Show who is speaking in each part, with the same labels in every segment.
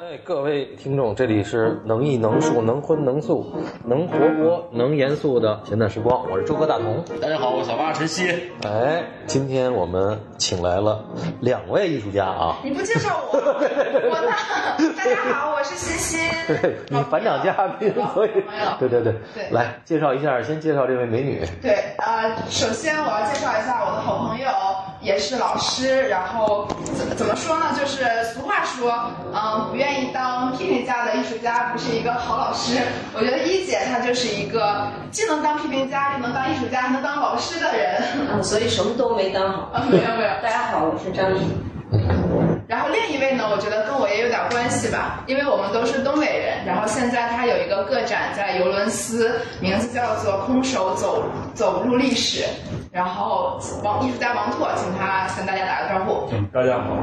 Speaker 1: 哎各位听众，这里是能艺能术能荤能素能活泼能严肃的闲谈时光，我是周哥大同。
Speaker 2: 大家好，我是小八晨曦。
Speaker 1: 哎，今天我们请来了两位艺术家啊，
Speaker 3: 你不介绍我，我呢？大家好，我是欣欣。
Speaker 1: 对 你返场嘉宾，所以对对对，
Speaker 3: 对
Speaker 1: 来介绍一下，先介绍这位美女，
Speaker 3: 对啊、呃首先我要介绍一下我的好朋友，也是老师。然后怎怎么说呢？就是俗话说，嗯、不愿意当批评家的艺术家不是一个好老师。我觉得一姐她就是一个既能当批评家，又能当艺术家，还能当老师的人。
Speaker 4: 啊，所以什么都没当好。
Speaker 3: 啊，没有没有。
Speaker 4: 大家好，我是张毅。
Speaker 3: 然后另一位呢，我觉得跟我也有点关系吧，因为我们都是东北人。然后现在他有一个个展在尤伦斯，名字叫做《空手走走入历史》。然后王艺术家王拓，请他跟大家打个招呼。
Speaker 5: 嗯，大家好，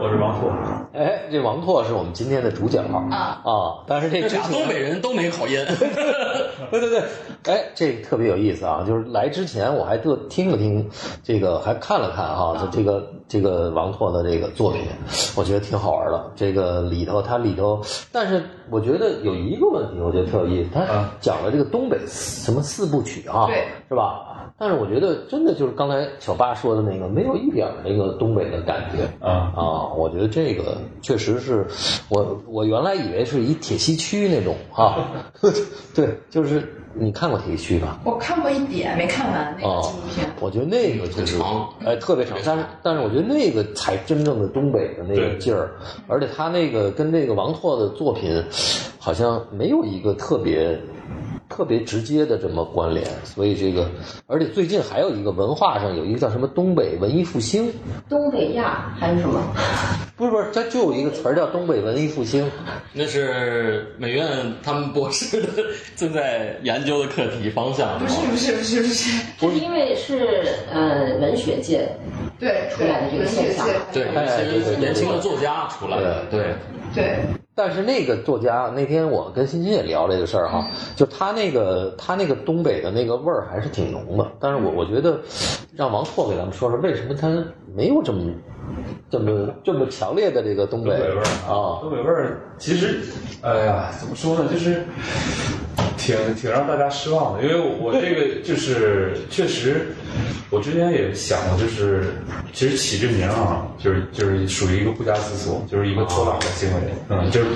Speaker 5: 我是王拓。
Speaker 1: 哎，这王拓是我们今天的主角
Speaker 3: 啊
Speaker 1: 啊，但是这之
Speaker 2: 俩
Speaker 1: 前
Speaker 2: 东北人都没考验，
Speaker 1: 对对对，哎，这特别有意思啊！就是来之前我还特听了听这个，还看了看哈、就这个这个王拓的这个作品，我觉得挺好玩的。这个里头它里头，但是我觉得有一个问题，我觉得特有意思，它
Speaker 5: 啊
Speaker 1: 讲了这个东北四什么四部曲啊，
Speaker 3: 对，
Speaker 1: 是吧？但是我觉得真的就是刚才小八说的那个，没有一点儿那个东北的感觉。
Speaker 5: 啊，
Speaker 1: 啊，我觉得这个确实是我我原来以为是一铁西区那种啊， 对，就是你看过铁西区吧？啊
Speaker 3: 我看过一点，没看完那个纪录片。
Speaker 1: 我觉得那个就是
Speaker 2: 很长
Speaker 1: 哎特别长，但是但是我觉得那个才真正的东北的那个
Speaker 5: 对
Speaker 1: 劲儿，而且他那个跟这个王拓的作品好像没有一个特别。特别直接的这么关联，所以这个，而且最近还有一个文化上有一个叫什么东北文艺复兴，
Speaker 4: 东北亚还是什么？
Speaker 1: 不是不是，它就有一个词儿叫东北文艺复兴，
Speaker 2: 那是美院他们博士的正在研究的课题方向。
Speaker 3: 不是不是不是不是，
Speaker 4: 是因为是呃文学界，
Speaker 3: 对
Speaker 4: 出来的这
Speaker 3: 对
Speaker 4: 个
Speaker 3: 文学
Speaker 4: 现象
Speaker 3: 界，
Speaker 2: 对，
Speaker 1: 哎对
Speaker 2: 一
Speaker 1: 对
Speaker 2: 些
Speaker 1: 对
Speaker 2: 年轻的作家出来的，对，
Speaker 3: 对
Speaker 1: 但是那个作家，那天我跟欣欣也聊这个事儿哈，就他那个他那个东北的那个味儿还是挺浓的。但是我我觉得，让王拓给咱们说说为什么他没有这么这么这么强烈的这个东
Speaker 5: 东
Speaker 1: 北
Speaker 5: 北味儿
Speaker 1: 啊，
Speaker 5: 东北味儿其实，哎呀，怎么说呢，就是挺挺让大家失望的，因为我这个就是确实，我之前也想过，就是其实起这名儿啊，就是就是属于一个不加思索，就是一个偷懒的行为。嗯，就是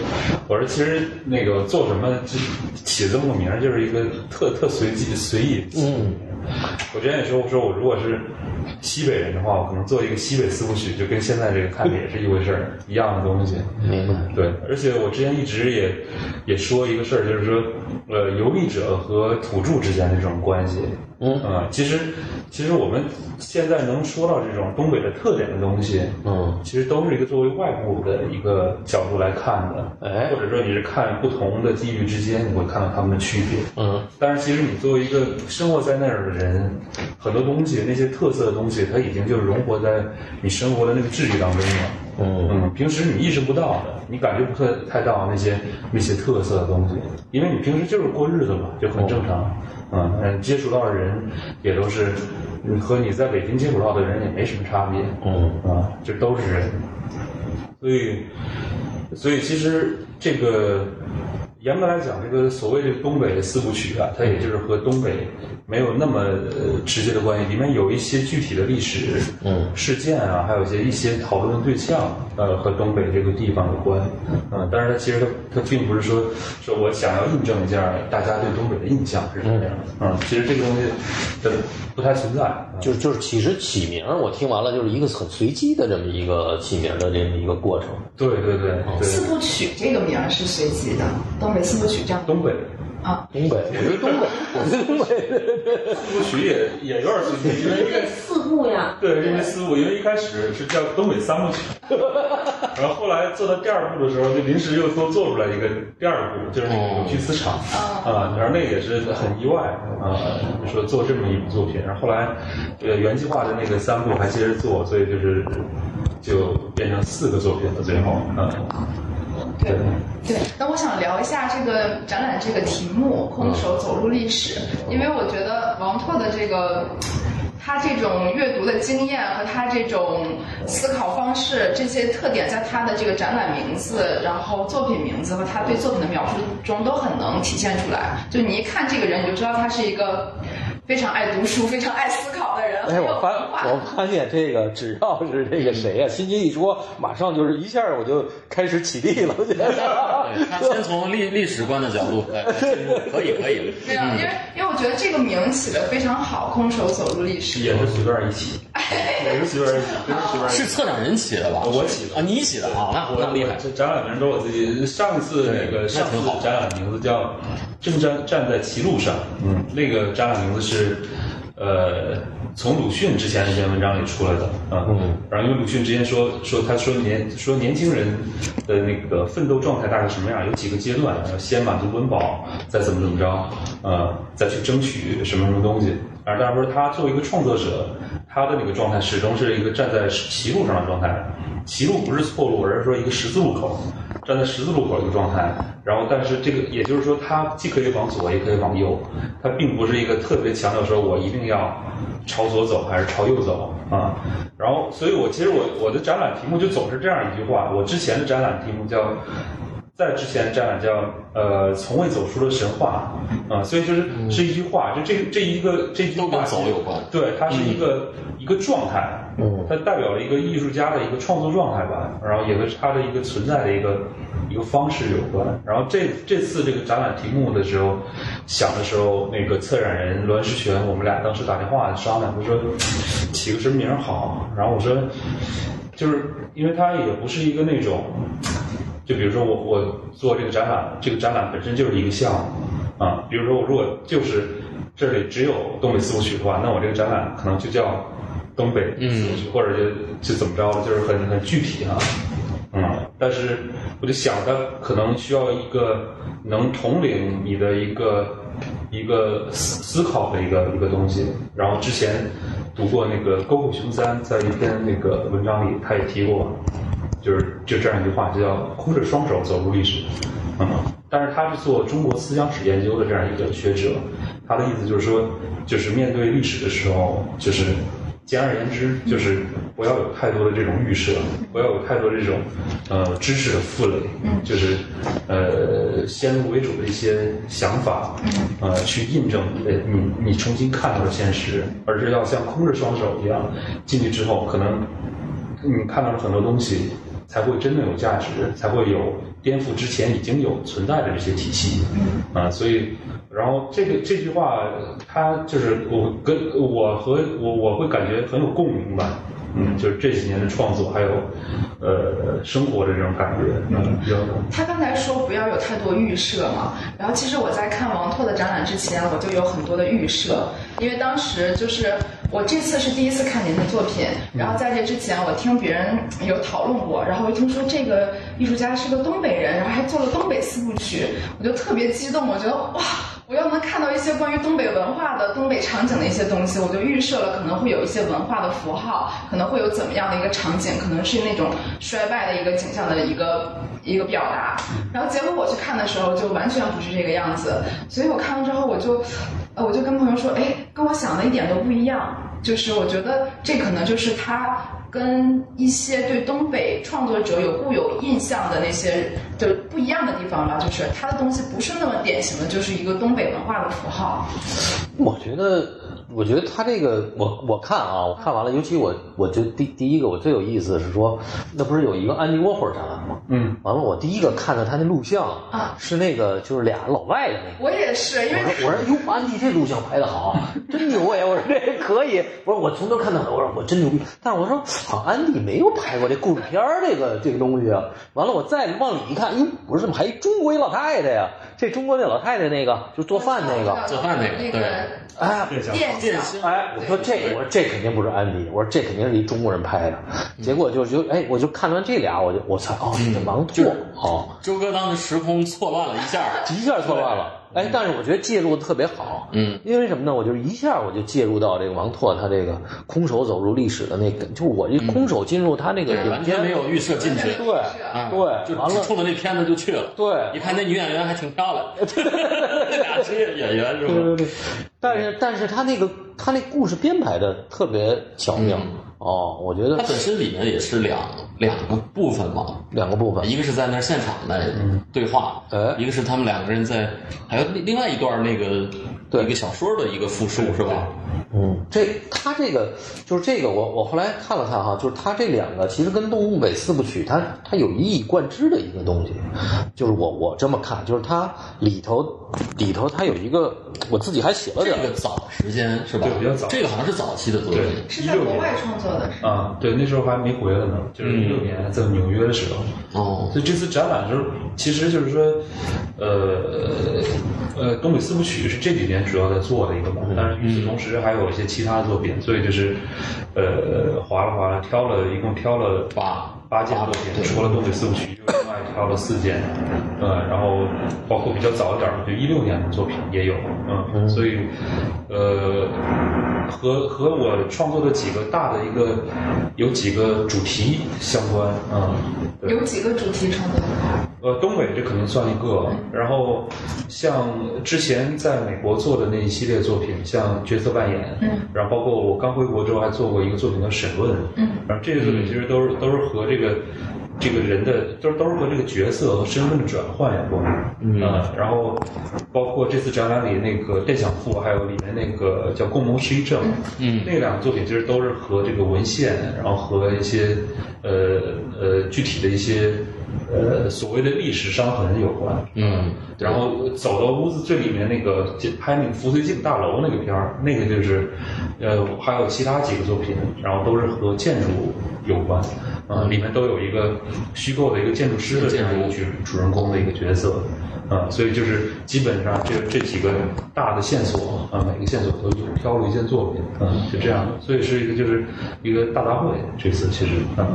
Speaker 5: 我说其实那个做什么就起这么个名儿，就是一个特特随机随意。
Speaker 1: 嗯，
Speaker 5: 我之前也说，我说我如果是西北人的话，我可能做一个西北四部曲，就跟现在这个看着也是一回事儿，一样的东西。嗯
Speaker 1: 明白。
Speaker 5: 对，而且我之前一直也也说一个事儿，就是说，呃，游历者和土著之间的这种关系。
Speaker 1: 嗯
Speaker 5: 呃其实其实我们现在能说到这种东北的特点的东西，
Speaker 1: 嗯，
Speaker 5: 其实都是一个作为外部的一个角度来看的，
Speaker 1: 哎
Speaker 5: 或者说你是看不同的地域之间，你会看到他们的区别。
Speaker 1: 嗯，
Speaker 5: 但是其实你作为一个生活在那儿的人，很多东西那些特色的东西，它已经就融合在你生活的那个治愈当中了。
Speaker 1: 嗯
Speaker 5: 平时你意识不到的，你感觉不太太到那些那些特色的东西，因为你平时就是过日子嘛，就很正常。
Speaker 1: 哦
Speaker 5: 嗯嗯，接触到的人也都是嗯和你在北京接触到的人也没什么差别。
Speaker 1: 嗯
Speaker 5: 啊，这都是人。所以，所以其实这个严格来讲，这个所谓的东北四部曲啊，它也就是和东北没有那么呃直接的关系，里面有一些具体的历史
Speaker 1: 嗯
Speaker 5: 事件啊，还有一些一些讨论的对象，呃，和东北这个地方有关。嗯、但是它其实它它并不是说说我想要印证一下大家对东北的印象是什么样的。嗯，其实这个东西它不太存在。嗯
Speaker 1: 就是就是，其实起名儿我听完了就是一个很随机的这么一个起名儿的这么一个过程。
Speaker 5: 对对对对，
Speaker 3: 四部曲这个名儿是随机的，东北四部曲这样
Speaker 5: 东北。
Speaker 3: 啊。
Speaker 1: 东北，我觉得东北，我觉得东北，
Speaker 5: 四部曲也也有点儿随机，因为一开始
Speaker 4: 四部呀。
Speaker 5: 对，因为四部，因为一开始是叫东北三部曲，然后后来做到第二部的时候，就临时又多做出来一个第二部，就是那个扭曲磁场啊，然后那个也是很意外啊，说做这么一部作品，然后后来呃原计划的那个三部还接着做，所以就是就变成四个作品了，最后啊，
Speaker 3: 对对，那我想聊一下这个展览这个题目《空手走入历史》，因为我觉得王拓的这个。他这种阅读的经验和他这种思考方式这些特点，在他的这个展览名字、然后作品名字和他对作品的描述中都很能体现出来。就你一看这个人，你就知道他是一个非常爱读书、非常爱思考的人，很
Speaker 1: 哎，嗯
Speaker 3: 有
Speaker 1: 我
Speaker 3: 文
Speaker 1: 发
Speaker 3: 化。
Speaker 1: 我发现这个，只要是这个谁呀、辛金一说，马上就是一下我就开始起立了，我觉得。
Speaker 2: 对他先从历历史观的角度来来进入， 可以可以。嗯
Speaker 3: 对啊，因为因为我觉得这个名起的非常好，空手走入历史。
Speaker 5: 也是随便一起，也是随便一起，真是随便一起
Speaker 2: 是。策展人起的吧？
Speaker 5: 我起的
Speaker 2: 啊，你起的啊，那
Speaker 5: 我
Speaker 2: 那厉害
Speaker 5: 我。这展览名都是我自己。上次那
Speaker 2: 对
Speaker 5: 个上
Speaker 2: 那
Speaker 5: 次
Speaker 2: 挺好
Speaker 5: 展览名字叫《正站站在歧路上》，嗯，那个展览名字是，呃，从鲁迅之前那篇文章里出来的，啊，
Speaker 1: 嗯，
Speaker 5: 然后因为鲁迅之前说说他说年说年轻人的那个奋斗状态大概什么样，有几个阶段，然后先满足温饱，再怎么怎么着，呃，再去争取什么什么东西。而大家说他作为一个创作者，他的那个状态始终是一个站在歧路上的状态，歧路不是错路，而是说一个十字路口。站在十字路口一个状态，然后但是这个也就是说，它既可以往左，也可以往右，它并不是一个特别强调说我一定要朝左走还是朝右走啊。然后，所以我其实我我的展览题目就总是这样一句话，我之前的展览题目叫。在之前的展览叫呃，从未走出的神话啊、所以就是是一句话，就这这一个这一句
Speaker 2: 都跟
Speaker 5: 话
Speaker 2: 走有关
Speaker 5: 对，它是一个、一个状态，
Speaker 1: 嗯
Speaker 5: 它代表了一个艺术家的一个创作状态吧，然后也和他的一个存在的一个一个方式有关。然后这这次这个展览题目的时候，想的时候，那个策展人栾石泉，我们俩当时打电话商量，他说起个什么名儿好，然后我说就是因为它也不是一个那种。就比如说我我做这个展览，这个展览本身就是一个项目啊。比如说我如果就是这里只有东北四部曲的话，那我这个展览可能就叫东北四部曲，或者就就怎么着，就是很很具体啊。嗯，但是我就想，它可能需要一个能统领你的一个一个思思考的一个一个东西。然后之前读过那个沟口雄三在一篇那个文章里，他也提过，就是就这样一句话，就叫“空着双手走入历史”。嗯，但是他是做中国思想史研究的这样一个学者，他的意思就是说，就是面对历史的时候，就是简而言之，就是不要有太多的这种预设，不要有太多这种呃知识的负累，就是呃先入为主的一些想法，呃去印证呃你你重新看到的现实，而是要像空着双手一样进去之后，可能你嗯看到了很多东西，才会真的有价值，才会有颠覆之前已经有存在的这些体系。啊，所以，然后这个这句话，它就是我跟我和我我会感觉很有共鸣吧。嗯，就是这几年的创作，还有呃生活的这种感觉，嗯，比较
Speaker 3: 他刚才说不要有太多预设嘛，然后其实我在看王拓的展览之前，我就有很多的预设，因为当时就是我这次是第一次看您的作品，然后在这之前我听别人有讨论过，然后我一听说这个艺术家是个东北人，然后还做了东北四部曲，我就特别激动，我觉得哇。我要能看到一些关于东北文化的、东北场景的一些东西，我就预设了可能会有一些文化的符号，可能会有怎么样的一个场景，可能是那种衰败的一个景象的一个一个表达。然后结果我去看的时候，就完全不是这个样子。所以我看完之后，我就，呃，我就跟朋友说，哎，跟我想的一点都不一样。就是我觉得这可能就是他跟一些对东北创作者有固有印象的那些就不一样的地方吧，就是他的东西不是那么典型的，就是一个东北文化的符号。
Speaker 1: 我觉得，我觉得他这个，我我看啊，我看完了，尤其我，我觉得第第一个我最有意思的是说，那不是有一个安迪沃霍尔展览吗？
Speaker 5: 嗯，
Speaker 1: 完了，我第一个看到他那录像
Speaker 3: 啊
Speaker 1: 是那个就是俩老外的那个。
Speaker 3: 我也是，因为
Speaker 1: 我说我说哟，安迪这录像拍的好，真牛哎！我说这可以，我说我从头看到尾，我说我真牛逼。但是我说好，像安迪没有拍过这故事片儿这个这个东西啊。完了，我再往里一看，哟，不是还中国一老太太呀？这中国那老太太那个就做饭那个，
Speaker 2: 做饭那个
Speaker 3: 那
Speaker 2: 对
Speaker 1: 哎，
Speaker 5: 啊这想
Speaker 3: 电啊
Speaker 2: 电
Speaker 3: 箱
Speaker 2: 箱，
Speaker 1: 哎，我说这，我说这肯定不是安迪，我说这肯定是一中国人拍的。结果就就哎，我就看完这俩，我就我操，哦，这王拓哦，
Speaker 2: 周哥当时时空错乱了一下儿，
Speaker 1: 一下错乱了。哎，但是我觉得介入的特别好，
Speaker 2: 嗯，
Speaker 1: 因为什么呢？我就是一下我就介入到这个王拓他这个空手走入历史的那个，就我这空手进入他那个
Speaker 2: 嗯对，
Speaker 1: 影
Speaker 2: 完
Speaker 1: 片
Speaker 2: 全没有预设进去，
Speaker 1: 对
Speaker 2: 啊，
Speaker 1: 对
Speaker 2: 就
Speaker 1: 完了
Speaker 2: 就冲着那片子就去了。
Speaker 1: 对
Speaker 2: 一看那女演 员还挺漂亮，那俩职业演员是吧？
Speaker 1: 但是但是他那个他那故事编排的特别巧妙、
Speaker 2: 嗯
Speaker 1: 哦，我觉得
Speaker 2: 它本身里面也是两两个部分嘛，
Speaker 1: 两个部分，
Speaker 2: 一个是在那儿现场的
Speaker 5: 嗯
Speaker 2: 对话，
Speaker 1: 哎
Speaker 2: 一个是他们两个人在，还有另另外一段那个
Speaker 1: 对
Speaker 2: 一个小说的一个复述是吧？
Speaker 1: 嗯，这他这个就是这个，我我后来看了看哈，就是他这两个其实跟《动物北四部曲》它它有一以贯之的一个东西，就是我我这么看，就是它里头里头它有一个，我自己还写了
Speaker 2: 这
Speaker 1: 点儿，
Speaker 2: 个早时间是吧？
Speaker 5: 对比较早
Speaker 2: 这个好像是早期的作品。
Speaker 5: 对，
Speaker 3: 是
Speaker 5: 一
Speaker 3: 在
Speaker 5: 六
Speaker 3: 国
Speaker 5: 年
Speaker 3: 外创作的，是吗
Speaker 5: 啊，对，那时候还没回来呢，就是一六年在纽约的时候。
Speaker 2: 哦，
Speaker 5: 所以这次展览就是，其实就是说，呃呃，东北四部曲是这几年主要在做的一个嘛，但是与此同时还有一些其他的作品，所以就是，呃，划拉划拉挑了，一共挑了
Speaker 2: 八
Speaker 5: 八件作
Speaker 2: 对
Speaker 5: 品，除了东北四部曲，又另外挑了四件，呃，然后包括比较早一点儿的，就一六年的作品也有，嗯，所以，呃，和和我创作的几个大的一个有几个主题相关，嗯，对
Speaker 3: 有几个主题创作的？
Speaker 5: 呃，东北这肯定算一个。然后，像之前在美国做的那一系列作品，像角色扮演，
Speaker 3: 嗯，
Speaker 5: 然后包括我刚回国之后还做过一个作品叫《审问》，
Speaker 3: 嗯，
Speaker 5: 然后这些作品其实都是都是和这个这个人的都是都是和这个角色和身份的转换有关，
Speaker 2: 嗯
Speaker 5: 呃然后包括这次展览里那个《电享赋》，还有里面那个叫《共谋失忆症》，
Speaker 2: 嗯
Speaker 5: 那两个作品其实都是和这个文献，然后和一些呃呃具体的一些呃所谓的历史伤痕有关。
Speaker 2: 嗯，
Speaker 5: 然后走到屋子最里面那个就拍那个扶绥镜大楼那个片儿，那个就是，呃，还有其他几个作品，然后都是和建筑有关，呃，里面都有一个虚构的一个建筑师的这样一个主主人公的一个角色，呃，所以就是基本上这这几个大的线索啊、呃每个线索都有挑了一件作品，嗯、就这样，所以是一个就是一个大杂烩，这次其实，嗯、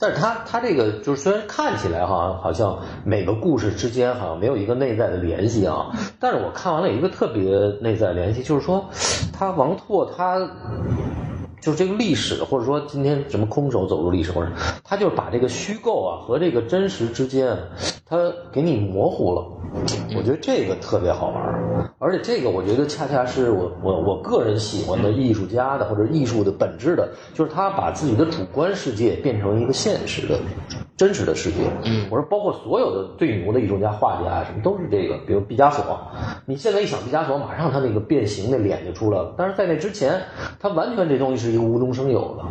Speaker 1: 但是它它这个就是虽然看起来好像好像每个故事之间好像没有一个内在的联系啊，但是我看完了有一个特别内在的联系，就是说，他王拓他就是这个历史，或者说今天什么空手走入历史，或者他就是把这个虚构啊和这个真实之间，他给你模糊了。我觉得这个特别好玩儿，而且这个我觉得恰恰是我我我个人喜欢的艺术家的或者艺术的本质的，就是他把自己的主观世界变成一个现实的、真实的世界。嗯，我说包括所有的最牛的艺术家、画家什么都是这个，比如毕加索，
Speaker 2: 嗯
Speaker 1: 你现在一想毕加索，马上他那个变形的脸就出来了，但是在那之前，他完全这东西是一个无中生有的。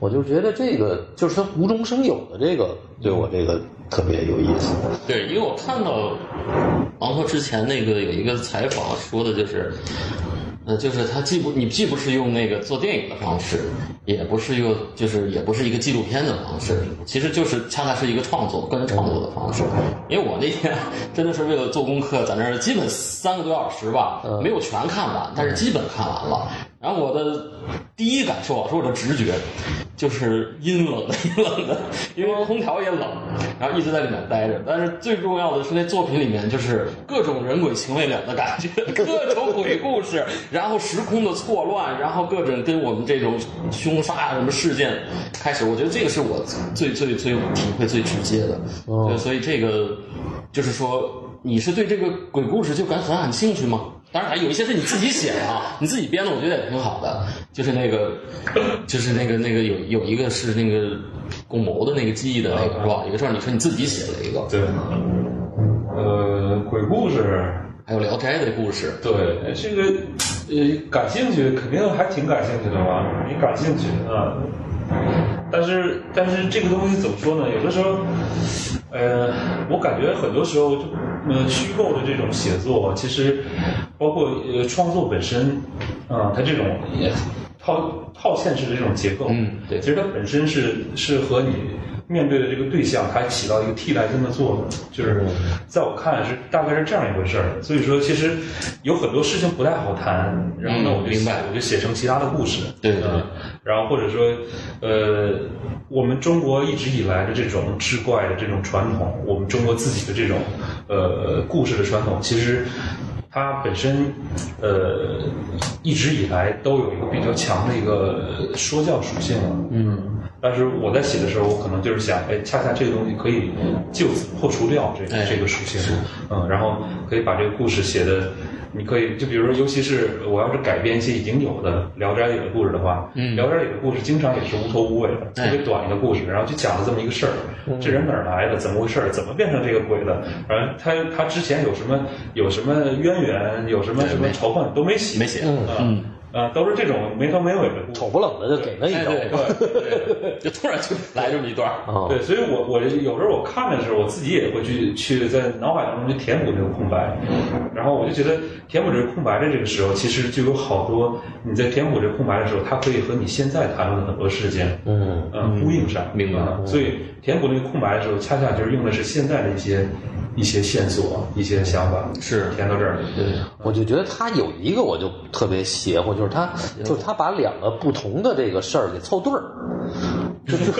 Speaker 1: 我就觉得这个就是他无中生有的这个，对我这个特别有意思。
Speaker 2: 对，因为我看到王朔之前那个有一个采访说的就是，呃，就是他既不你既不是用那个做电影的方式，也不是用就是也不是一个纪录片的方式，其实就是恰恰是一个创作个人创作的方式。因为我那天 真的是为了做功课，在那儿基本三个多小时吧，没有全看完，但是基本看完了。然后我的第一感受啊，是我的直觉，就是阴冷的阴冷的，因为空调也冷，然后一直在里面待着。但是最重要的是，那作品里面就是各种人鬼情未了的感觉， 各种鬼故事，然后时空的错乱，然后各种跟我们这种凶杀啊什么事件开始。我觉得这个是我最最最有体会最直接的，
Speaker 1: 哦
Speaker 2: 对，所以这个就是说，你是对这个鬼故事就感很感兴趣吗？当然，还有一些是你自己写的啊，你自己编的，我觉得也挺好的。就是那个，就是那个那个有有一个是那个共谋的那个记忆的那个是吧？有一段你说你自己写了一个，
Speaker 5: 对，呃，鬼故事。
Speaker 2: 还有《聊斋》的故事，
Speaker 5: 对，这个呃，感兴趣肯定还挺感兴趣的嘛，你感兴趣啊。但是但是这个东西怎么说呢？有的时候，呃，我感觉很多时候就呃虚构的这种写作，其实包括呃创作本身，啊、它这种也套套现式的这种结构，
Speaker 2: 嗯对
Speaker 5: 其实它本身是是和你面对的这个对象，它起到一个替代性的作用，就是
Speaker 2: 嗯
Speaker 5: 在我看来是大概是这样一回事儿。所以说，其实有很多事情不太好谈，然后呢，
Speaker 2: 嗯
Speaker 5: 我就
Speaker 2: 明
Speaker 5: 写
Speaker 2: 白
Speaker 5: 我就写成其他的故事，
Speaker 2: 对对
Speaker 5: 嗯然后或者说，呃，我们中国一直以来的这种志怪的这种传统，我们中国自己的这种呃故事的传统，其实它本身呃一直以来都有一个比较强的一个呃说教属性了。嗯。但是我在写的时候，我可能就是想，哎，恰恰这个东西可以就此破除掉这个、
Speaker 2: 哎
Speaker 5: 这个属性，嗯，然后可以把这个故事写的你可以就比如说，尤其是我要是改编一些已经有的《聊斋》里的故事的话，
Speaker 2: 嗯哎
Speaker 5: 聊斋》里的故事经常也是无头无尾的，特别短一个故事，然后就讲了这么一个事儿，这人哪儿来的，怎么回事儿，怎么变成这个鬼的，
Speaker 2: 嗯
Speaker 5: 反正他他之前有什么有什么渊源，有什么
Speaker 2: 对
Speaker 5: 什么
Speaker 2: 没
Speaker 5: 仇恨都没写，
Speaker 2: 没写
Speaker 5: 啊
Speaker 2: 嗯
Speaker 5: 啊，都是这种没头没尾的故事，
Speaker 1: 丑不冷的就给那一
Speaker 2: 哎
Speaker 1: 刀。
Speaker 2: 对
Speaker 5: 对对。
Speaker 2: 就突然就来这么一段儿，
Speaker 1: 啊，
Speaker 5: 对，所以我我有时候我看的时候，我自己也会去去在脑海当中去填补这个空白，
Speaker 2: 嗯
Speaker 5: 然后我就觉得填补这个空白的这个时候，其实就有好多你在填补这个空白的时候，它可以和你现在谈论的很多事情，
Speaker 1: 嗯，
Speaker 5: 嗯，呼应上，
Speaker 2: 明白
Speaker 5: 啊所以填补那个空白的时候，恰恰就是用的是现在的一些一些线索、一些想法，
Speaker 2: 是
Speaker 5: 填到这儿。
Speaker 2: 对，
Speaker 1: 我就觉得他有一个我就特别邪乎，就是
Speaker 2: 哎
Speaker 1: 他就是他把两个不同的这个事儿给凑对儿， 就是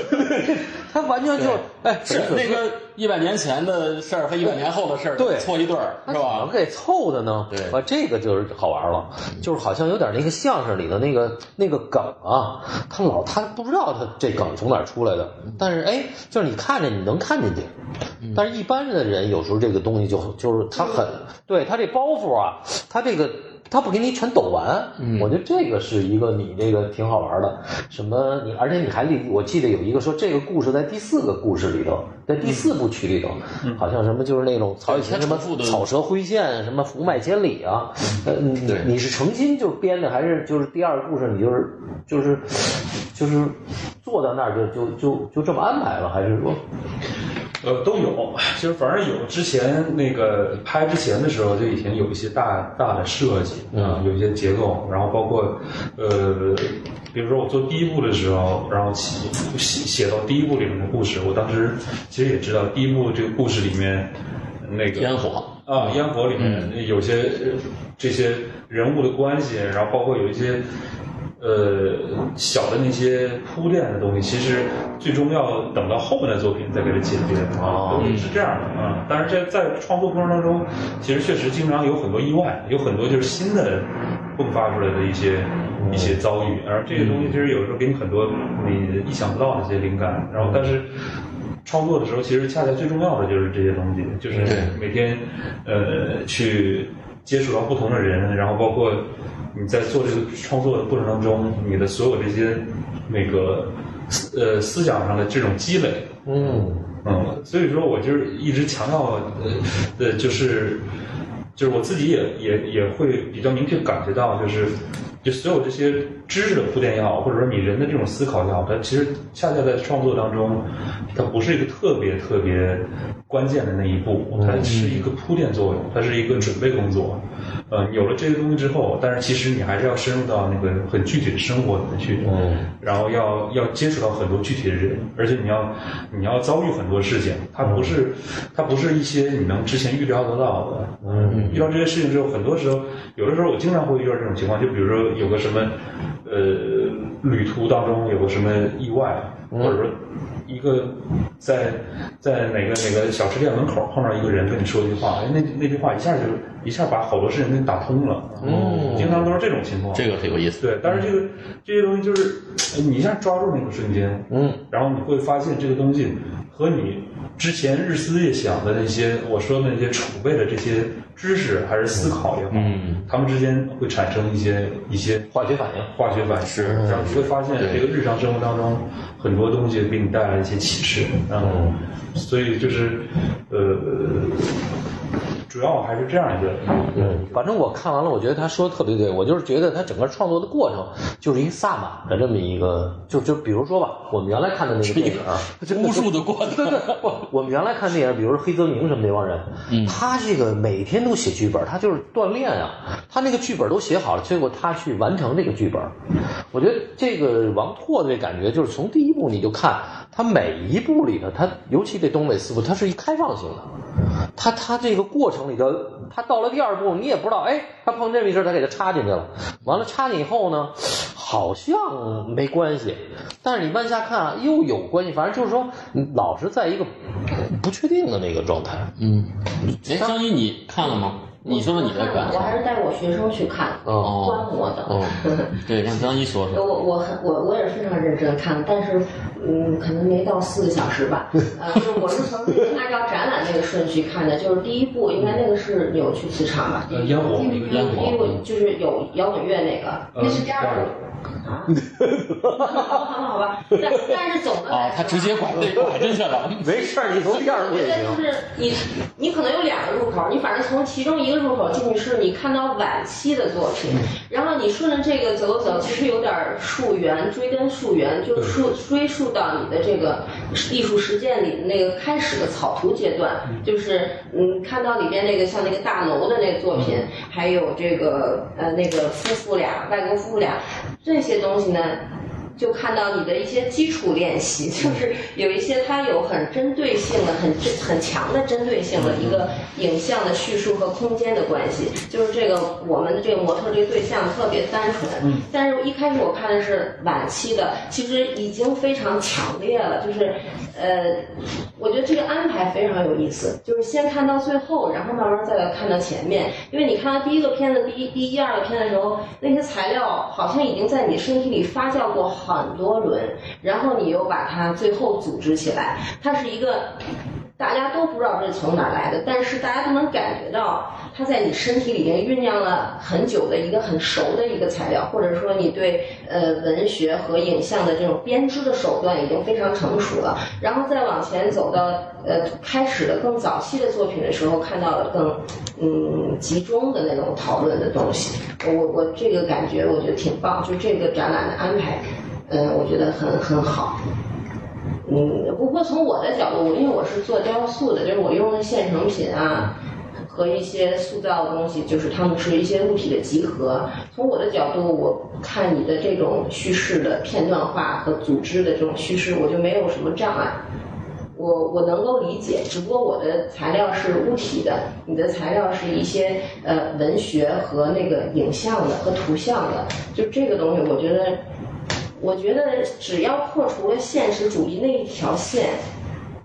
Speaker 1: 他完全就哎
Speaker 2: 是
Speaker 1: 北水
Speaker 2: 那个一百年前的事儿和一百年后的事儿
Speaker 1: 对
Speaker 2: 凑一对儿
Speaker 1: 他
Speaker 2: 是
Speaker 1: 怎么
Speaker 2: 吧？
Speaker 1: 给凑的呢？
Speaker 2: 对
Speaker 1: 啊，这个就是好玩了，就是好像有点那个相声里的那个那个梗啊，他老他不知道他这梗从哪儿出来的，
Speaker 2: 嗯
Speaker 1: 但是哎，就是你看着你能看进去，但是一般的人有时候这个东西就就是他很
Speaker 2: 嗯
Speaker 1: 对他这包袱啊，他这个。他不给你全抖完，
Speaker 2: 嗯
Speaker 1: 我觉得这个是一个你这个挺好玩的，什么你，而且你还立，我记得有一个说这个故事在第四个故事里头，在
Speaker 2: 嗯
Speaker 1: 第四部曲里头，好像什么就是那种曹雪芹
Speaker 2: 对
Speaker 1: 什么
Speaker 2: 他重复的
Speaker 1: 草蛇灰线，什么福脉千里啊，呃，你
Speaker 2: 对
Speaker 1: 你是诚心就是编的，还是就是第二个故事你就是就是就是坐到那儿就就就就这么安排了，还是说
Speaker 5: 呃，都有，其实反正有之前那个拍之前的时候就已经有一些大大的设计，啊，有一些结构，然后包括呃，比如说我做第一部的时候，然后写写写到第一部里面的故事，我当时其实也知道第一部这个故事里面那个
Speaker 2: 烟火，
Speaker 5: 啊，烟火里面有些、呃这些人物的关系，然后包括有一些呃小的那些铺垫的东西，其实最终要等到后面的作品再给它解决啊，
Speaker 1: 哦
Speaker 5: 都是这样的啊。但是这在创作过程当中，其实确实经常有很多意外，有很多就是新的迸发出来的一些。一些遭遇，而这些东西其实有时候给你很多你意想不到的一些灵感，然后但是创作的时候，其实恰恰最重要的就是这些东西，就是
Speaker 2: 对
Speaker 5: 每天呃去接触到不同的人，然后包括你在做这个创作的过程当中，你的所有这些那个思呃思想上的这种积累，
Speaker 1: 嗯
Speaker 5: 嗯，所以说我就是一直强调，呃， 呃就是就是我自己也也也会比较明确感觉到，就是就所有这些知识的铺垫也好，或者说你人的这种思考也好，它其实恰恰在创作当中，它不是一个特别特别关键的那一步，它是一个铺垫作用，它是一个准备工作。呃，有了这些东西之后，但是其实你还是要深入到那个很具体的生活里面去。
Speaker 1: 嗯
Speaker 5: 然后要要接触到很多具体的人，而且你要你要遭遇很多事情，它不是、它不是一些你能之前预料得到的。
Speaker 1: 嗯，
Speaker 5: 遇到这些事情之后，很多时候有的时候我经常会遇到这种情况，就比如说有个什么呃旅途当中有个什么意外，
Speaker 1: 嗯
Speaker 5: 或者说一个在在哪个哪个小吃店门口碰到一个人跟你说一句话，哎，那那句话一下就一下把好多事情给你打通了。
Speaker 1: 嗯
Speaker 5: 经常都是这种情况。
Speaker 2: 这个很有意思。
Speaker 5: 对，但是这个这些东西就是呃你一下抓住那个瞬间，
Speaker 1: 嗯，
Speaker 5: 然后你会发现这个东西和你之前日思夜想的那些我说的那些储备的这些知识还是思考也好，
Speaker 2: 嗯，
Speaker 5: 他们之间会产生一些一些
Speaker 1: 化学反应
Speaker 5: 化学反应，
Speaker 2: 是
Speaker 5: 然后你会发现
Speaker 2: 对
Speaker 5: 这个日常生活当中很多东西给你带来一些启示，嗯，所以就是呃，主要还是这样一个，
Speaker 1: 嗯，反正我看完了，我觉得他说的特别对，我就是觉得他整个创作的过程就是一个萨满的这么一个，就就比如说吧，我们原来看的那个电影啊，
Speaker 2: 巫术的过
Speaker 1: 对对
Speaker 2: 程，，
Speaker 1: 不，我们原来看电影，比如说黑泽明什么那帮人，他这个每天都写剧本，他就是锻炼啊，他那个剧本都写好了，结果他去完成这个剧本。我觉得这个王拓的这感觉，就是从第一部你就看他每一部里头，他尤其这东北四部，它是一开放型的，他他这个过程里头，他到了第二部，你也不知道，哎，他碰这么一事儿，他给他插进去了，完了插进以后呢，好像没关系，但是你往下看啊又有关系，反正就是说，你老是在一个不确定的那个状态。
Speaker 2: 嗯，哎，张一你看了吗？你说说你的
Speaker 4: 看
Speaker 2: 感
Speaker 4: 我
Speaker 2: 受。
Speaker 4: 还是带我学生去看，
Speaker 1: 嗯
Speaker 2: 哦
Speaker 4: 观摩的。
Speaker 2: 哦，对，让张一说
Speaker 4: 我
Speaker 2: 说。
Speaker 4: 我很我我也是非常认真看，但是嗯，可能没到四个小时 吧。呃，就我是从按照展览那个顺序看的，就是第一部应该那个是扭曲磁场吧？
Speaker 5: 呃烟火
Speaker 3: 一个烟
Speaker 2: 火
Speaker 4: 第一部就是有摇滚乐那个。
Speaker 5: 呃
Speaker 3: 那是第二个
Speaker 4: 啊，好 吧，好吧，但但是总的
Speaker 2: 哦，
Speaker 4: 来说，啊
Speaker 2: 他直接拐对拐进去了。
Speaker 1: 没事儿，你从第二
Speaker 4: 我
Speaker 1: 部
Speaker 4: 觉
Speaker 1: 也
Speaker 4: 得就
Speaker 1: 行。
Speaker 4: 是你，你可能有两个入口，你反正从其中一个入口进去是你看到晚期的作
Speaker 1: 嗯
Speaker 4: 品，然后你顺着这个走走，其实有点溯源，追根溯源，就溯追溯到你的这个艺术实践里的那个开始的草图阶段，就是嗯，看到里边那个像那个大楼的那个作
Speaker 1: 嗯
Speaker 4: 品，还有这个呃那个夫妇俩，外国夫妇俩这些东西呢。就看到你的一些基础练习，就是有一些它有很针对性的、很针很强的针对性的一个影像的叙述和空间的关系。就是这个我们的这个模特这个对象特别单纯，但是一开始我看的是晚期的，其实已经非常强烈了，就是呃，我觉得这个安排非常有意思，就是先看到最后，然后慢慢再看到前面，因为你看到第一个片子、第一第一二个片的时候，那些材料好像已经在你身体里发酵过很多轮，然后你又把它最后组织起来，它是一个。大家都不知道这是从哪儿来的，但是大家都能感觉到它在你身体里面酝酿了很久的一个很熟的一个材料，或者说你对呃文学和影像的这种编织的手段已经非常成熟了。然后再往前走到呃开始的更早期的作品的时候，看到了更嗯集中的那种讨论的东西。我我我这个感觉我觉得挺棒，就这个展览的安排，呃，我觉得很很好。嗯，不过从我的角度，我因为我是做雕塑的，就是我用的现成品啊和一些塑造的东西，就是它们是一些物体的集合。从我的角度，我看你的这种叙事的片段化和组织的这种叙事，我就没有什么障碍。我我能够理解，只不过我的材料是物体的，你的材料是一些呃文学和那个影像的和图像的，就这个东西，我觉得，我觉得只要破除了现实主义那一条线，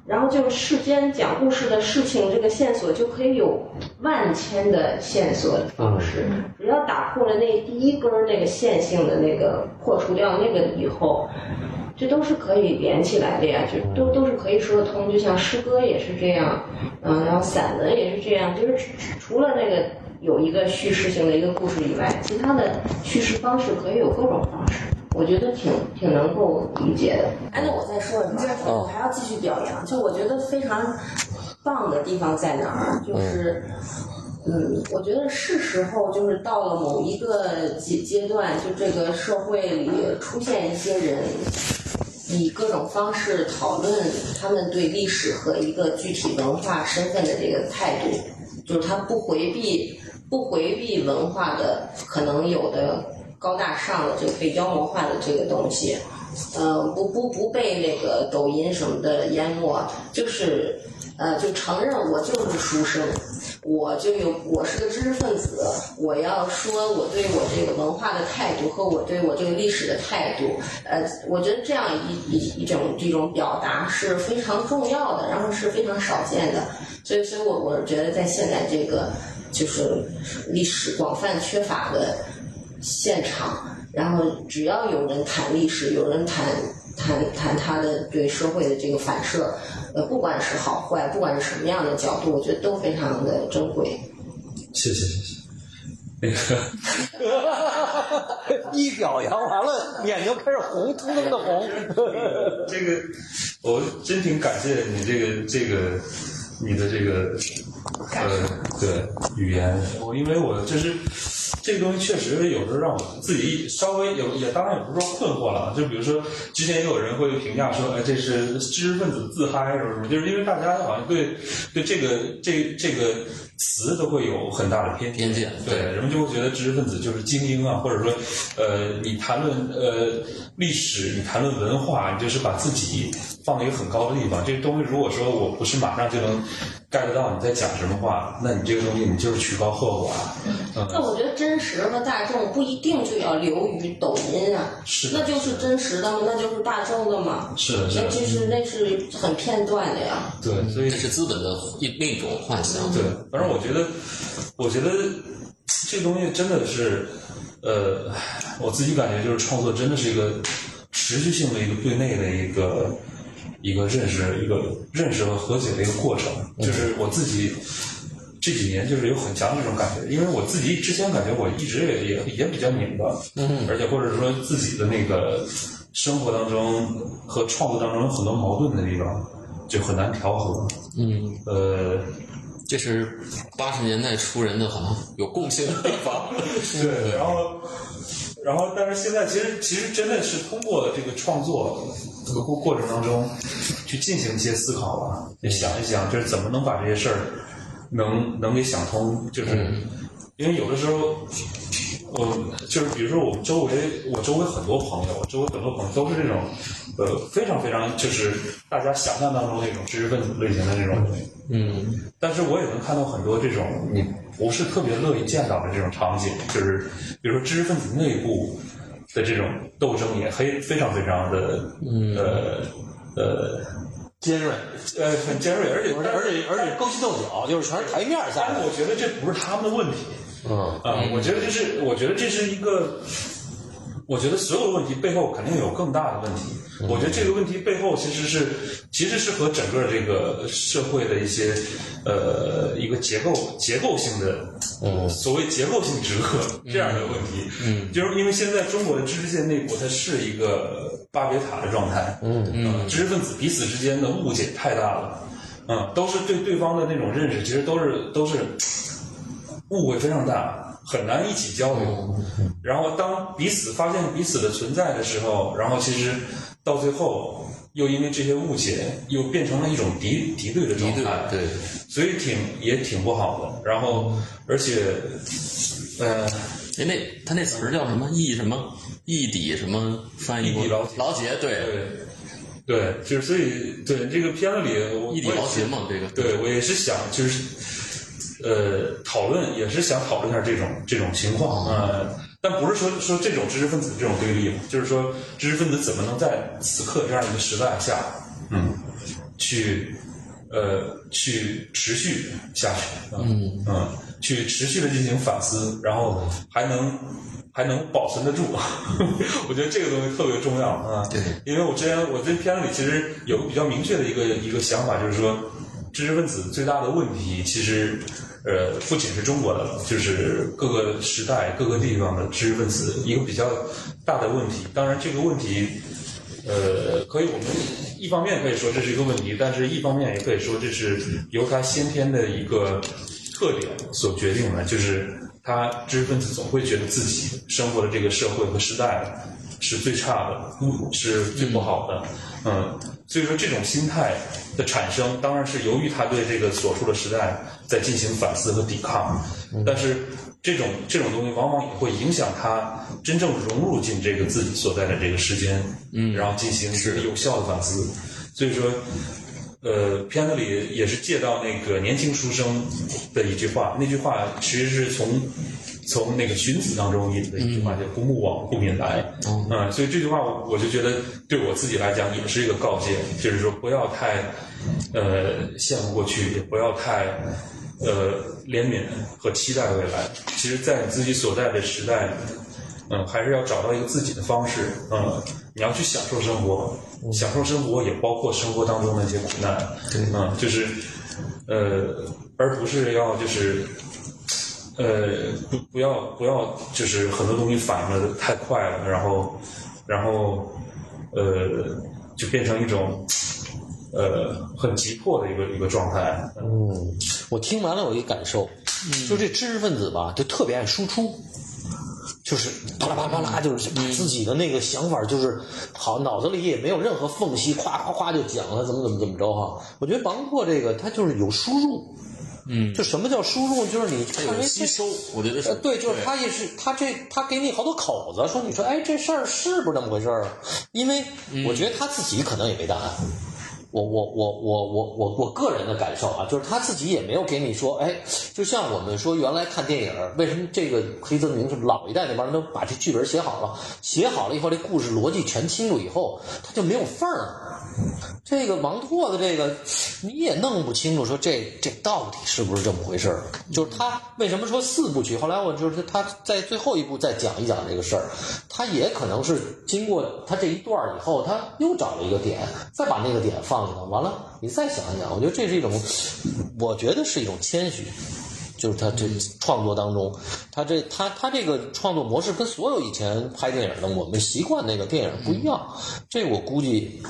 Speaker 4: 然后就是世间讲故事的事情这个线索就可以有万千的线索的方式，只要打破了那第一根儿那个线性的那个破除掉那个以后，这都是可以连起来的呀，就都都是可以说得通。就像诗歌也是这样，嗯，然后散文也是这样，就是除除了那个有一个叙事性的一个故事以外，其他的叙事方式可以有各种方式。我觉得挺挺能够理解的。哎，那我再说一下，我还要继续表扬，就我觉得非常棒的地方在哪儿，就是。嗯，我觉得是时候，就是到了某一个阶阶段，就这个社会里出现一些人，以各种方式讨论他们对历史和一个具体文化身份的这个态度，就是他不回避不回避文化的可能有的高大上的这个被妖魔化的这个东西，呃，不不不被那个抖音什么的淹没，啊就是呃，就承认我就是书生，我就有我是个知识分子，我要说我对我这个文化的态度和我对我这个历史的态度，呃，我觉得这样一一一种这种表达是非常重要的，然后是非常少见的，所以所以我我觉得在现在这个就是历史广泛缺乏的现场，然后只要有人谈历史，有人谈谈谈他的对社会的这个反射，呃，不管是好坏，不管是什么样的角度，我觉得都非常的珍贵。
Speaker 5: 谢谢谢谢。那个，
Speaker 1: 一表扬完了，眼睛开始红扑棱的红。
Speaker 5: 这个，我真挺感谢你这个这个你的这个呃对语言，我因为我就是这个东西确实有时候让我自己稍微有也当然也不是说困惑了，啊就比如说之前也有人会评价说，哎，这是知识分子自嗨什么什么，就是因为大家好像对对这个这这个词都会有很大的偏
Speaker 2: 偏
Speaker 5: 见。
Speaker 2: 见，
Speaker 5: 对，人们就会觉得知识分子就是精英啊，或者说，呃，你谈论呃历史，你谈论文化，你就是把自己放在一个很高的地方。这个东西，如果说我不是马上就能 get 到你在讲什么话，那你这个东西你就是曲高和寡。
Speaker 4: 那我觉得真实和大众不一定就要流于抖音啊，
Speaker 5: 是的
Speaker 4: 那就是真实的嘛，那就是大众的嘛，
Speaker 5: 是的，是
Speaker 4: 那就
Speaker 5: 的，
Speaker 4: 是那是很片段的呀。
Speaker 5: 对，所以
Speaker 2: 这是资本的一另一种幻想。
Speaker 5: 对，反正我觉得，我觉得这东西真的是，呃，我自己感觉就是创作真的是一个持续性的一个对内的一个一个认识、一个认识和和解的一个过程。就是我自己这几年就是有很强的这种感觉，因为我自己之前感觉我一直也也也比较拧巴，嗯，而且或者说自己的那个生活当中和创作当中有很多矛盾的地方，就很难调和。
Speaker 2: 嗯，
Speaker 5: 呃，
Speaker 2: 这是八十年代初人的好像有共性的地 方。
Speaker 5: 对，然后，然后，但是现在其实其实真的是通过这个创作这个过过程当中，去进行一些思考吧，就想一想，就是怎么能把这些事儿能能给想通，就是、因为有的时候。我就是，比如说我们周围，我周围很多朋友，我周围很多朋友都是这种，呃，非常非常就是大家想象当中那种知识分子类型的那种人，
Speaker 2: 嗯
Speaker 5: 但是我也能看到很多这种你不是特别乐意见到的这种场景，就是比如说知识分子内部的这种斗争也非非常非常的，
Speaker 2: 嗯
Speaker 5: 呃呃
Speaker 1: 尖锐，
Speaker 5: 呃很尖锐，而且
Speaker 1: 而且而且而且勾心斗角，就是全是台面下
Speaker 5: 但是
Speaker 1: 的。
Speaker 5: 我觉得这不是他们的问题
Speaker 1: 嗯，
Speaker 5: 啊、我觉得这是我觉得这是一个，我觉得所有的问题背后肯定有更大的问题。
Speaker 1: 嗯
Speaker 5: 我觉得这个问题背后其实是，其实是和整个这个社会的一些，呃，一个结构结构性的
Speaker 1: 嗯
Speaker 5: 所谓结构性折合这样的问题，
Speaker 2: 嗯，
Speaker 5: 就是因为现在中国的知识界内部它是一个巴别塔的状态，
Speaker 1: 嗯
Speaker 5: 嗯，知识分子彼此之间的误解太大了，嗯，都是对对方的那种认识，其实都是都是误会非常大，很难一起交流。
Speaker 1: 嗯
Speaker 5: 然后当彼此发现彼此的存在的时候，然后其实到最后又因为这些误解又变成了一种敌敌对的状
Speaker 2: 敌
Speaker 5: 态，
Speaker 2: 对对，
Speaker 5: 所以挺也挺不好的。然后，而且，呃，
Speaker 2: 哎，那他那词儿叫什么？义什么？义底什么？翻译过
Speaker 5: 义底劳杰
Speaker 2: 劳杰，对，
Speaker 5: 对，呃对，就是所以对这个片子里，我
Speaker 2: 义底劳杰嘛，这个
Speaker 5: 对我也是想就是，呃，讨论也是想讨论一下这种这种情况，呃，但不是说说这种知识分子这种对立嘛，就是说知识分子怎么能在此刻这样一个时代下，嗯，去呃去持续下去，嗯嗯，去持续的进行反思，然后还能。还能保存得住， 我觉得这个东西特别重要啊。
Speaker 2: 对，
Speaker 5: 因为我之前我这片子里其实有个比较明确的一个一个想法，就是说，知识分子最大的问题其实，呃，不仅是中国的了，就是各个时代、各个地方的知识分子一个比较大的问题。当然，这个问题，呃，可以我们一方面可以说这是一个问题，但是一方面也可以说这是由它先天的一个特点所决定的，就是他知识分子总会觉得自己生活的这个社会和时代是最差的，嗯是最不好的，嗯，所以说这种心态的产生，当然是由于他对这个所处的时代在进行反思和抵抗，但是这种这种东西往往也会影响他真正融入进这个自己所在的这个时间，嗯，然后进行有效的反思，所以说。呃，片子里也是借到那个年轻书生的一句话，那句话其实是从从那个荀子当中引的一句话，叫“不慕往，不敏来”。
Speaker 2: 哦
Speaker 5: 嗯，所以这句话我我就觉得对我自己来讲也是一个告诫，就是说不要太呃羡慕过去，也不要太呃怜悯和期待未来。其实，在你自己所在的时代里，嗯，还是要找到一个自己的方式，嗯，你要去享受生活，享受生活也包括生活当中的一些苦难，
Speaker 2: 对
Speaker 5: 嗯，就是呃，而不是要就是呃，不不要不要，就是很多东西反应的太快了，然后然后呃，就变成一种呃很急迫的一个一个状态。
Speaker 1: 嗯，我听完了有一感受，就这知识分子吧，就特别爱输出。就是啪啦啪啦啪啦，就是把自己的那个想法，就是好，脑子里也没有任何缝隙，夸夸夸就讲了，怎么怎么怎么着哈。我觉得王破这个他就是有输入，
Speaker 2: 嗯，
Speaker 1: 就什么叫输入，就是你
Speaker 2: 它
Speaker 1: 看
Speaker 2: 有
Speaker 1: 人
Speaker 2: 吸收，我觉得是
Speaker 1: 呃，对，就是他也是他这他给你好多口子，说你说哎这事儿是不是这么回事儿啊？因为
Speaker 2: 嗯
Speaker 1: 我觉得他自己可能也没答案。我我我我我我我个人的感受啊，就是他自己也没有给你说，哎，就像我们说原来看电影儿，为什么这个黑泽明是老一代那帮人都把这剧本写好了，写好了以后，这故事逻辑全清楚以后，他就没有缝儿了。这个王拓的这个你也弄不清楚说这这到底是不是这么回事儿。就是他为什么说四部曲？后来我就是他在最后一部再讲一讲这个事儿，他也可能是经过他这一段儿以后，他又找了一个点，再把那个点放进来，完了你再想一想，我觉得这是一种，我觉得是一种谦虚。就是他这创作当中，他这他他这个创作模式跟所有以前拍电影的我们习惯那个电影不一样，这我估计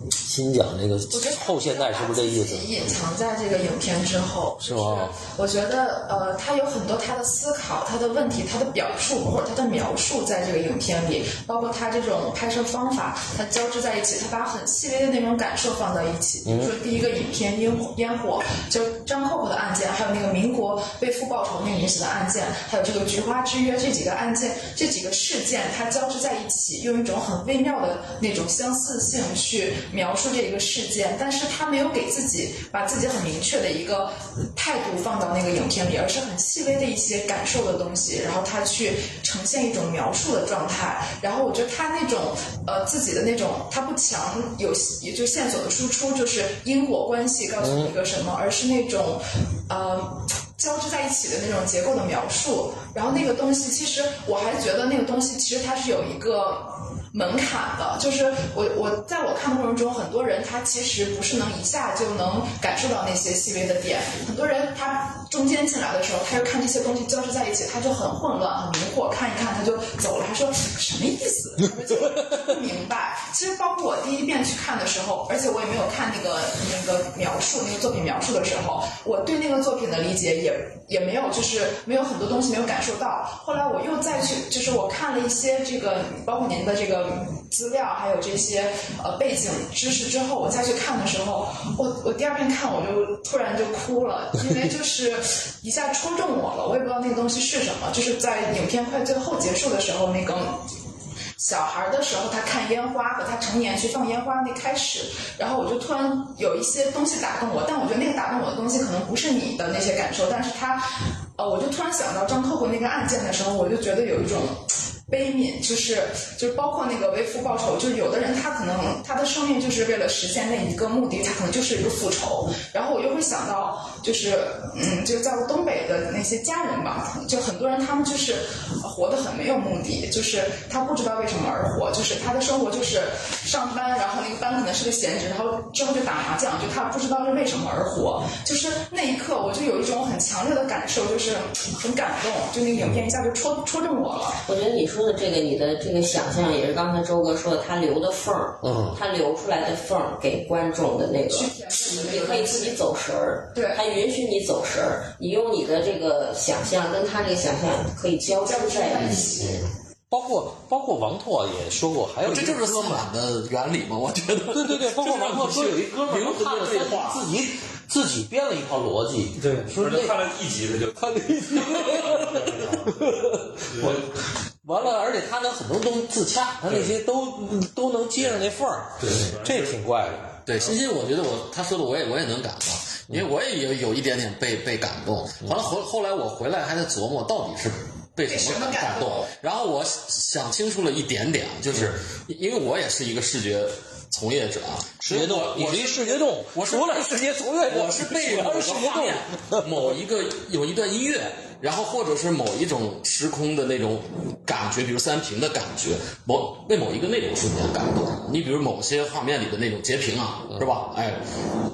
Speaker 1: 嗯新讲那个
Speaker 3: 嗯我觉得
Speaker 1: 后现代是不是这意思？
Speaker 3: 隐藏在这个影片之后，
Speaker 1: 是吗？
Speaker 3: 我觉得呃，他有很多他的思考、他的问题、他的表述或者他的描述，在这个影片里，包括他这种拍摄方法，它交织在一起，他把很细微的那种感受放到一起。比如说第一个影片《烟火》，烟火就是张扣扣的案件，还有那个民国为父报仇那个女子的案件，还有这个《菊花之约》这几个案件，这几个事件它交织在一起，用一种很微妙的那种相似性去描述这一个事件，但是他没有给自己把自己很明确的一个态度放到那个影片里，而是很细微的一些感受的东西，然后他去呈现一种描述的状态。然后我觉得他那种呃自己的那种，他不强有也就线索的输出，就是因果关系告诉你一个什么，而是那种呃。交织在一起的那种结构的描述，然后那个东西，其实我还觉得那个东西其实它是有一个门槛的，就是我我在我看的过程中，很多人他其实不是能一下就能感受到那些细微的点，很多人他中间进来的时候，他就看这些东西交织在一起，他就很混乱、很迷惑，看一看他就走了，他说什么意思？就不明白。其实包括我第一遍去看的时候，而且我也没有看那个那个描述那个作品描述的时候，我对那个作品的理解也也没有，就是没有很多东西没有感受到。后来我又再去，就是我看了一些这个，包括您的这个资料，还有这些呃背景知识之后，我再去看的时候，我我第二遍看我就突然就哭了，因为就是一下戳中我了，我也不知道那个东西是什么。就是在影片快最后结束的时候，那个小孩儿的时候，他看烟花和他成年去放烟花那开始，然后我就突然有一些东西打动我，但我觉得那个打动我的东西可能不是你的那些感受，但是他，呃，我就突然想到张扣扣那个案件的时候，我就觉得有一种。悲悯就是就是包括那个为父报仇，就是有的人他可能他的生命就是为了实现那一个目的，他可能就是一个复仇。然后我又会想到，就是嗯，就在东北的那些家人吧，就很多人他们就是活得很没有目的，就是他不知道为什么而活，就是他的生活就是上班，然后那个班可能是个闲职，然后之后就打麻将，就他不知道是为什么而活。就是那一刻，我就有一种很强烈的感受，就是很感动，就那个影片一下就戳戳中我了。
Speaker 4: 我觉得你说的这个，你的这个想象也是刚才周哥说的，他留的缝儿，
Speaker 1: 嗯
Speaker 4: 他留出来的缝儿给观众的那个，你可以自己走神儿，
Speaker 3: 对
Speaker 4: 他允许你走神儿，你用你的这个想象跟他这个想象可以交织在一起。
Speaker 1: 包括包括王拓也说过，还有一
Speaker 2: 这
Speaker 1: 个
Speaker 2: 就是
Speaker 1: 哥
Speaker 2: 色
Speaker 1: 们儿
Speaker 2: 满的原理嘛，我觉得。
Speaker 1: 对对对，包括王拓说有一哥们儿
Speaker 2: 灵魂
Speaker 1: 看了
Speaker 2: 的对话，
Speaker 1: 自己自己编了一套逻辑，
Speaker 5: 对，
Speaker 1: 说
Speaker 5: 说
Speaker 1: 那
Speaker 5: 看了一集他就
Speaker 1: 看了一集，我完了，而且他能很多都自洽，他那些都都能接上那缝儿，
Speaker 5: 对
Speaker 1: 这挺怪的。
Speaker 2: 对，欣欣，我觉得我他说的我也我也能感到，因为我也有有一点点被被感动。完了后后来我回来还在琢磨到底是。被什么感动？然后我想清楚了一点点，就是因为我也是一个视觉从业者啊，
Speaker 1: 嗯视觉动
Speaker 2: 我，
Speaker 1: 你
Speaker 2: 我
Speaker 1: 是一视觉动，
Speaker 2: 我是
Speaker 1: 除了视觉从业者，
Speaker 2: 我是被某
Speaker 1: 我
Speaker 2: 个
Speaker 1: 是视觉
Speaker 2: 画面
Speaker 1: 动。、
Speaker 2: 某一个有一段音乐，然后或者是某一种时空的那种感觉，比如三屏的感觉，某被某一个那种瞬间感动。你比如某些画面里的那种截屏啊，是吧？哎，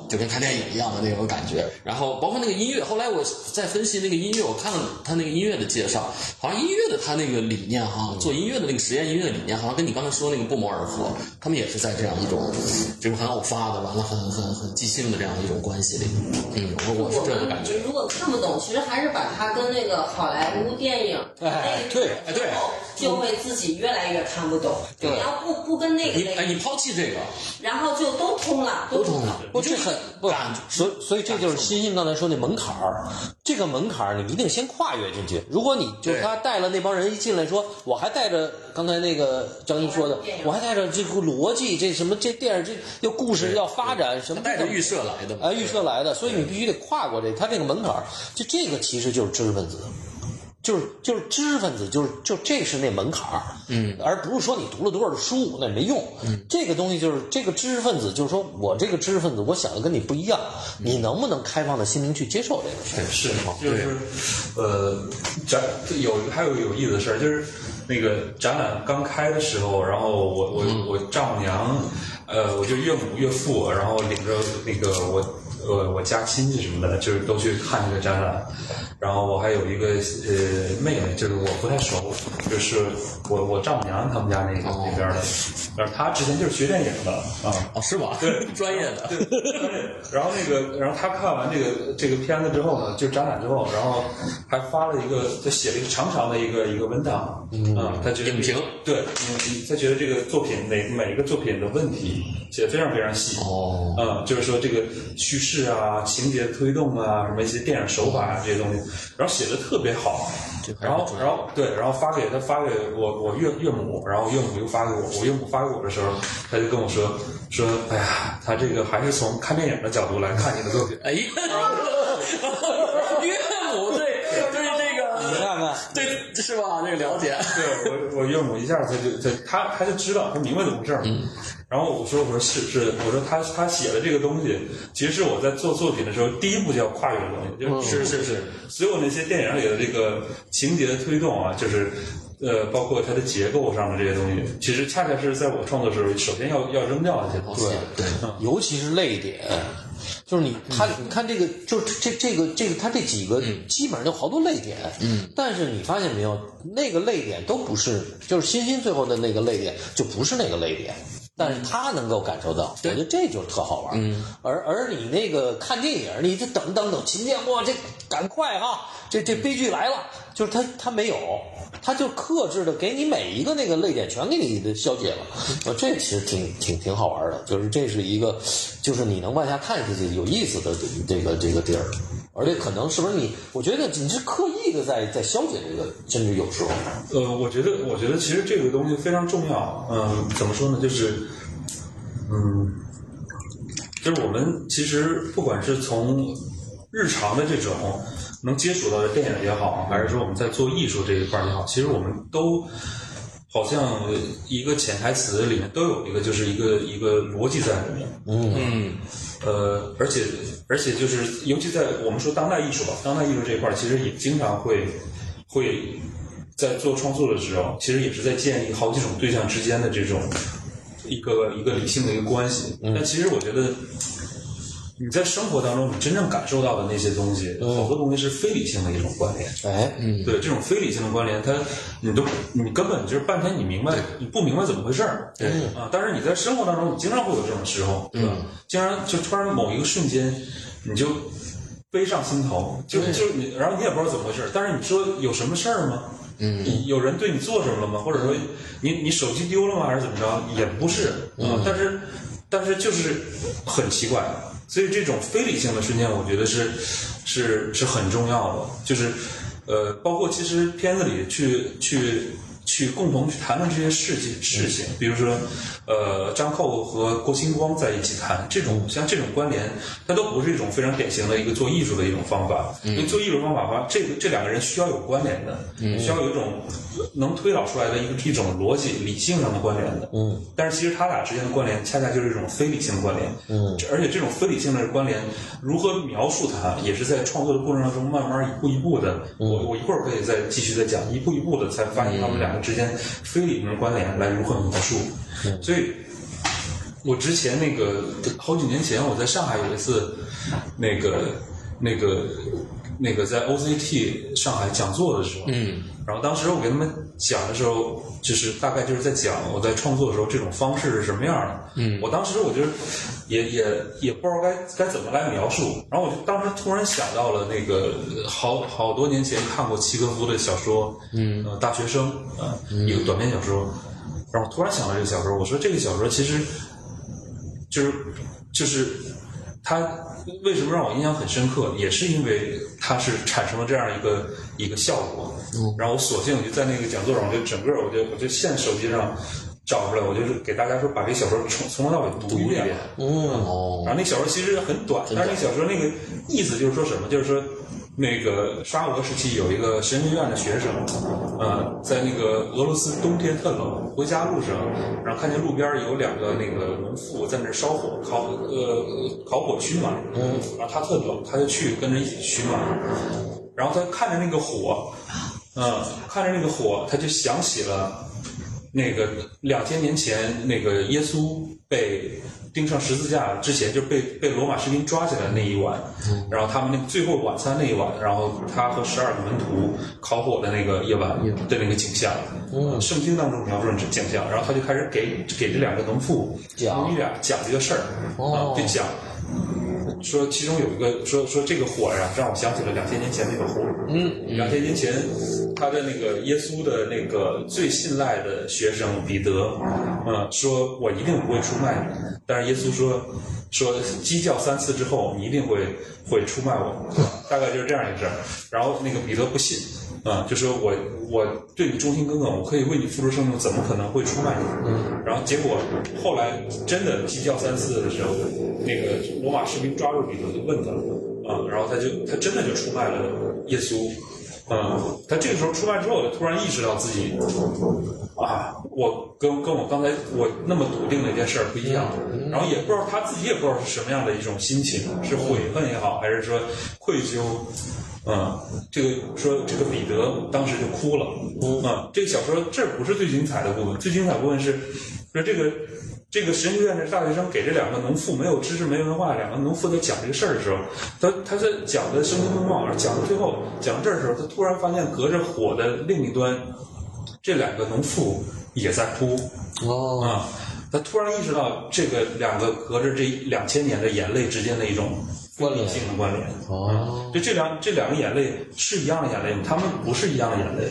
Speaker 2: 就跟看电影一样的那种感觉。然后包括那个音乐，后来我在分析那个音乐，我看了他那个音乐的介绍，好像音乐的他那个理念哈、做音乐的那个实验音乐的理念，好像跟你刚才说的那个不谋而合。他们也是在这样一种，这种很偶发的，完了很很很即兴的这样一种关系里。嗯，我我是
Speaker 4: 我
Speaker 2: 这种
Speaker 4: 们
Speaker 2: 感觉。
Speaker 4: 如果看不懂，其实还是把它跟那个好莱坞电影
Speaker 1: 哎
Speaker 4: 那个
Speaker 1: 对
Speaker 2: 哎对
Speaker 4: 就会自己越来越看不懂。你要不不跟那个
Speaker 2: 你
Speaker 4: 类
Speaker 2: 哎，你抛弃这个，
Speaker 4: 然后就都通了，都通了。
Speaker 1: 不，这很不
Speaker 2: 感觉
Speaker 1: 所以所以这就是欣欣刚才说那门槛儿，这个门槛儿你一定先跨越进去。如果你就
Speaker 2: 对
Speaker 1: 他带了那帮人一进来说，我还带着刚才那个张一说的
Speaker 4: 电影，
Speaker 1: 我还带着这个逻辑，这什么这电影这又故事要发展什么
Speaker 2: 带着
Speaker 1: 这
Speaker 2: 预设来的嘛。
Speaker 1: 哎哎，预设来的，所以你必须得跨过这，他这个门槛儿，就这个其实就是知识分子。就是就是知识分子，就是就这是那门槛儿，
Speaker 2: 嗯，
Speaker 1: 而不是说你读了多少书那没用，嗯，这个东西就是这个知识分子，就是说我这个知识分子，我想的跟你不一样，你能不能开放的心灵去接受这个事儿？
Speaker 5: 是，就是呃，展有还有有意思的事儿，就是那个展览刚开的时候，然后我我
Speaker 2: 嗯
Speaker 5: 我丈母娘，呃，我就岳母岳父，然后领着那个我。呃，我家亲戚什么的，就是都去看这个展览，然后我还有一个呃妹妹，就是我不太熟，就是我我丈母娘他们家那个、
Speaker 2: 哦
Speaker 5: 那边的，然后她之前就是学电影的啊，
Speaker 2: 哦，是吧？对， 专业的，
Speaker 5: 然后那个，然后他看完这个这个片子之后呢，就展览之后，然后还发了一个，就写了一个长长的一个一个文档，嗯，他觉得
Speaker 2: 影评
Speaker 5: 对，嗯他觉得这个作品每每个作品的问题写的非常非常细，
Speaker 2: 哦，
Speaker 5: 嗯，就是说这个叙事啊、情节推动啊、什么一些电影手法啊这些东西，然后写的特别好。
Speaker 2: 这还是
Speaker 5: 然后
Speaker 2: 专，业
Speaker 5: 然后对，然后发给他发给我我岳岳母，然后岳母又发给我，我岳母发给我的时候，他就跟我说说，哎呀，他这个还是从看电影的角度来看你的作品。
Speaker 2: 哎呀，岳母对对这
Speaker 1: 你
Speaker 2: 个
Speaker 1: 看看，
Speaker 2: 对是吧？这个了解，
Speaker 5: 对我我岳母一下他就他他他就知道他明白怎么回事儿，然后我说我说是是我说他他写的这个东西，其实是我在做作品的时候第一步就要跨越的东西，就是
Speaker 2: 是是，
Speaker 5: 所有那些电影里的这个情节的推动啊，就是呃，包括它的结构上的这些东西，其实恰恰是在我创作的时候，首先要要扔掉那些东西。
Speaker 2: 对
Speaker 1: 尤其是泪点，嗯就是你他，你看这个，就是这这个这个，他这几个基本上有好多泪点，嗯，但是你发现没有，那个泪点都不是，就是欣欣最后的那个泪点就不是那个泪点。但是他能够感受到，我觉得这就是特好玩。嗯，而而你那个看电影，你这等等等，秦建波这赶快哈，这这悲剧来了，就是他他没有，他就克制的给你每一个那个泪点全给你消解了，呃这其实挺挺挺好玩的，就是这是一个，就是你能往下看下去有意思的这个这个地儿，而且可能是不是你，我觉得你是刻意的在在消解这个，甚至有时候，
Speaker 5: 呃，我觉得我觉得其实这个东西非常重要。嗯，怎么说呢？就是嗯，就是我们其实不管是从日常的这种能接触到的电影也好，还是说我们在做艺术这一块儿也好，其实我们都好像呃一个潜台词里面都有一个，就是一个一个逻辑在里面。
Speaker 2: 嗯，
Speaker 5: 呃，而且而且就是，尤其在我们说当代艺术吧，当代艺术这一块儿，其实也经常会会在做创作的时候，其实也是在建立好几种对象之间的这种一个一个理性的一个关系。但其实我觉得。你在生活当中，你真正感受到的那些东西，好多东西是非理性的一种关联。
Speaker 1: 哎，嗯，
Speaker 5: 对这种非理性的关联，它你都你根本就是半天你明白你不明白怎么回事儿，对嗯啊。但是你在生活当中，你经常会有这种时候，对吧？经常就突然某一个瞬间，你就背上心头，就就你，然后你也不知道怎么回事儿。但是你说有什么事儿吗？嗯，有人对你做什么了吗？或者说你你手机丢了吗？还是怎么着？也不是啊，但是但是就是很奇怪。所以这种非理性的瞬间，我觉得是是是很重要的，就是呃，包括其实片子里去去去共同去谈论这些事情事情，比如说呃，张扣和郭星光在一起谈这种像这种关联，它都不是一种非常典型的一个做艺术的一种方法，因为做艺术方法的话，这个这两个人需要有关联的，需要有一种能推导出来的一个一种逻辑理性上的关联的，嗯，但是其实他俩之间的关联恰恰就是一种非理性的关联，嗯，而且这种非理性的关联如何描述它，也是在创作的过程当中慢慢一步一步的，我我一会儿可以再继续再讲，一步一步的才发现他们两个之间非理性的关联来如何描述，所以。我之前那个好几年前，我在上海有一次，那个那个那个在 OCT 上海讲座的时候，嗯，然后当时我给他们讲的时候，就是大概就是在讲我在创作的时候这种方式是什么样的，嗯，我当时我就是也也也不知道该该怎么来描述，然后我就当时突然想到了那个好好多年前看过契诃夫的小说，嗯，呃，大学生，呃，一个短篇小说。然后我突然想到这个小说，我说这个小说其实就是就是它为什么让我印象很深刻，也是因为它是产生了这样一个一个效果。然后我索性我就在那个讲座上，我就整个我就我就现手机上找出来，我就是给大家说把这小说从从头到尾读一遍。
Speaker 2: 嗯，哦
Speaker 5: 然，后那小说其实很短，
Speaker 2: 真
Speaker 5: 但
Speaker 2: 短
Speaker 5: 是那小说那个意思就是说什么？就是说那个沙俄时期有一个神学院的学生，呃，在那个俄罗斯冬天特冷，回家路上，然后看见路边有两个那个农妇在那儿烧火烤呃烤火取暖，嗯，然后他特冷，他就去跟着一起取暖，然后他看着那个火，嗯，看着那个火，他就想起了那个两千年前那个耶稣被钉上十字架之前，就被被罗马士兵抓起来那一晚，然后他们那个最后晚餐那一晚，然后他和十二个门徒烤火的那个夜晚的那个景象，圣经当中描述的景象，然后他就开始给给这两个农妇
Speaker 1: 讲
Speaker 5: 母女俩讲这个事儿，
Speaker 1: 哦
Speaker 5: 啊，就讲。说其中有一个说说这个火呀、让我想起了两千年前那个火。嗯，两千年前，他的那个耶稣的那个最信赖的学生彼得，嗯，说我一定不会出卖你。但是耶稣说说鸡叫三次之后，你一定会会出卖我，大概就是这样一个事儿。然后那个彼得不信。啊、就说我我对你忠心耿耿，我可以为你付出生命，怎么可能会出卖你？嗯，然后结果后来真的鸡叫三次的时候，那个罗马士兵抓住彼得就问他，啊、然后他就他真的就出卖了耶稣，嗯，他这个时候出卖之后，突然意识到自己啊，我跟跟我刚才我那么笃定的一件事儿不一样，然后也不知道他自己也不知道是什么样的一种心情，是悔恨也好，还是说愧疚。嗯，这个说这个彼得当时就哭了。嗯，这个小说这不是最精彩的部分，最精彩部分是说这个这个神学院的大学生给这两个农妇没有知识没文化，两个农妇在讲这个事儿的时候，他他在讲的生龙活壮，而讲到最后讲到这儿的时候，他突然发现隔着火的另一端，这两个农妇也在哭。
Speaker 1: 哦，
Speaker 5: 啊，他突然意识到这个两个隔着这两千年的眼泪之间的一种
Speaker 1: 关联
Speaker 5: 理性的关联。
Speaker 1: 哦
Speaker 5: 嗯，就这两这两个眼泪是一样的眼泪吗？他们不是一样的眼泪，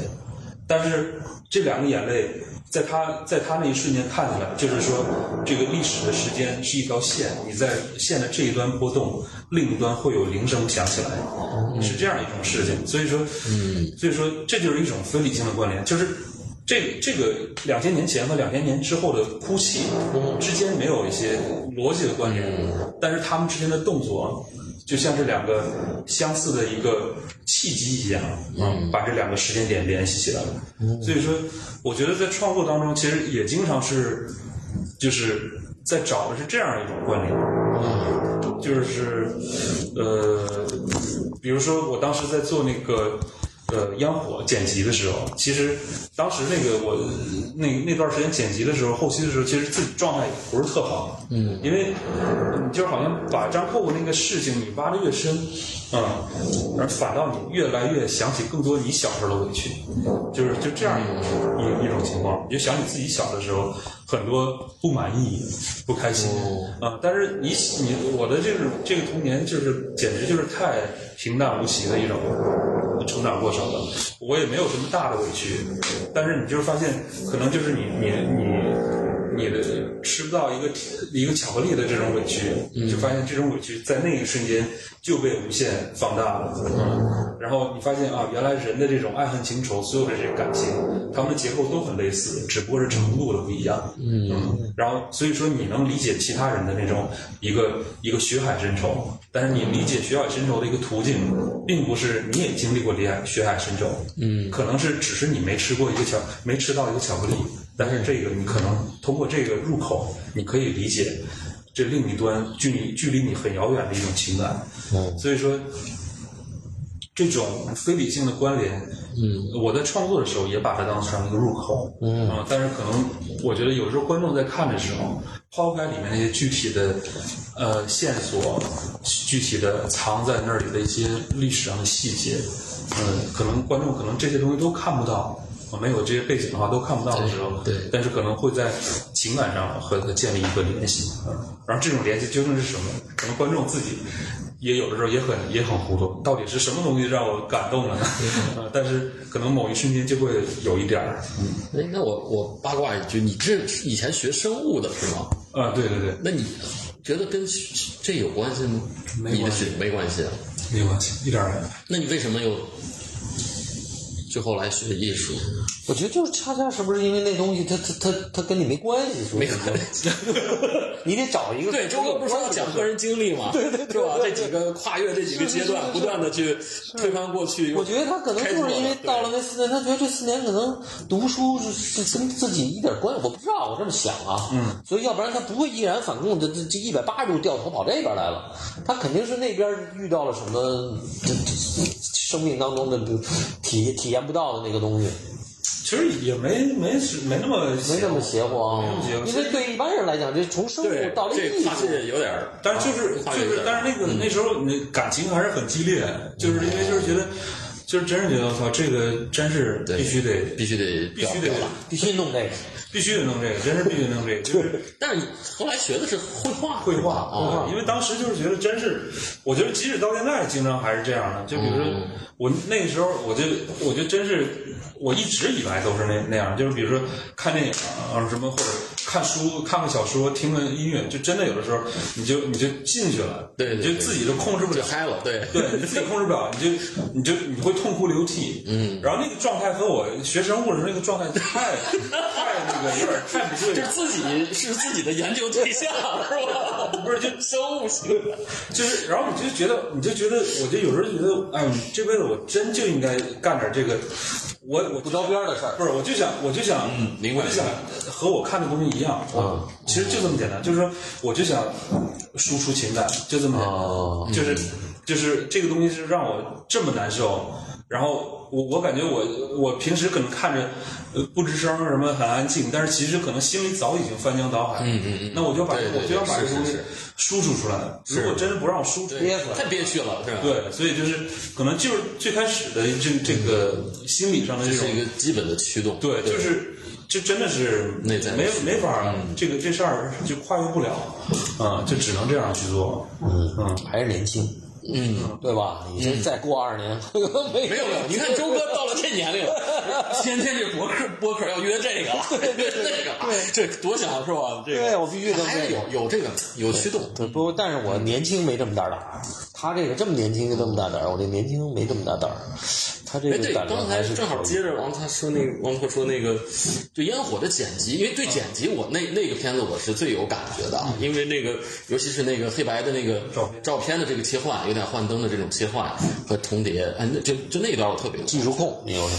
Speaker 5: 但是这两个眼泪在他在他那一瞬间看起来，就是说这个历史的时间是一条线，你在线的这一端波动，另一端会有铃声响起来，是这样一种事情。所以说，嗯，所以说这就是一种非理性的关联，就是。这这个两千年前和两千年之后的哭泣之间没有一些逻辑的关联，但是他们之间的动作就像是两个相似的一个契机一样，嗯，把这两个时间点联系起来了。所以说，我觉得在创作当中，其实也经常是，就是在找的是这样一种关联。
Speaker 2: 哎
Speaker 5: 就是呃，比如说我当时在做那个呃烟火剪辑的时候，其实当时那个我那那段时间剪辑的时候，后期的时候，其实自己状态也不是特好，嗯，因为你就好像把张扣那个事情你挖的越深，嗯，而反倒你越来越想起更多你小时候的委屈，就是就这样一种一一种情况，你就想起自己小的时候很多不满意、不开心啊、但是你你我的这种这个童年就是简直就是太平淡无奇的一种成长过程了，我也没有什么大的委屈，但是你就是发现可能就是你你你你的吃不到一个一个巧克力的这种委屈，就发现这种委屈在那一瞬间就被无限放大了，嗯，然后你发现啊，原来人的这种爱恨情仇，所有的这些感情，它们的结构都很类似，只不过是程度的不一样，嗯，然后所以说你能理解其他人的那种一个一个血海深仇，但是你理解血海深仇的一个途径，并不是你也经历过血海血海深仇，嗯，可能是只是你没吃过一个巧，没吃到一个巧克力，但是这个你可能通过这个入口，你可以理解这另一端距离距离你很遥远的一种情感，所以说这种非理性的关联，嗯，我在创作的时候也把它当成一个入口，嗯、但是可能我觉得有时候观众在看的时候，抛开里面那些具体的呃线索，具体的藏在那里的一些历史上的细节，嗯，可能观众可能这些东西都看不到。啊没有这些背景的话，都看不到的时候，
Speaker 2: 对对
Speaker 5: 但是可能会在情感上和他建立一个联系，嗯然后这种联系究竟是什么？可能观众自己也有的时候也很也很糊涂，到底是什么东西让我感动了呢？ 呃，但是可能某一瞬间就会有一点儿，
Speaker 2: 哎，那我我八卦一句，你这以前学生物的是吗？
Speaker 5: 啊、对对对，
Speaker 2: 那你觉得跟这有关系吗？
Speaker 5: 没
Speaker 2: 你的
Speaker 5: 关系
Speaker 2: 学没关系啊。
Speaker 5: 没关系，一点儿也没有。
Speaker 2: 那你为什么又就后来学艺术？
Speaker 6: 我觉得就是恰恰是不是因为那东西它它它它跟你没关系，是不
Speaker 2: 没
Speaker 6: 是？
Speaker 2: 关系。
Speaker 6: 你得找一个
Speaker 2: 对，周哥不是说要讲个人经历吗？对对对，是吧？这几个跨越这几个阶段，不断的去推翻过去。
Speaker 6: 我觉得他可能就是因为到了那四年，他觉得这四年可能读书是是跟自己一点关系，我不知道，我这么想啊，嗯，所以要不然他不会毅然反顾的这这一百八十度掉头跑这边来了，他肯定是那边遇到了什么这这生命当中的体体验不到的那个东西，
Speaker 5: 其实也没没没那么
Speaker 6: 没那么邪乎啊
Speaker 5: 没那么，邪
Speaker 6: 因
Speaker 5: 乎
Speaker 6: 为对一般人来讲，这从生
Speaker 2: 对
Speaker 6: 物到这
Speaker 2: 这
Speaker 6: 艺
Speaker 2: 跨
Speaker 6: 术，
Speaker 2: 界有点儿，
Speaker 5: 但是就是
Speaker 2: 跨
Speaker 5: 就
Speaker 2: 越
Speaker 5: 是
Speaker 2: 的，
Speaker 5: 但是那个那时候你感情还是很激烈，就是因为就是觉得，就是真是觉得我操，这个真是
Speaker 2: 对
Speaker 5: 必须得
Speaker 2: 必须得
Speaker 5: 必须得
Speaker 2: 表达
Speaker 6: 必须弄这个，
Speaker 5: 必须得弄这个，真是必须得弄这个，就是
Speaker 2: 但是你后来学的是绘画，
Speaker 5: 绘画
Speaker 2: 啊，
Speaker 5: 因为当时就是觉得真是，我觉得即使到现在，经常还是这样的。就比如说
Speaker 2: 嗯
Speaker 5: 我那时候，我就我就真是，我一直以来都是那那样，就是比如说看电影啊什么，或者看书、看个小说、听个音乐，就真的有的时候你就你就进去了，
Speaker 2: 对对
Speaker 5: 你
Speaker 2: 对
Speaker 5: 就自己就控制不
Speaker 2: 就
Speaker 5: 了。
Speaker 2: 嗨了，对
Speaker 5: 对，你自己控制不了，你就你就你会痛哭流涕，嗯，然后那个状态和我学生物的时候那个状态太太那个有点太不对
Speaker 2: 这
Speaker 5: 了
Speaker 2: 是，自己是自己的研究对象是吧？
Speaker 5: 不是就
Speaker 2: 生物系
Speaker 5: 就是，然后你就觉得，你就觉得，我就有时候觉得，哎，这辈子我真就应该干点这个，我我
Speaker 6: 不着边的事儿，
Speaker 5: 不是，我就想，我就想，
Speaker 2: 嗯明白嗯
Speaker 5: 我就想和我看的东西一样，我其实就这么简单，就是说，我就想输出情感，就这么简单，
Speaker 6: 哦
Speaker 5: 就是
Speaker 2: 嗯
Speaker 5: 就是这个东西是让我这么难受，然后我我感觉我我平时可能看着呃不吱声什么很安静，但是其实可能心里早已经翻江倒海，嗯嗯嗯，那我就把
Speaker 2: 对对对
Speaker 5: 我就要把这
Speaker 2: 是
Speaker 5: 东
Speaker 2: 是
Speaker 5: 西
Speaker 2: 是
Speaker 5: 输出出来，如果真的不让我输出，
Speaker 2: 对，太憋屈了，是吧？
Speaker 5: 对，所以就是可能就是最开始的这这个心理上的
Speaker 2: 这
Speaker 5: 这种
Speaker 2: 是一个基本的驱动，
Speaker 5: 对，就是这真的是
Speaker 2: 内在的嗯
Speaker 5: 没
Speaker 2: 事
Speaker 5: 没法儿，这个这事儿就跨越不了，啊，就只能这样去做。
Speaker 6: 嗯，还是年轻，
Speaker 2: 嗯，
Speaker 6: 对吧？你这再过二十年， 没
Speaker 2: 没有没有，你看周哥到了这年 龄，天天这博客播客要约这个了，约那个了，这多想是吧？这
Speaker 6: 对
Speaker 2: 个
Speaker 6: 我必须得
Speaker 2: 还
Speaker 6: 这
Speaker 2: 是
Speaker 6: 个
Speaker 2: 有有这个有驱动，
Speaker 6: 对，不，但是我年轻没这么大胆儿，他这个这么年轻就这么大胆儿，我这年轻没这么大胆儿，他这
Speaker 2: 哎，对
Speaker 6: 个，胆量
Speaker 2: 刚
Speaker 6: 还
Speaker 2: 才
Speaker 6: 是
Speaker 2: 正好
Speaker 6: 可以
Speaker 2: 接着王他说那个王拓说那个对烟火的剪辑，因为对剪辑我那那个片子我是最有感觉的，啊，因为那个尤其是那个黑白的那个
Speaker 5: 照片
Speaker 2: 照片的这个切换，有点幻灯的这种切换和重叠，哎，那就就那一段我特别有
Speaker 6: 技术控，你有什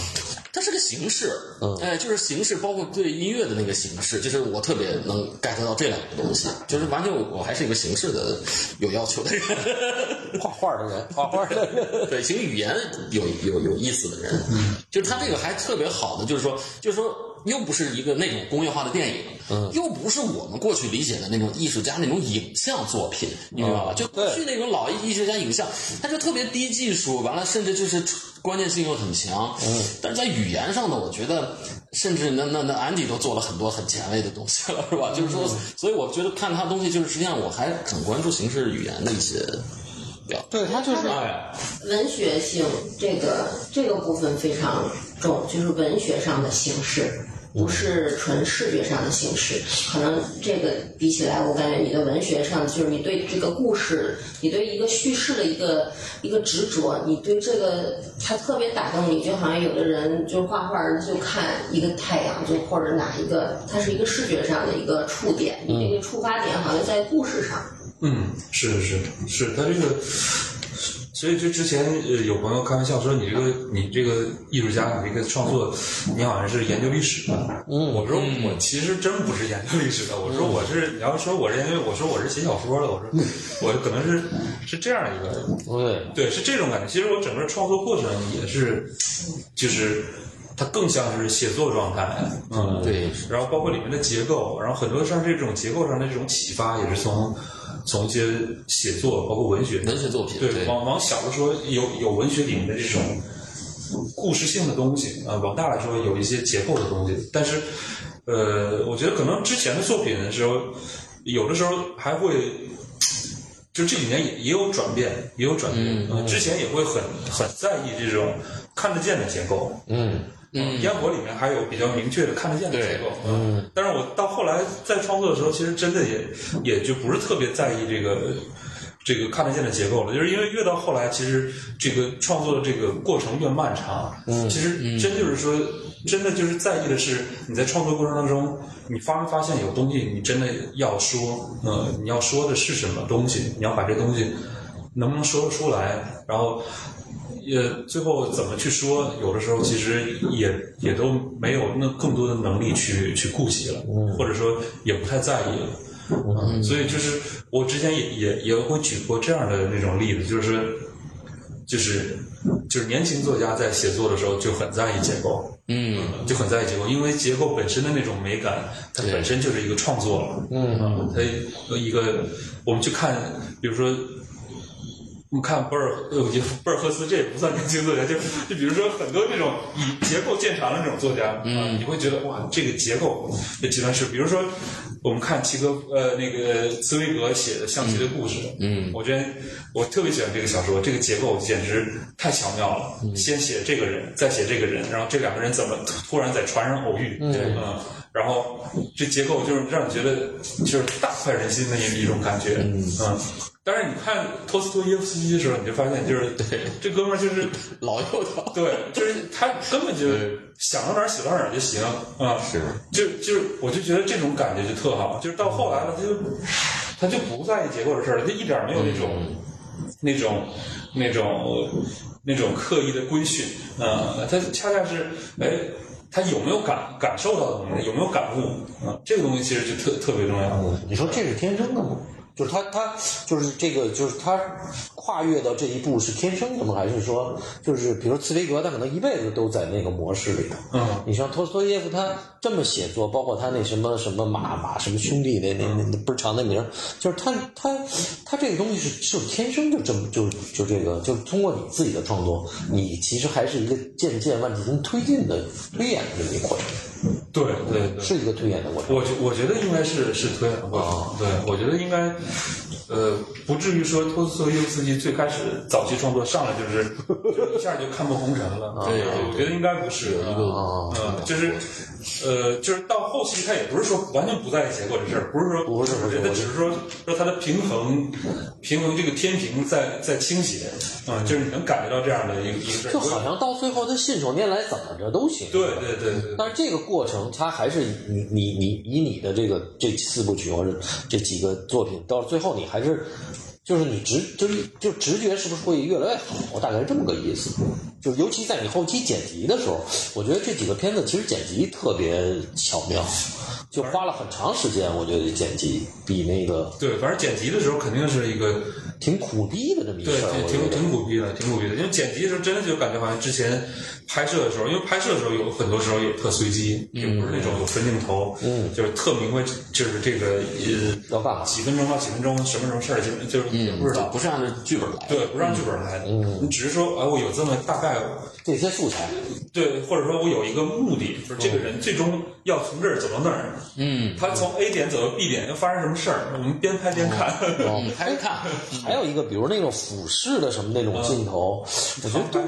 Speaker 2: 它是个形式，
Speaker 6: 嗯
Speaker 2: 哎，就是形式，包括对音乐的那个形式，就是我特别能 get 到这两个东西，就是完全我我还是一个形式的有要求的人，
Speaker 6: 么画画的人，画画的人，
Speaker 2: 对，其实语言有有有意思的人，就是他这个还特别好的，就是说，就是说，又不是一个那种工业化的电影，嗯，又不是我们过去理解的那种艺术家那种影像作品，你明白吧？就过去那种老艺术家影像，他就特别低技术，完了甚至就是关键性又很强，嗯，但是在语言上呢，我觉得甚至那那那安迪都做了很多很前卫的东西了，是吧？就是说，所以我觉得看他东西，就是实际上我还很关注形式语言的一些表
Speaker 6: 对他就是
Speaker 4: 文学性这个这个部分非常重，就是文学上的形式，不是纯视觉上的形式。可能这个比起来，我感觉你的文学上就是你对这个故事，你对一个叙事的一个一个执着，你对这个它特别打动你，就好像有的人就画画儿就看一个太阳，就或者哪一个，它是一个视觉上的一个触点，你这个出发点好像在故事上。
Speaker 5: 嗯，是是是，他这个，所以就之前呃有朋友开玩笑说你这个你这个艺术家，你这个创作，你好像是研究历史的。嗯，我说我其实真不是研究历史的，我说我是，你要说我是研究，我说我是写小说的，我说我可能是是这样一个
Speaker 6: 对，
Speaker 5: 对，是这种感觉。其实我整个创作过程也是，就是它更像是写作状态，嗯，
Speaker 2: 对。
Speaker 5: 然后包括里面的结构，然后很多像这种结构上的这种启发，也是从从一些写作，包括文学
Speaker 2: 文学作品，
Speaker 5: 对，往往小了说有有文学里面的这种故事性的东西啊、呃往大来说有一些结构的东西，但是呃，我觉得可能之前的作品的时候，有的时候还会。就这几年也也有转变，也有转变。呃之前也会很很在意这种看得见的结构，
Speaker 6: 嗯，
Speaker 5: 嗯，烟火里面还有比较明确的看得见的结构，嗯，但是 我到后来在创作的时候，其实真的也也就不是特别在意这个这个看得见的结构了，就是因为越到后来，其实这个创作的这个过程越漫长。嗯，其实真就是说，真的就是在意的是你在创作过程当中，你发没发现有东西你真的要说，呃，你要说的是什么东西，你要把这东西能不能说得出来，然后。也最后怎么去说，有的时候其实也也都没有那更多的能力去去顾及了，或者说也不太在意了。嗯，所以就是我之前也也也会举过这样的那种例子，就是就是就是年轻作家在写作的时候就很在意结构，
Speaker 2: 嗯，
Speaker 5: 就很在意结构，因为结构本身的那种美感，它
Speaker 2: 对
Speaker 5: 本身就是一个创作了。嗯，它一个我们去看，比如说。我们看博尔，呃，也博尔赫斯这也不算年轻作家，就就比如说很多这种以结构见长的那种作家，嗯，你会觉得哇，这个结构这极端是，比如说我们看齐格，呃，那个茨威格写的《象棋的故事》，
Speaker 2: 嗯嗯
Speaker 5: 我觉得我特别喜欢这个小说，这个结构简直太巧妙了，先写这个人，再写这个人，然后这两个人怎么突突然在船上偶遇，对，嗯。然后这结构就是让你觉得就是大快人心的一一种感觉，嗯，但是你看托斯托耶夫斯基的时候，你就发现就是这哥们儿就是
Speaker 2: 老幼条，
Speaker 5: 对，就是他根本就
Speaker 2: 对
Speaker 5: 想到哪儿写到哪儿就行啊，
Speaker 2: 是
Speaker 5: 就就是我就觉得这种感觉就特好，就是到后来了，他就他就不在意结果的事儿了，他一点儿没有那种、那种那种那种刻意的规训，啊，他恰恰是哎。他有没有感感受到的东西？有没有感悟？啊，这个东西其实就特特别重要。
Speaker 1: 你说这是天生的吗？就是他，他就是这个，就是他跨越到这一步是天生的吗？还是说，就是比如茨威格，他可能一辈子都在那个模式里头。
Speaker 5: 嗯
Speaker 1: 你像托斯托耶夫，他这么写作，包括他那什么什么马马什么兄弟那那那那不是长那名儿，就是他他他这个东西是是有天生就这么就就这个，就是通过你自己的创作，你其实还是一个渐渐往进行推进的推演的这么一个过程，
Speaker 5: 对对对，
Speaker 1: 是一个推演的过程。
Speaker 5: 我觉我觉得应该是是推啊，
Speaker 1: 啊
Speaker 5: 对，我觉得应该，呃，不至于说托斯托耶夫斯基最开始早期创作上来就是就一下就看破红尘了，对，我觉得应该不是一个
Speaker 1: 啊
Speaker 5: 嗯，就是，呃，就是到后期他也不是说完全不在意结果这事儿，不是说
Speaker 1: 不是不是
Speaker 5: 他
Speaker 1: 我
Speaker 5: 只是说说他的平衡，平衡这个天平在在倾斜，啊、就是你能感觉到这样的一个一个事儿，
Speaker 1: 就好像到最后他信手拈来，怎么着都行。
Speaker 5: 对对对对，
Speaker 1: 但是这个过程，它还是以你你你以你的这个这四部曲或者这几个作品，到最后你还是就是你直就是就直觉是不是会越来越好？大概是这么个意思。就是尤其在你后期剪辑的时候，我觉得这几个片子其实剪辑特别巧妙，就花了很长时间。我觉得剪辑比那个
Speaker 5: 对，反正剪辑的时候肯定是一个。
Speaker 1: 挺苦逼的这么一事
Speaker 5: 对，
Speaker 1: 儿，我
Speaker 5: 挺
Speaker 1: 觉
Speaker 5: 挺
Speaker 1: 得
Speaker 5: 挺苦逼的，挺苦逼的。因为剪辑的时候，真的就感觉好像之前拍摄的时候，因为拍摄的时候有很多时候也特随机，也不是那种有分镜头，嗯，就是特明白，就是这个
Speaker 1: 要干嘛
Speaker 5: 呃几分钟到几分钟，什么什么事儿，就是就是
Speaker 1: 嗯
Speaker 5: 也不知道，
Speaker 2: 不是按照剧本来的，
Speaker 5: 对，不让剧本来的，嗯，只是说哎，我有这么大概，
Speaker 1: 这些素材，
Speaker 5: 对，或者说我有一个目的，就是这个人最终要从这儿走到那儿，
Speaker 2: 嗯，
Speaker 5: 他从 A 点走到 B 点要发生什么事儿，我们边拍边看，
Speaker 2: 嗯，还是看
Speaker 1: 哎还有一个比如那种俯视的什么那种镜头，
Speaker 2: 嗯
Speaker 1: 我觉得都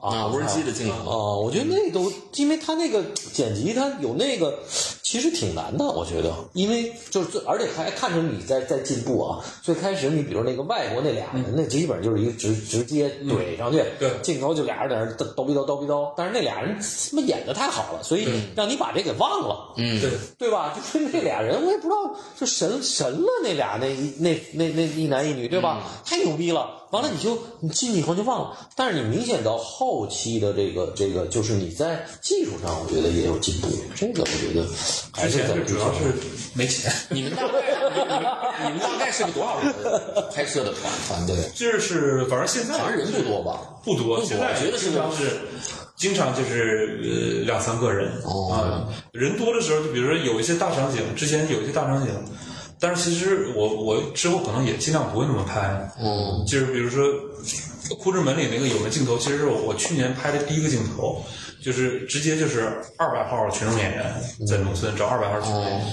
Speaker 2: 啊，无人机的镜头，
Speaker 1: 哦，我觉得那都，因为他那个剪辑，他有那个，其实挺难的，我觉得，因为就是最，而且还看着你在在进步啊。最开始你比如那个外国那俩人，那基本就是一个直直接怼上去，
Speaker 5: 对
Speaker 1: 镜头就俩人在那儿叨逼叨叨逼叨，但是那俩人他妈演的太好了，所以让你把这给忘了，嗯，
Speaker 5: 对。
Speaker 1: 对吧？ 就是那俩人，我也不知道，就神神了那俩那一那那那一男一女，对吧？太牛逼了！完了你就你进去以后就忘了，但是你明显到后期的这个这个，就是你在技术上，我觉得也有进步。这个我觉得还
Speaker 5: 之
Speaker 1: 是
Speaker 5: 前
Speaker 1: 在
Speaker 5: 是主要是没钱，
Speaker 2: 你们大概你们大概是个多少人拍摄的团 团队？
Speaker 5: 就是反正现在啊
Speaker 2: 好像人不多吧？
Speaker 5: 不
Speaker 2: 不
Speaker 5: 多，
Speaker 2: 多
Speaker 5: 现在
Speaker 2: 我觉得是
Speaker 5: 经常是，经常就是呃两三个人啊、
Speaker 2: 哦
Speaker 5: 人多的时候，就比如说有一些大场景，之前有一些大场景，但是其实我我之后可能也尽量不会那么拍，
Speaker 2: 嗯，
Speaker 5: 就是比如说《库之门》里那个有个镜头，其实是我我去年拍的第一个镜头，就是直接就是二百号群众演员在农村找二百号群众演员，
Speaker 2: 哦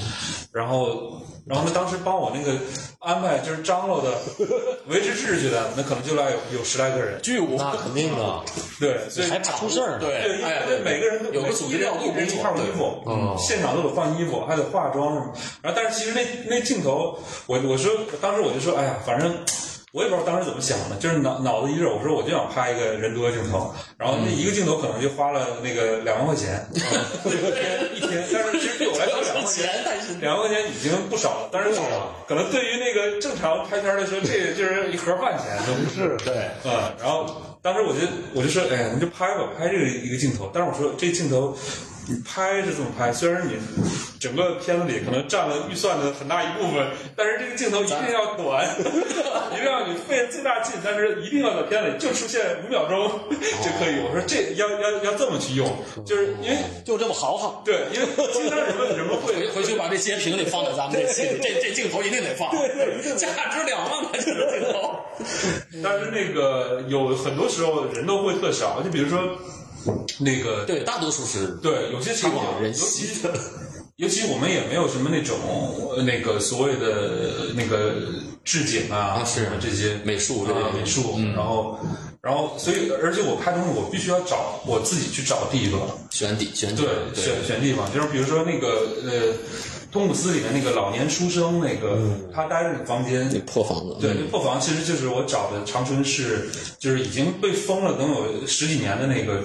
Speaker 5: 然后。然后他当时帮我那个安排就是张罗的 维持秩序的，那可能就来有有十来个人，
Speaker 2: 巨无
Speaker 1: 那肯定啊，
Speaker 5: 对，所以
Speaker 1: 还怕出事儿呢。
Speaker 2: 对
Speaker 5: 对，因
Speaker 2: 哎，
Speaker 5: 为每个人都
Speaker 2: 有个组织调度
Speaker 5: 每
Speaker 2: 工
Speaker 5: 人一
Speaker 2: 作，
Speaker 5: 套衣 服，
Speaker 2: 哦
Speaker 5: 嗯，现场都得换衣服，还得化妆什么。然后，但是其实那那镜头，我我说当时我就说，哎呀，反正。我也不知道当时怎么想的，就是脑脑子一热，我说我就想拍一个人多的镜头，然后那一个镜头可能就花了那个两万块钱，
Speaker 2: 嗯
Speaker 5: 这个天一天，但是其实对我
Speaker 1: 哎
Speaker 5: 来说两万块钱，两万块钱已经不少了，但是可能对于那个正常拍片儿来说，这就是一盒饭钱，都不是
Speaker 1: 对，
Speaker 5: 啊、然后当时我就我就说，哎呀，你就拍吧，拍这个一个镜头。但是我说这镜头，你拍是这么拍，虽然你整个片子里可能占了预算的很大一部分，但是这个镜头一定要短， 一定要你费最大劲，但是一定要在片子里就出现五秒钟就可以。我说这要要要这么去用，就是因为
Speaker 2: 就这么豪放。
Speaker 5: 对，因为经常人们人们会
Speaker 2: 回回去把这截屏得放在咱们这期里，这这镜头一定得放，价值两万块钱的镜头。
Speaker 5: 但是那个有很多时候人都会特少，就比如说那个
Speaker 2: 对，大多数是
Speaker 5: 对有些
Speaker 2: 差
Speaker 5: 场景
Speaker 2: 不多，
Speaker 5: 尤
Speaker 2: 人
Speaker 5: 其
Speaker 2: 稀的。
Speaker 5: 尤其我们也没有什么那种呃那个所谓的那个置景
Speaker 2: 啊
Speaker 5: 啊，
Speaker 2: 是
Speaker 5: 什么这些
Speaker 2: 美术之类的
Speaker 5: 啊美术，
Speaker 2: 嗯
Speaker 5: 然后然后所以而且我拍东西我必须要找我自己去找地方，
Speaker 2: 选底选底
Speaker 5: 对，选选地方，就是比如说那个呃。托姆斯里面那个老年书生，那个、他待着那个房间，
Speaker 2: 嗯那破嗯房子，
Speaker 5: 对，那破房其实就是我找的长春市，就是已经被封了能有十几年的那个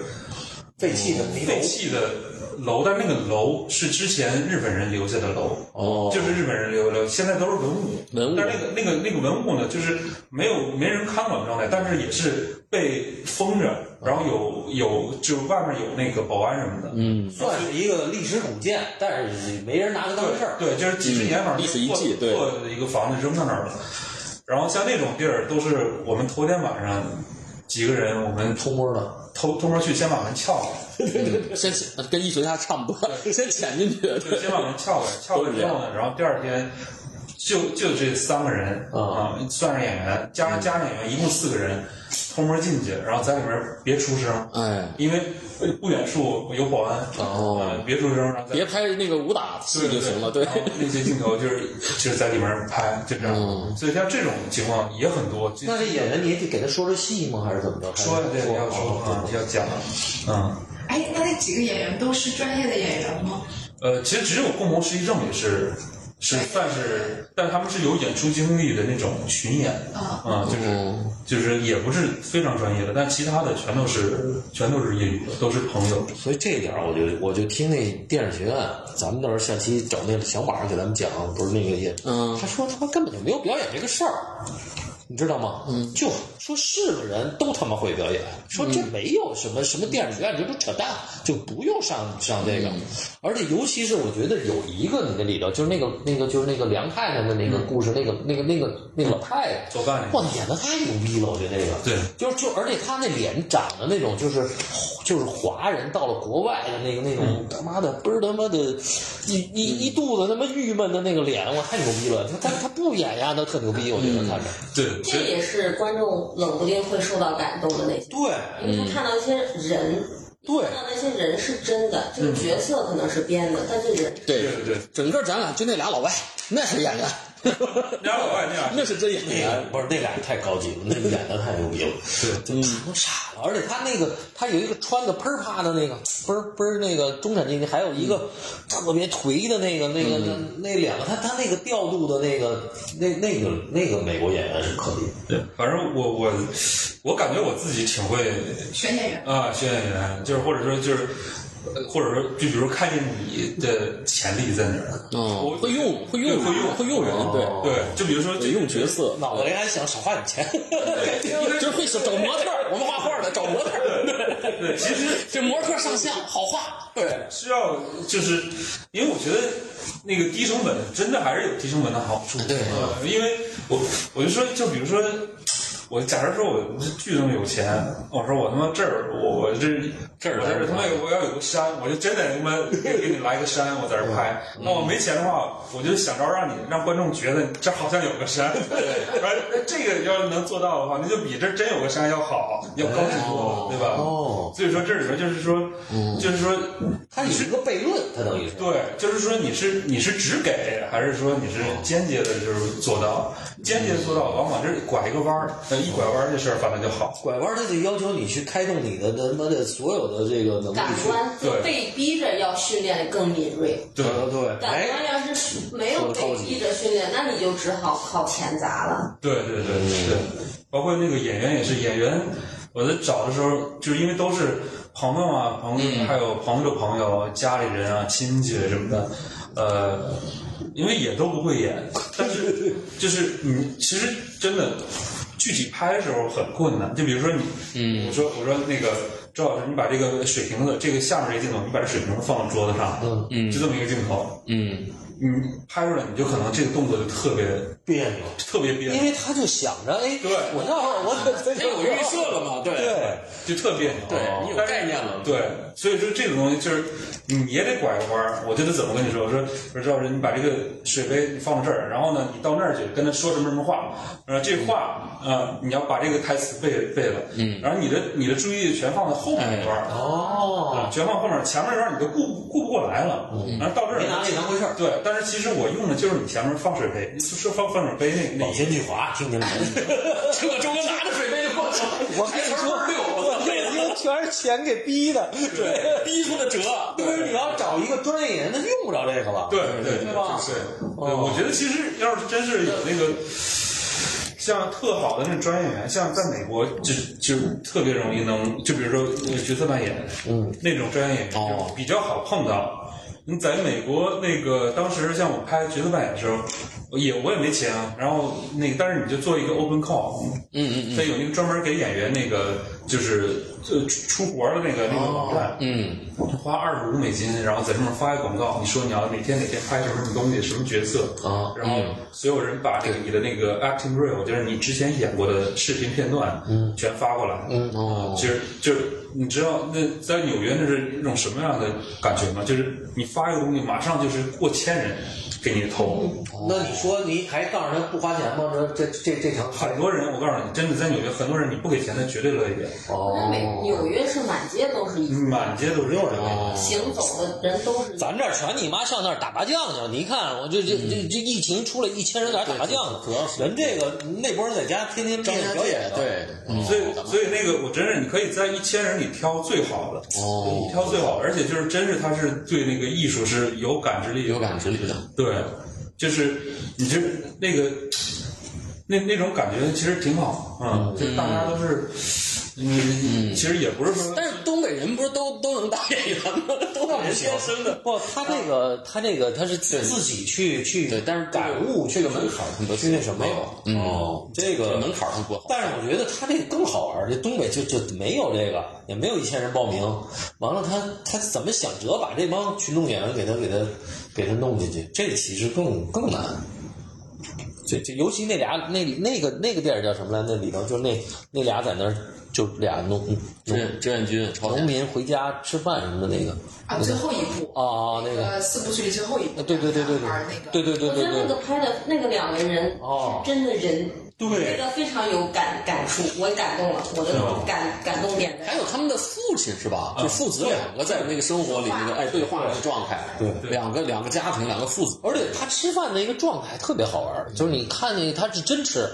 Speaker 7: 废弃的泥
Speaker 5: 废
Speaker 7: 楼，
Speaker 5: 弃的楼，但那个楼是之前日本人留下的楼，
Speaker 2: 哦
Speaker 5: 就是日本人留的，现在都是文物。
Speaker 2: 文物
Speaker 5: 但是那个那个那个文物呢，就是没有没人看管状态，但是也是被封着，
Speaker 2: 嗯
Speaker 5: 然后有有就外面有那个保安什么的。嗯，
Speaker 7: 算是一个历史古建，但是没人拿它当回事儿。
Speaker 5: 对，就是几十年反正
Speaker 2: 嗯历史遗迹对
Speaker 5: 破的一个房子扔到那儿了。然后像那种地儿，都是我们头天晚上几个人，我们偷摸的偷偷摸去，先把门撬开。
Speaker 2: 先潜跟艺术家差不多，先潜进去。
Speaker 5: 就先把门撬开，撬开之后呢，然后第二天就就这三个人
Speaker 2: 嗯
Speaker 5: 啊、算上演员，加上加上演员，一共四个人，偷摸进去，然后在里面别出声，
Speaker 2: 哎，
Speaker 5: 因为不远处有保安，
Speaker 2: 哦
Speaker 5: 呃别出声，然后在
Speaker 2: 别拍那个武打戏就行了，对
Speaker 5: 然。后那些镜头就是就是在里面拍，就这样。
Speaker 2: 嗯
Speaker 5: 所以像这种情况也很多，就
Speaker 7: 那这演员你也得给他说说戏吗？还是哦怎么着？
Speaker 5: 说对
Speaker 7: 还是
Speaker 5: 要说啊要讲，嗯。
Speaker 3: 哎，那那几个演员都是专业的演员吗？
Speaker 5: 呃，其实只有共同失忆症也是是算是，但他们是有演出经历的那种巡演
Speaker 3: 啊
Speaker 5: 啊、
Speaker 2: 嗯哦
Speaker 5: 就是、就是也不是非常专业的，但其他的全都是全都是业余的，都是朋友。
Speaker 1: 所以这一点儿我就我就听那电影学院，咱们到时候下期找那个小马给咱们讲，不是那个也，
Speaker 2: 嗯
Speaker 1: 他说他妈根本就没有表演这个事儿，你知道吗？嗯，就说是个人都他妈会表演，说这没有什么什么电影学院，这都扯淡，就不用上上这个。而且尤其是我觉得有一个你那里头，就是那个那个就是那个梁太太的那个故事，那个那个那个那个老太太
Speaker 5: 做饭那个
Speaker 1: 哇，演的太牛逼了，我觉得那个
Speaker 5: 对
Speaker 1: 就是就而且他那脸长得那种就是就是华人到了国外的那个那种他妈的倍儿他妈的，一一一肚子他妈郁闷的那个脸，我太牛逼了！他他他不演呀，他特牛逼，我觉得看着。
Speaker 5: 对，
Speaker 4: 这也是观众冷不丁会受到感动的那些，
Speaker 7: 对，
Speaker 4: 因为他看到一些人，
Speaker 7: 对
Speaker 4: 看到那些人是真的，这个角色可能是编的，但这人
Speaker 2: 对
Speaker 5: 对对，
Speaker 2: 整个展览就那俩老外，那是演员，
Speaker 5: 俩老外那俩
Speaker 2: 那是真演
Speaker 1: 那
Speaker 2: 员。
Speaker 1: 个不是那俩人太高级了，那个演的太牛 逼了，嗯对，成傻了。而且他那个他有一个穿的喷儿啪的那个，不是不是那个中产阶级，还有一个特别颓的那个那个那那两个，他他那个调度的那个那那个那个美国演员是可以的。
Speaker 5: 对，反正我我我感觉我自己挺会
Speaker 3: 选演员。
Speaker 5: 啊，选演员，就是或者说就是。呃或者说，就比如看见你的潜力在哪儿，
Speaker 2: 嗯
Speaker 5: 我，
Speaker 2: 会用会用
Speaker 5: 对会用
Speaker 2: 会用哦人，对
Speaker 5: 对，就比如说，
Speaker 2: 对，用角色，
Speaker 1: 脑子里还想少花点钱，
Speaker 2: 就是会找模特儿，我们画画的找模特儿，
Speaker 5: 对，其实
Speaker 2: 这模特儿上相好画，对，
Speaker 5: 需要就是，因为我觉得那个低成本真的还是有低成本的好处。
Speaker 2: 对
Speaker 5: 呃因为我我就说，就比如说，我假如说我巨他妈有钱，我说我他妈这儿我我这
Speaker 2: 这儿
Speaker 5: 我这儿他妈有我要有个山，我就真得他妈给给你来个山，我在这儿拍。那我没钱的话，我就想着让你让观众觉得这儿好像有个山。 然后那这个要是能做到的话，那就比这儿真有个山要好，要高级多，对吧？
Speaker 1: 哦，
Speaker 5: 所以说这里边就是说，就是说
Speaker 1: 他有一个悖论，他等于是。
Speaker 5: 对，就是说你是你是只给，还是说你是间接的，就是做到？间接做到，往往这拐一个弯儿，呃，一拐弯这事儿发展就好。
Speaker 1: 拐弯，它就要求你去开动你的他妈的所有的这个能力
Speaker 4: 感
Speaker 1: 去。
Speaker 4: 官就
Speaker 5: 对
Speaker 4: 被逼着要训练更敏锐。
Speaker 5: 对，
Speaker 1: 对，
Speaker 4: 感
Speaker 1: 哎，
Speaker 4: 官要是没有被逼着训练，那你就只好靠钱砸了。
Speaker 5: 对对对是，包括那个演员也是演员，我在找的时候，就是因为都是朋友啊，朋还有朋友的朋友、家里人啊、亲戚什么的，呃，因为也都不会演，但是就是你其实真的具体拍的时候很困难，就比如说你，嗯，我说我说那个。周老师，你把这个水瓶子，这个下面这个镜头，你把这水瓶子放到桌子上，嗯嗯，就这么一个镜头，
Speaker 8: 嗯，
Speaker 5: 你拍出来，你就可能这个动作就特别
Speaker 1: 别扭，
Speaker 5: 特别憋，
Speaker 1: 因为他就想着，哎，
Speaker 5: 对
Speaker 1: 我要哎我得，
Speaker 2: 这有预设了嘛？对
Speaker 1: 对，
Speaker 5: 就特别扭。
Speaker 2: 对，哦你有概念了。
Speaker 5: 对，所以说这种东西就是你也得拐个弯儿。我觉得怎么跟你说？我说我说赵老师，你把这个水杯放到这儿，然后呢，你到那儿去跟他说什么什么话，呃，
Speaker 2: 嗯
Speaker 5: 这话呃，你要把这个台词背背了，嗯，然后你的你的注意力全放在后面
Speaker 2: 哎
Speaker 5: 那段儿，
Speaker 1: 哦，
Speaker 5: 啊，全放后面，前面那段儿你都顾不顾不过来了，
Speaker 2: 嗯
Speaker 5: 然后到这儿
Speaker 1: 没拿这当回事儿，
Speaker 5: 对，但是其实我用的就是你前面放水杯，你说放放水杯那那
Speaker 1: 老
Speaker 5: 一
Speaker 1: 奸巨猾，听见了吗？
Speaker 2: 结果周哥拿着水杯就过去了，
Speaker 1: 我跟你说，我跟你说，全是钱给逼的。对，
Speaker 2: 逼出的辙。
Speaker 1: 对是你要找一个专业人，那用不着这个了。
Speaker 5: 对对
Speaker 1: 对
Speaker 5: 对
Speaker 1: 吧
Speaker 5: 对，对
Speaker 1: 哦
Speaker 5: 我觉得其实要是真是有那个。像特好的那种专业演员，像在美国就就特别容易能，就比如说呃角色扮演，嗯，那种专业演员
Speaker 2: 哦
Speaker 5: 就比较好碰到。你在美国那个当时像我拍角色扮演的时候，我也我也没钱啊，然后那个但是你就做一个 open call，
Speaker 2: 嗯嗯
Speaker 5: 他有那个专门给演员那个就是呃出活儿的那个那个网站，
Speaker 2: 嗯
Speaker 5: 花二十五美金，然后在上面发一广告，你说你要哪天哪天拍什么什么东西，什么角色
Speaker 2: 啊
Speaker 5: 然后所有人把这个你的那个 acting reel，就是你之前演过的视频片段，嗯，全发过来，嗯，
Speaker 2: 哦
Speaker 5: 其实就是你知道那在纽约那是一种什么样的感觉吗？就是你发一个东西，马上就是过千人给你投，
Speaker 2: 嗯
Speaker 1: 那你说你还告诉他不花钱吗？这这这这场
Speaker 5: 很多人，我告诉你，真的在纽约，很多人你不给钱，他绝对乐意给，
Speaker 4: 那美纽约是满街都是一
Speaker 5: 满街都是有人给。
Speaker 4: 行走的人都是一
Speaker 1: 咱这儿全你妈上那儿打麻将去了，你一看我这这这这疫情出来一千人在那儿打麻将呢，主要是人这个那波人在家天天
Speaker 2: 张
Speaker 1: 练
Speaker 2: 表
Speaker 1: 表
Speaker 2: 演
Speaker 1: 演，，
Speaker 2: 对，
Speaker 1: 嗯
Speaker 5: 所以，所以那个，我真是你可以在一千人里挑最好的，
Speaker 2: 哦
Speaker 5: 挑最好的，而且就是真是他是对那个艺术是有感知力，
Speaker 2: 有感知力的。
Speaker 5: 对，就是你这那个那那种感觉其实挺好，嗯，就是大家都是，嗯，其实也不是说，
Speaker 2: 但是东北人不是都都能当演员吗？东北人天生的。
Speaker 1: 不，他这个他这个他是自己去去
Speaker 2: 对但是这个
Speaker 1: 感悟
Speaker 2: 这个门槛儿很多
Speaker 1: 去那什么
Speaker 2: 没有嗯
Speaker 1: 哦，这
Speaker 2: 这
Speaker 1: 个
Speaker 2: 门槛儿很不好
Speaker 1: 但是我觉得他这个更好玩儿，这东北就就没有这个，也没有一千人报名，完了他他怎么想辙把这帮群众演员给他给他给他弄进去，这其实更更难。这这，尤其那俩那那个那个电影叫什么来？那里头就那那俩在那儿，就俩农
Speaker 2: 志
Speaker 1: 农
Speaker 2: 愿志愿军朝
Speaker 1: 农
Speaker 2: 鲜
Speaker 1: 民回家吃饭什么的那个
Speaker 3: 啊，最后一步
Speaker 1: 啊，那个
Speaker 3: 呃，四部曲里最后一部，
Speaker 1: 啊对对对对
Speaker 3: 而那个
Speaker 1: 对对对对
Speaker 4: 我觉
Speaker 1: 对
Speaker 4: 得那
Speaker 1: 对
Speaker 4: 个拍的那个两个人
Speaker 1: 哦
Speaker 4: 是真的人，
Speaker 1: 对
Speaker 4: 那个非常有感感触，我也感动了，我的感感动点
Speaker 2: 还
Speaker 4: 在。
Speaker 2: 有他们的父亲是吧？
Speaker 1: 嗯
Speaker 2: 就父子两个在那个生活里那个哎对话的状态，
Speaker 1: 对
Speaker 2: 两个两个家庭两个父子，
Speaker 1: 而且他吃饭的一个状态特别好玩
Speaker 2: 嗯
Speaker 1: 儿，就是你看见他是真吃，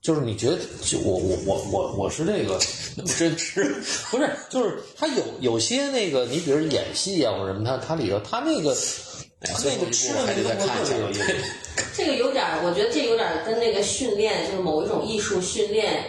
Speaker 1: 就是你觉得就我我我我我是这 个，
Speaker 2: 那么真吃，
Speaker 1: 不是就是他有有些那个，你比如演戏啊或者什么，他他里头他那个
Speaker 2: 哎呀所以
Speaker 1: 那个吃的
Speaker 2: 我还得再看一下
Speaker 1: 那个动作特别有意思。
Speaker 4: 这个有点儿，我觉得这有点儿跟那个训练，就是某一种艺术训练。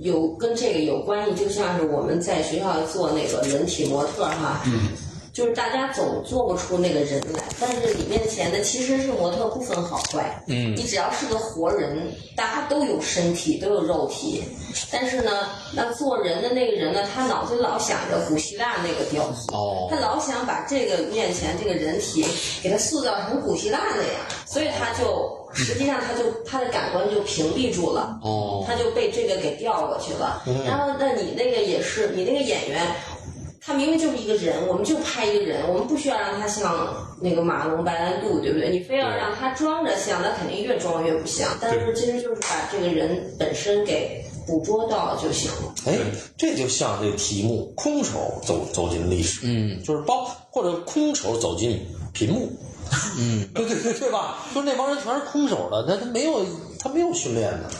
Speaker 4: 有跟这个有关系，就像是我们在学校做那个人体模特哈，嗯，就是大家总做不出那个人来，但是你面前的其实是模特，不分好坏，嗯，你只要是个活人，大家都有身体，都有肉体，但是呢，那做人的那个人呢，他脑子老想着古希腊那个雕塑，
Speaker 2: 哦
Speaker 4: 他老想把这个面前这个人体给他塑造成古希腊那样，所以他就实际上他就他的感官就屏蔽住了，
Speaker 2: 哦
Speaker 4: 他就被这个给调过去了。然后，那你那个也是，你那个演员，他明明就是一个人，我们就拍一个人，我们不需要让他像那个马龙白兰度，对不对？你非要让他装着像，那肯定越装越不像。但是其实就是把这个人本身给捕捉到就行了。
Speaker 1: 哎，这就像这题目“空手走走进历史”，嗯，就是包或者空手走进屏幕， 嗯，对对对对吧？就是那帮人全是空手的，他他没有他没有训练的，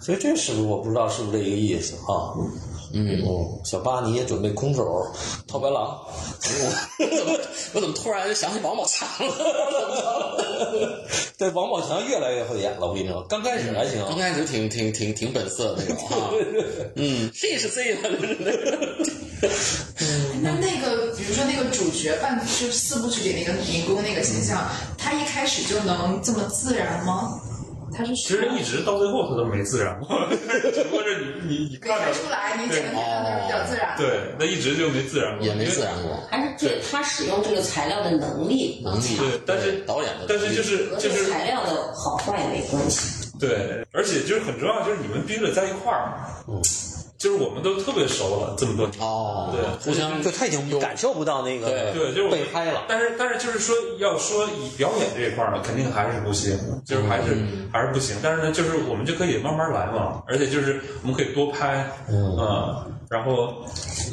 Speaker 1: 所以这是不是我不知道是不是这一个意思啊？嗯，小八你也准备空手套白狼？
Speaker 2: 我怎么 我怎么突然想起王宝强了？
Speaker 1: 对，王宝强越来越会演了，我跟你说，刚开始还行，
Speaker 2: 刚开始挺挺挺挺本色的那种 啊，嗯，这是这个，
Speaker 3: 那那个，比如说那个主角扮就是四部曲里那个尼姑那个形象，他一开始就能这么自然吗？他是
Speaker 5: 其实一直到最后他都没自然过， 只不过是你你你
Speaker 3: 没
Speaker 5: 看
Speaker 3: 看
Speaker 5: 着，
Speaker 3: 出来，你只能看到那是比较自然。
Speaker 5: 对，那一直就没自然过，
Speaker 2: 也没自然过。
Speaker 4: 还是这他使用这个材料的能力
Speaker 2: 能力
Speaker 5: 对，但是
Speaker 2: 导演的，
Speaker 5: 但是就是
Speaker 4: 和这
Speaker 5: 就
Speaker 4: 个
Speaker 5: 是
Speaker 4: 材料的好坏没关系。
Speaker 5: 对，而且就是很重要，就是你们逼着在一块儿，就是我们都特别熟嗯了，这么多年。
Speaker 2: 哦，
Speaker 5: 对
Speaker 2: 互相
Speaker 1: 就他已经感受不到那个
Speaker 2: 对
Speaker 5: 对，就是我们
Speaker 1: 被拍了。
Speaker 5: 但是但是就是说，要说以表演这一块儿呢，肯定还是不行，就是还是、还是不行。但是呢，就是我们就可以慢慢来嘛，而且就是我们可以多拍，嗯。然后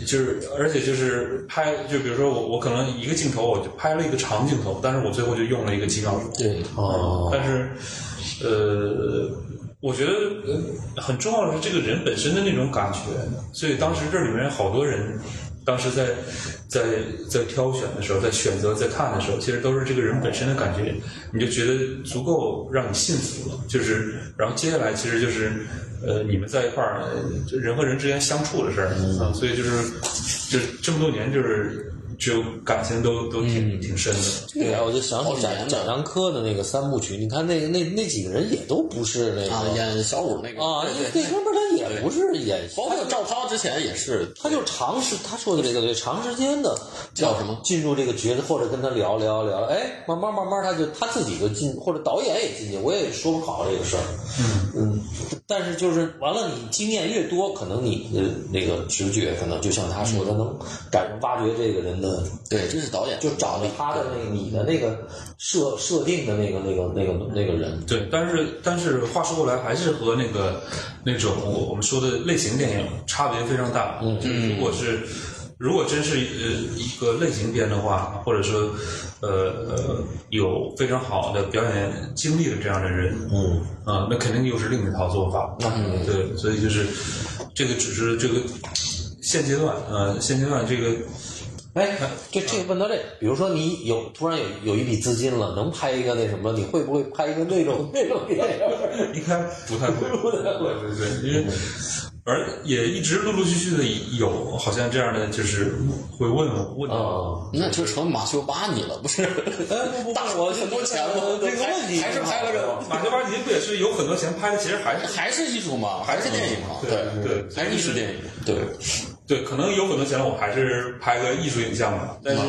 Speaker 5: 就是，而且就是拍，就比如说我，我可能一个镜头我就拍了一个长镜头，但是我最后就用了一个几秒钟，
Speaker 2: 对
Speaker 5: 但是，呃，我觉得呃很重要的是这个人本身的那种感觉。所以当时这里面好多人，当时在在在挑选的时候，在选择在看的时候，其实都是这个人本身的感觉，你就觉得足够让你信服了。就是，然后接下来其实就是。呃，你们在一块儿，呃就人和人之间相处的事儿，啊所以就是，就是这么多年，就是就感情都都挺、挺深的。
Speaker 1: 对啊，我就想
Speaker 2: 好
Speaker 1: 起
Speaker 2: 几
Speaker 1: 贾
Speaker 2: 年
Speaker 1: 贾
Speaker 2: 了
Speaker 1: 樟柯的那个三部曲，你看那那那几个人也都不是那个
Speaker 2: 啊，演小五那个
Speaker 1: 啊，
Speaker 2: 对
Speaker 1: 那
Speaker 2: 对
Speaker 1: 那哥们儿他也不是演，
Speaker 2: 包括赵涛之前也是，
Speaker 1: 他就长时他说的这个对长时间的
Speaker 2: 叫什么
Speaker 1: 进入这个角色，或者跟他聊聊聊，哎，慢慢慢慢他就他自己就进，或者导演也进去，我也说不好这个事儿。嗯，但是就是完了，你经验越多，可能你的那个直觉可能就像他说，他能赶上挖掘这个人的
Speaker 2: 嗯对，这是导演
Speaker 1: 就找到他的那个你的那个设设定的那个那个那个那个人。
Speaker 5: 对，但是但是话说回来，还是和那个那种我我们说的类型电影差别非常大。嗯，就是如果是如果真是呃一个类型片的话，或者说呃呃有非常好的表演经历的这样的人，嗯啊、那肯定又是另一套做法。嗯，对，所以就是这个只是这个现阶段呃现阶段这个
Speaker 1: 哎，就这个问到这，比如说你有突然有有一笔资金了，能拍一个那什么，你会不会拍一个那种那种电影？
Speaker 5: 应该不太 会，不太会，对对对，因为而也一直陆陆续续的有好像这样的，就是会问我问我，
Speaker 1: 啊，
Speaker 2: 那就成马修巴尼了，不是？大
Speaker 1: 我
Speaker 2: 很多钱吗？
Speaker 1: 这个问题
Speaker 2: 还是拍了个，
Speaker 5: 马修巴尼不也是有很多钱拍的，其实还是
Speaker 2: 还是艺术嘛，还是电影嘛，
Speaker 5: 对对
Speaker 2: 还是艺术电影，对，
Speaker 5: 对，可能有很多钱了，我还是拍个艺术影像
Speaker 2: 嗯
Speaker 5: 吧。但是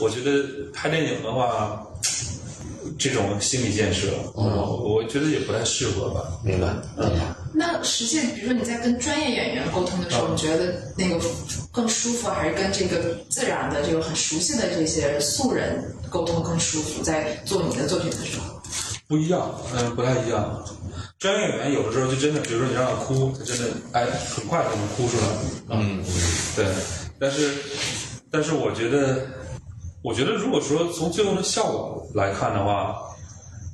Speaker 5: 我觉得拍电影的话，这种心理建设，
Speaker 2: 嗯
Speaker 5: 我觉得也不太适合吧。
Speaker 1: 明白。
Speaker 3: 那实际，比如说你在跟专业演员沟通的时候，你觉得那个更舒服，还是跟这个自然的、这个很熟悉的这些素人沟通更舒服？在做你的作品的时候，
Speaker 5: 不一样，嗯，不太一样。专业演员有的时候就真的，比如说你让他哭，他真的哎，很快就能哭出来。嗯，对。但是，但是我觉得，我觉得如果说从最后的效果来看的话，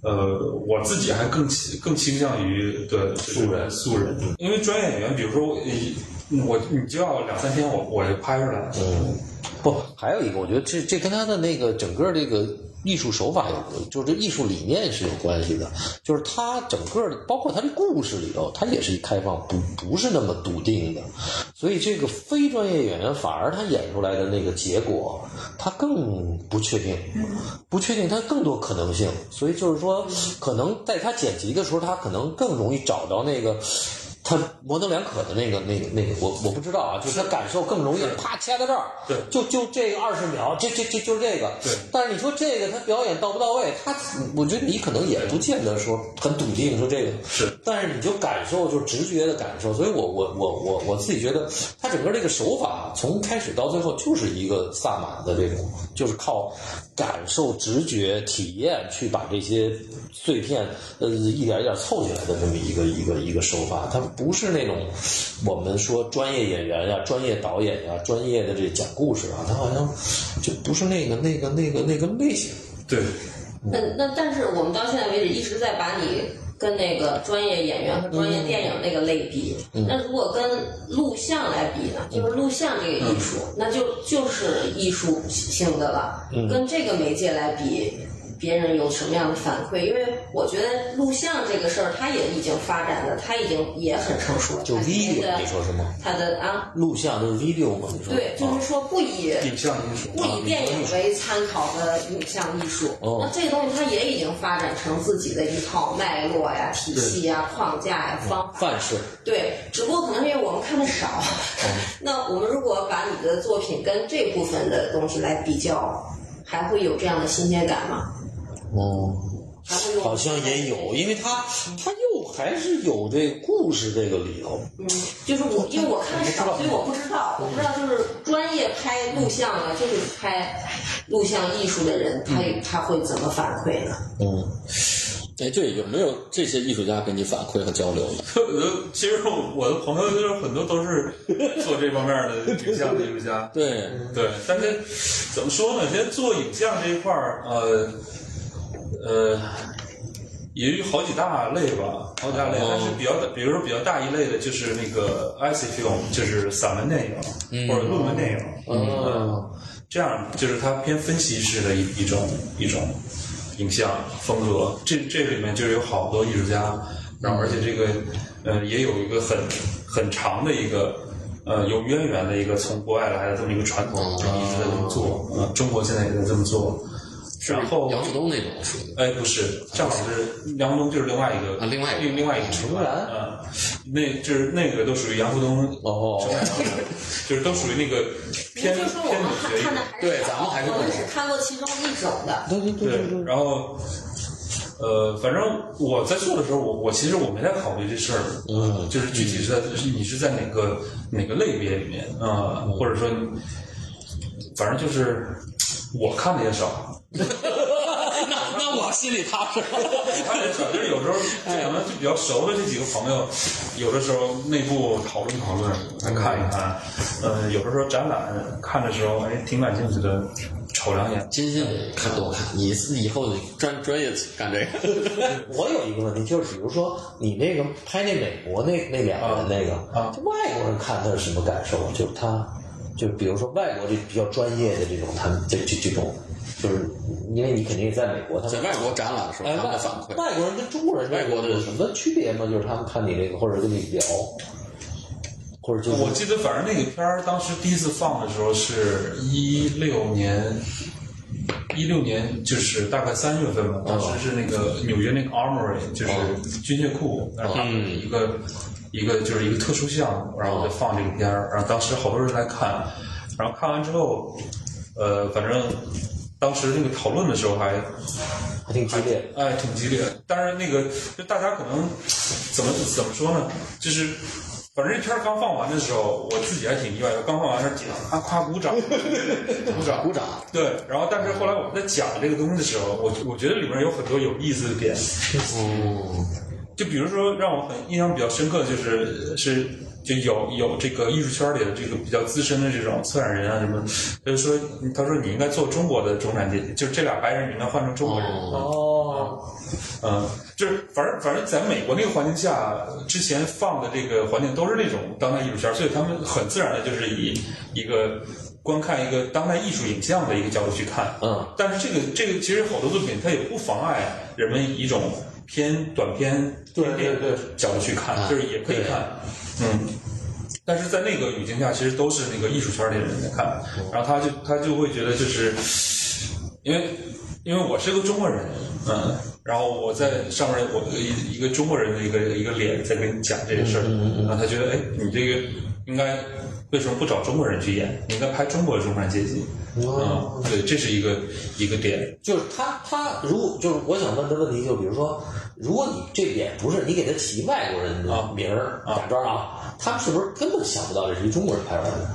Speaker 5: 呃，我自己还更倾更倾向于对素人素人，因为专业演员，比如说我我你就要两三天我我就拍出来。嗯，
Speaker 1: 不，还有一个，我觉得这这跟他的那个整个这个艺术手法有，就是这艺术理念是有关系的。就是他整个的，包括他的故事里头，他也是开放，不不是那么笃定的。所以这个非专业演员反而他演出来的那个结果，他更不确定，不确定他更多可能性。所以就是说，可能在他剪辑的时候，他可能更容易找到那个。他模棱两可的那个、那个、那个，我我不知道啊，就是他感受更容易，啪掐到这儿，
Speaker 5: 对
Speaker 1: 就就这个二十秒，这这这就是这个，
Speaker 5: 对
Speaker 1: 但是你说这个他表演到不到位，他我觉得你可能也不见得说很笃定说这个
Speaker 5: 是，
Speaker 1: 但是你就感受就直觉的感受，所以我我我我我自己觉得他整个这个手法从开始到最后就是一个萨满的这种，就是靠感受、直觉、体验去把这些碎片呃一点一点凑起来的这么一个一个一个手法，它不是那种我们说专业演员呀、专业导演呀、专业的这讲故事啊，他好像就不是那个那个那个那个类型。
Speaker 5: 对，
Speaker 4: 那那但是我们到现在为止一直在把你跟那个专业演员和专业电影那个类比，那如果跟录像来比呢，就是录像这个艺术，那就就是艺术性的了，跟这个媒介来比。别人有什么样的反馈？因为我觉得录像这个事儿，它也已经发展的，它已经也很成熟了。
Speaker 1: 就
Speaker 4: 它
Speaker 1: video，
Speaker 4: 的
Speaker 1: 你说是吗？
Speaker 4: 它的啊，
Speaker 1: 录像就是 video 嘛，你说
Speaker 4: 对，就
Speaker 1: 啊
Speaker 4: 是说不以
Speaker 5: 影像艺术
Speaker 4: 不以电影为参考的影像艺术，
Speaker 1: 哦
Speaker 4: 那这个东西它也已经发展成自己的一套脉络呀、体系呀、框架呀、
Speaker 1: 哦
Speaker 4: 方法。
Speaker 1: 范式，
Speaker 4: 对，只不过可能因为我们看的少，
Speaker 1: 哦
Speaker 4: 那我们如果把你的作品跟这部分的东西来比较，还会有这样的新鲜感吗？
Speaker 1: 哦。
Speaker 4: 还会有？
Speaker 1: 好像也有，因为他他又还是有这故事这个里头，
Speaker 4: 嗯，就是我，因为我看的少，所以我不知道，我不知道就是专业拍录像的，就是拍录像艺术的人，他他会怎么反馈呢？
Speaker 1: 嗯，
Speaker 2: 哎，对，有没有这些艺术家给你反馈和交流呢？
Speaker 5: 我觉得 其实我的朋友就是很多都是做这方面的影像的艺术家，
Speaker 2: 对，
Speaker 5: 对，但是怎么说呢？现在做影像这一块儿，呃，呃，也有好几大类吧，好几大类。但是比较，比如说比较大一类的就是那个 IC film，就是散文电影、或者论文电影，嗯，这样就是它偏分析式的一一种一种影像风格。这这里面就有好多艺术家，然后而且这个呃也有一个很很长的一个。呃，有渊源的一个从国外来的这么一个传统，就一直在这么做。呃，中国现在也在这么做。然后
Speaker 2: 杨旭东那种属于
Speaker 5: 哎，不是，正好是梁冬，就是另外一个
Speaker 2: 啊另外一个
Speaker 5: 另另外一个成员，嗯，那就是那个都属于杨福东
Speaker 1: 哦，
Speaker 5: 就是都属于那个
Speaker 4: 您
Speaker 5: 偏
Speaker 4: 就
Speaker 5: 偏
Speaker 4: 说我们看
Speaker 5: 女学
Speaker 4: 看的
Speaker 5: 院，
Speaker 4: 还是
Speaker 2: 对咱们还是
Speaker 4: 我们只看过其中一种的，
Speaker 1: 对对
Speaker 4: 嗯
Speaker 1: 对
Speaker 5: 对，然后。呃，反正我在做的时候，我我其实我没太考虑这事儿，嗯，就是具体是在、
Speaker 2: 嗯
Speaker 5: 你是在哪个哪个类别里面啊、或者说你，反正就是我看的也少，
Speaker 2: 那那我心里踏实了。
Speaker 5: 我看着小就是有时候可能就比较熟的这几个朋友，有的时候内部讨论讨论，看一看，呃，有的时候展览看的时候，哎，挺感兴趣的，瞅两眼。
Speaker 2: 金星看多看，你以后专专业干这 个，
Speaker 1: 我有一个问题，就是比如说你那个拍那美国那那两个人那个，
Speaker 5: 啊
Speaker 1: 就外国人看他是什么感受？就是他，就比如说外国这比较专业的这种，他们这这这种，就是因为你肯定是在美国，他
Speaker 2: 在
Speaker 1: 们
Speaker 2: 外国展览的时候
Speaker 1: 哎
Speaker 2: 他
Speaker 1: 外
Speaker 2: 们的反馈，
Speaker 1: 外国人跟中国人
Speaker 2: 外国的
Speaker 1: 有什么区别吗？就是他们看你这个，或者跟你聊，或者就是
Speaker 5: 我记得，反正那个片儿当时第一次放的时候是一六年，一六年就是大概三月份
Speaker 1: 哦
Speaker 5: 吧，当时是那个纽约那个 Armory，就是军械库，然后一
Speaker 1: 哦
Speaker 5: 个一个就是一个特殊项目，然后我就放这个片儿，然后当时好多人来看，然后看完之后，呃，反正当时那个讨论的时候还
Speaker 1: 还挺激烈。
Speaker 5: 哎，挺激烈的。但是那个，就大家可能怎么怎么说呢？就是反正这片儿刚放完的时候，我自己还挺意外的。刚放完那儿，啊，夸鼓掌，鼓掌，
Speaker 2: 鼓掌。
Speaker 5: 对，然后但是后来我们在讲这个东西的时候，我我觉得里面有很多有意思的点。
Speaker 2: 嗯
Speaker 5: 就比如说让我很印象比较深刻的就是是就有有这个艺术圈里的这个比较资深的这种策展人啊什么，就是说他说你应该做中国的中产阶级，就是这俩白人你应该换成中国人。
Speaker 1: 哦，
Speaker 5: 嗯，就是反正反正在美国那个环境下，之前放的这个环境都是那种当代艺术圈，所以他们很自然的就是以一个观看一个当代艺术影像的一个角度去看。
Speaker 1: 嗯，
Speaker 5: 但是这个这个其实好多作品它也不妨碍人们以一种偏短片
Speaker 1: 对
Speaker 5: 偏电影
Speaker 1: 对对
Speaker 5: 角度去看，就是也可以看。嗯。但是在那个语境下，其实都是那个艺术圈里的人在看，然后他就他就会觉得就是，因为因为我是个中国人，嗯，然后我在上面我一一个中国人的一个一个脸在跟你讲这个事儿，然后他觉得哎，你这个应该为什么不找中国人去演？你应该拍中国的中产阶级，
Speaker 1: 哦
Speaker 5: 嗯，对，这是一个一个点，
Speaker 1: 就是他他如果就是我想问的问题，就比如说，如果你这也不是你给他起外国人的名儿，
Speaker 5: 啊
Speaker 1: 假装啊，他们是不是根本想不到这是一中国人拍出来的，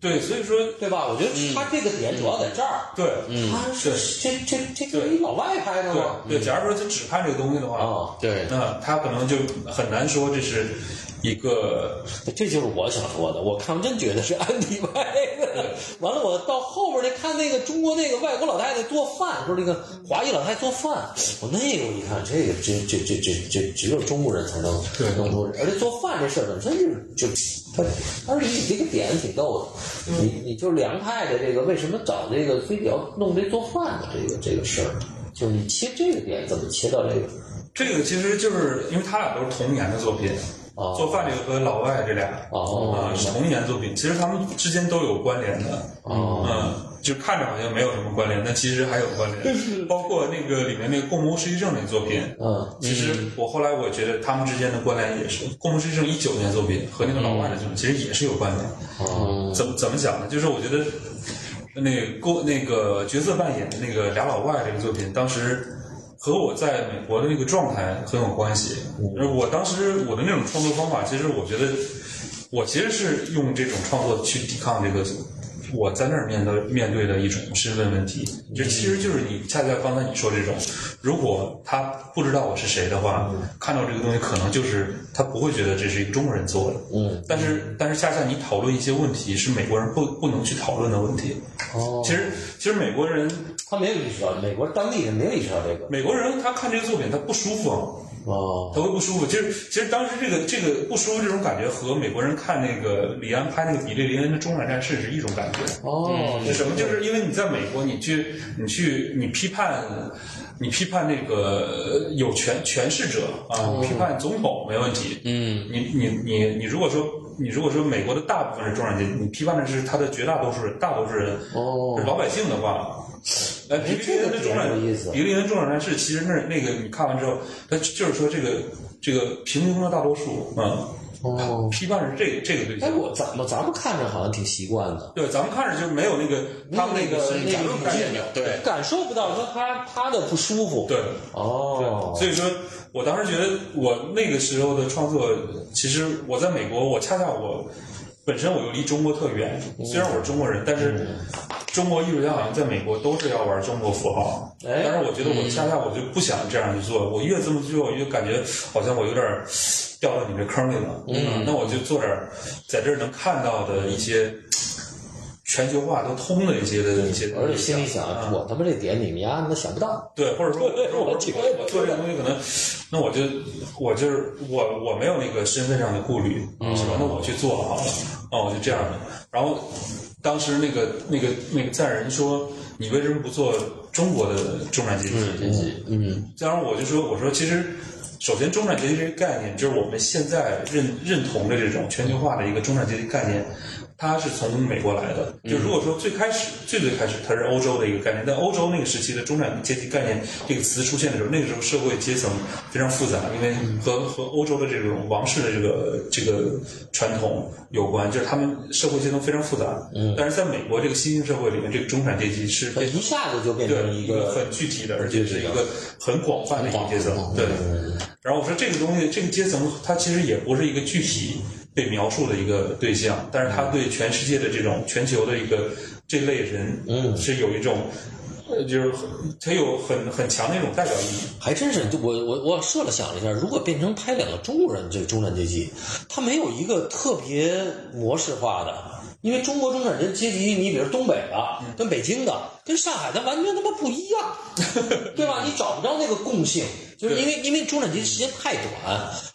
Speaker 5: 对，所以说
Speaker 1: 对吧？我觉得他这个点主要在这儿，
Speaker 5: 嗯对，
Speaker 1: 他嗯是啊这这这这
Speaker 5: 对
Speaker 1: 一老外拍的
Speaker 5: 对
Speaker 1: 吗？哦
Speaker 5: 对，假如说他只看这个东西的话，
Speaker 1: 啊，
Speaker 2: 对，
Speaker 5: 那他可能就很难说这是一个
Speaker 1: 这就是我想说的。我看真觉得是安迪拍的。完了，我到后边那看那个中国那个外国老太太做饭，说那个华裔老太太做饭，我那个我一看，这个这这这这这只有中国人才能能做，而且做饭这事儿本身就就他，而且你这个点挺逗的。你你就是凉派的这个为什么找这个非要弄这做饭的这个这个事儿，就是你切这个点怎么切到这个？
Speaker 5: 这个，其实就是因为他俩都是同一年的作品。
Speaker 1: 哦
Speaker 5: 做饭这个和老外这俩
Speaker 1: 哦
Speaker 5: 啊、是同一年作品，其实他们之间都有关联的。
Speaker 1: 哦
Speaker 5: 嗯，就看着好像没有什么关联，但其实还有关联。包括那个里面那个共谋失忆症那个作品，
Speaker 1: 嗯，
Speaker 5: 其实我后来我觉得他们之间的关联也是《共谋失忆症》一九年作品和那个老外的作品其实也是有关联。
Speaker 1: 哦
Speaker 5: 怎么怎么讲呢？就是我觉得那个过那个角色扮演的那个俩老外这个作品，当时和我在美国的那个状态很有关系。而我当时我的那种创作方法，其实我觉得我其实是用这种创作去抵抗这个。我在那儿面对面对的一种身份问题，这其实就是你恰恰刚才你说这种，如果他不知道我是谁的话，看到这个东西可能就是他不会觉得这是一个中国人做的，
Speaker 1: 嗯，
Speaker 5: 但是但是恰恰你讨论一些问题是美国人不不能去讨论的问题。
Speaker 1: 哦
Speaker 5: 其实其实美国人
Speaker 1: 他没有意识到，美国当地人没有意识到这个。
Speaker 5: 美国人他看这个作品他不舒服，啊
Speaker 1: 哦，
Speaker 5: 他会不舒服。其实其实当时这个这个不舒服这种感觉和美国人看那个李安拍那个比利林恩的《中产战士》是一种感觉。
Speaker 1: 哦，
Speaker 5: 是什么？就是因为你在美国，你去，你去，你批判，你批判那个呃有权权势者啊，批判总统没问题。嗯，你你你你如果说你如果说美国的大部分是中产阶级，你批判的是他的绝大多数人，大多数人
Speaker 1: 哦
Speaker 5: 是老百姓的话。哎，比利林恩的中
Speaker 1: 这个挺有意思
Speaker 5: 产，比利林恩中产战士，其实那那个你看完之后，他就是说这个这个平民中的大多数，嗯，
Speaker 1: 哦
Speaker 5: 批判是这个这个对 象
Speaker 1: 哎，。我咱们咱们看着好像挺习惯的，
Speaker 5: 对，咱们看着就没有那个他们那个
Speaker 1: 那个
Speaker 5: 那个概念，
Speaker 2: 对
Speaker 1: 感受不到说他他的不舒服。
Speaker 5: 对，
Speaker 1: 哦，
Speaker 5: 所以说我当时觉得我那个时候的创作，其实我在美国，我恰恰我本身我又离中国特远，
Speaker 1: 嗯
Speaker 5: 虽然我是中国人，但是中国艺术家好像在美国都是要玩中国符号，
Speaker 1: 哎
Speaker 5: 但是我觉得我恰恰我就不想这样去做，我越这么做，我就感觉好像我有点儿掉到你这坑里了，嗯，那我就做点儿在这儿能看到的一些。全球化都通的一些的一些，
Speaker 1: 嗯而且心里想
Speaker 5: 啊，
Speaker 1: 我他妈这点你们丫他妈想不到。
Speaker 5: 对，或者说，或者说我
Speaker 1: 这
Speaker 5: 我我做这个东西可能，那我就我就是我我没有那个身份上的顾虑，是吧？那我去做好了，哦，我就这样的。然后当时那个那个那个赞人说，你为什么不做中国的中产阶级？
Speaker 1: 嗯，
Speaker 5: 当然我就说，我说其实。首先，中产阶级这个概念，就是我们现在认认同的这种全球化的一个中产阶级概念，它是从美国来的。就如果说最开始、最最开始它是欧洲的一个概念，但欧洲那个时期的中产阶级概念这个词出现的时候，那个时候社会阶层非常复杂，因为和和欧洲的这种王室的这个这个传统有关，就是他们社会阶层非常复杂。嗯，但是在美国这个新兴社会里面，这个中产阶级是
Speaker 1: 他一下子就变成
Speaker 5: 对，
Speaker 1: 一
Speaker 5: 个
Speaker 1: 个
Speaker 5: 很具体的，而且是一个很广泛的一个阶层。对。然后我说这个东西，这个阶层它其实也不是一个具体被描述的一个对象，但是它对全世界的这种全球的一个这类人，嗯，是有一种。呃，就是很它有很很强的一种代表意义，
Speaker 1: 还真是，就我我我设了想了一下，如果变成拍两个中国人这中产阶级，他没有一个特别模式化的，因为中国中产人阶级，你比如东北的跟北京的跟上海的完全他妈不一样，对吧？你找不着那个共性，就是因为因为中产阶级时间太短，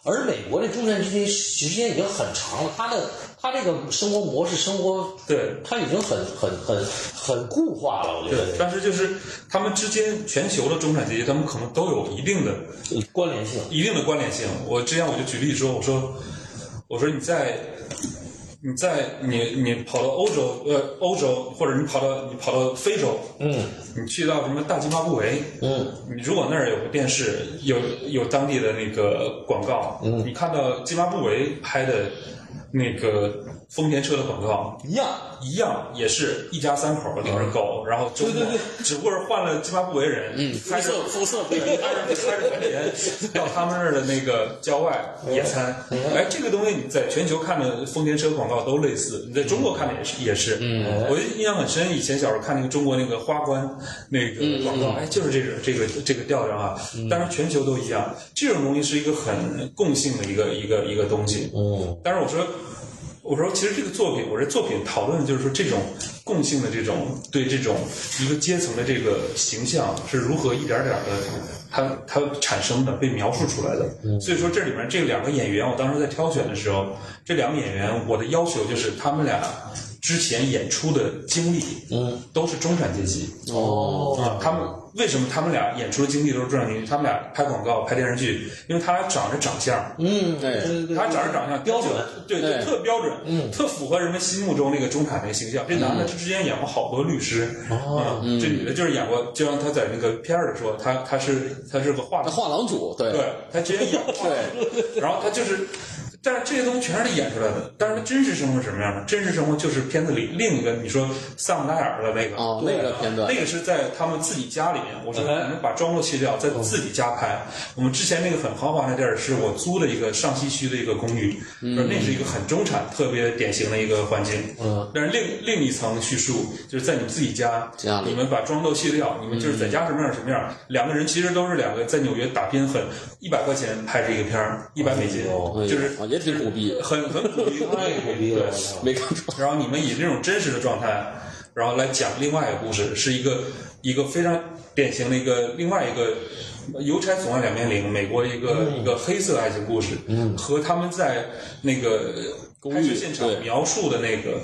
Speaker 1: 而美国这中产阶级时间已经很长了，他的他这个生活模式生活。
Speaker 5: 对，
Speaker 1: 他已经很很很很固化了，我觉
Speaker 5: 对。
Speaker 1: 得
Speaker 5: 但是就是他们之间全球的中产阶级，他们可能都有一定的
Speaker 1: 这个关联性。
Speaker 5: 一定的关联性。我之前我就举例说，我说我说你在你在你你跑到欧洲呃欧洲，或者你跑到你跑到非洲，
Speaker 1: 嗯
Speaker 5: 你去到什么大津巴布韦，
Speaker 1: 嗯，
Speaker 5: 你如果那儿有个电视，
Speaker 1: 嗯
Speaker 5: 有有当地的那个广告，你看到津巴布韦拍的那个丰田车的广告
Speaker 1: 一样，
Speaker 5: 一样，也是一家三口儿领着狗，然后周末
Speaker 1: 嗯对对
Speaker 5: 只不过是换了鸡巴不为人，嗯，
Speaker 2: 肤色肤色不一样，
Speaker 5: 开着开着本田 到他们那儿的那个郊外野餐。哎，这个东西你在全球看的丰田车广告都类似，你在中国看的也是也是。嗯，我印象很深，以前小时候看那个中国那个花冠那个广告，哎，就是这个这个这个调调啊。当然全球都一样，这种东西是一个很共性的一个一个一个东西。
Speaker 1: 嗯，
Speaker 5: 但是我说，我说其实这个作品，我这作品讨论的就是说这种共性的这种对这种一个阶层的这个形象是如何一点点的它它产生的被描述出来的。所以说这里面这两个演员，我当时在挑选的时候，这两个演员我的要求就是他们俩。之前演出的经历，嗯，都是中产阶级哦。啊、他们为什么他们俩演出的经历都是中产阶级？他们俩拍广告、拍电视剧，因为他俩长着长相，
Speaker 1: 嗯，对对对，
Speaker 5: 他长得长相
Speaker 1: 标准，
Speaker 5: 对对，特标准，嗯，特符合人们心目中那个中产那个形象。这男的之前演过好多律师，啊，这女的就是演过，就像他在那个片儿里说，他他是他是个画
Speaker 2: 那
Speaker 5: 廊，
Speaker 2: 画廊主对
Speaker 5: 对他之前演过画廊，然后他就是。但是这些东西全是他演出来的，但是他真实生活是什么样的？真实生活就是片子里另一个你说萨姆拉雅的那个，
Speaker 2: 哦
Speaker 5: 对
Speaker 2: 那个片段
Speaker 5: 那个是在他们自己家里面。我说我们把装修卸掉，在自己家拍。我们之前那个很豪华的地儿，是我租的一个上西区的一个公寓，
Speaker 2: 嗯
Speaker 5: 而那是一个很中产、特别典型的一个环境。嗯，但是另另一层叙述就是在你们自己家，
Speaker 2: 家里
Speaker 5: 你们把装修卸掉，你们就是在家什么样什么样。两个人其实都是两个在纽约打拼很，一百块钱拍这一个片儿，一百美金，就是
Speaker 2: 啊也挺苦逼，
Speaker 5: 很很苦逼，太苦逼了。
Speaker 2: 没看出
Speaker 5: 然后你们以这种真实的状态，然后来讲另外一个故事，是一个一个非常典型的一个另外一个呃邮差总爱两面领，美国一个、
Speaker 2: 嗯
Speaker 5: 一个黑色爱情故事，和他们在那个
Speaker 2: 公
Speaker 5: 拍摄
Speaker 2: 寓
Speaker 5: 现场
Speaker 2: 对嗯
Speaker 5: 描述的那个。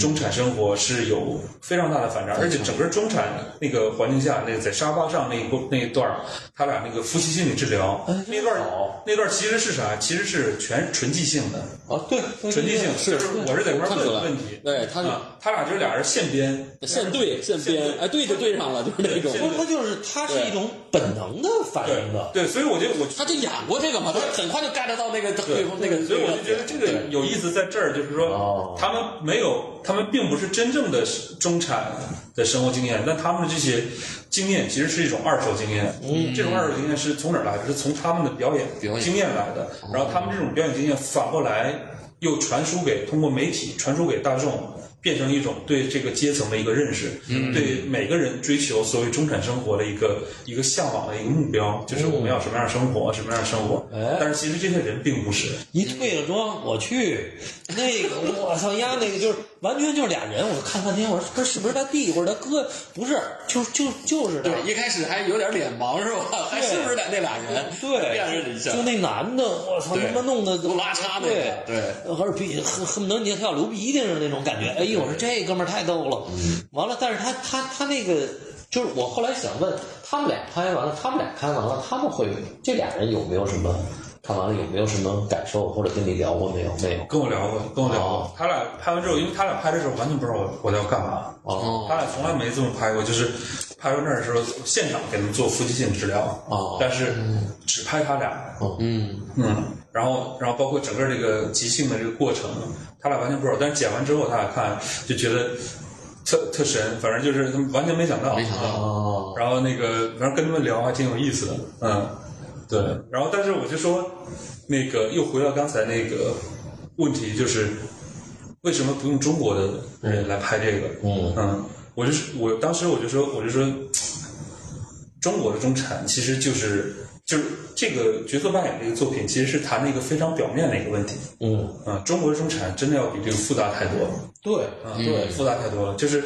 Speaker 5: 中产生活是有非常大的反差，而且整个中产那个环境下，那个在沙发上那一波那一段儿，他俩那个夫妻心理治疗
Speaker 2: 哎
Speaker 5: 那段儿那段儿其实是啥？其实是全纯即兴的，
Speaker 1: 啊，对，
Speaker 5: 纯即兴
Speaker 2: 是
Speaker 5: 就是我是在那
Speaker 2: 看
Speaker 5: 边
Speaker 2: 出来
Speaker 5: 问问题，
Speaker 2: 对他是
Speaker 5: 啊，他俩就是俩人现编，
Speaker 2: 现对现编，哎，对就对上了，就是那种。
Speaker 5: 现
Speaker 1: 不不就是它是一种本能的反
Speaker 5: 对
Speaker 1: 应的，
Speaker 5: 对，所以我就我
Speaker 2: 他就演过这个嘛，他很快就 get 到那个对哦方那个，
Speaker 5: 所以我就觉得这个有意思在这儿，就是说他们没有，他们并不是真正的中产的生活经验，但他们的这些经验其实是一种二手经验。嗯，这种二手经验是从哪儿来的？是从他们的表演
Speaker 2: 表演
Speaker 5: 经验来的。然后他们这种表演经验反过来又传输给通过媒体传输给大众。变成一种对这个阶层的一个认识，
Speaker 1: 嗯
Speaker 5: 对每个人追求所谓中产生活的一个一个向往的一个目标，就是我们要什么样的生活，什么样的生活。
Speaker 1: 嗯哎
Speaker 5: 但是其实这些人并不是，
Speaker 1: 一退了妆，我去，那个我操丫那个就是完全就是俩人，我看半天，我说他是不是他弟或者他哥？不是，就就就是他
Speaker 2: 对，一开始还有点脸盲是吧？还是不是那那俩人？ 辨认一下
Speaker 1: 对，，就那男的，我操
Speaker 2: 对
Speaker 1: 他妈弄的
Speaker 2: 都拉碴那
Speaker 1: 对
Speaker 2: 个对，
Speaker 1: 呃和比恨恨不得你他要流鼻涕似的那种感觉。哎呦，我说这哥们儿太逗了。完了，但是他他他那个就是我后来想问他们俩拍完了，他们俩拍完了，他们会这俩人有没有什么看完了有没有什么感受，或者跟你聊过没有？没有。
Speaker 5: 跟我聊过，跟我聊
Speaker 1: 哦
Speaker 5: 过。他俩拍完之后，因为他俩拍的时候完全不知道我我要干嘛。
Speaker 1: 哦
Speaker 5: 他俩从来没这么拍过，就是拍完那儿的时候，现场给他们做夫妻性治疗。
Speaker 1: 哦
Speaker 5: 但是只拍他俩。
Speaker 2: 嗯，
Speaker 5: 嗯，然后然后包括整个这个即兴的这个过程，他俩完全不知道。但是剪完之后，他俩看就觉得特特神，反正就是他们完全没想到，
Speaker 2: 没想到
Speaker 1: 哦，
Speaker 5: 然后那个，反正跟他们聊还挺有意思的，嗯，对。然后，但是我就说，那个又回到刚才那个问题，就是为什么不用中国的人来拍这个？
Speaker 1: 嗯
Speaker 5: 我就是我当时我就说，我就说，中国的中产其实就是就是这个角色扮演这个作品，其实是谈了一个非常表面的一个问题。
Speaker 1: 嗯，
Speaker 5: 嗯，中国的中产真的要比这个复杂太多了。
Speaker 1: 对，
Speaker 2: 嗯
Speaker 5: 啊，对，复杂太多了。就是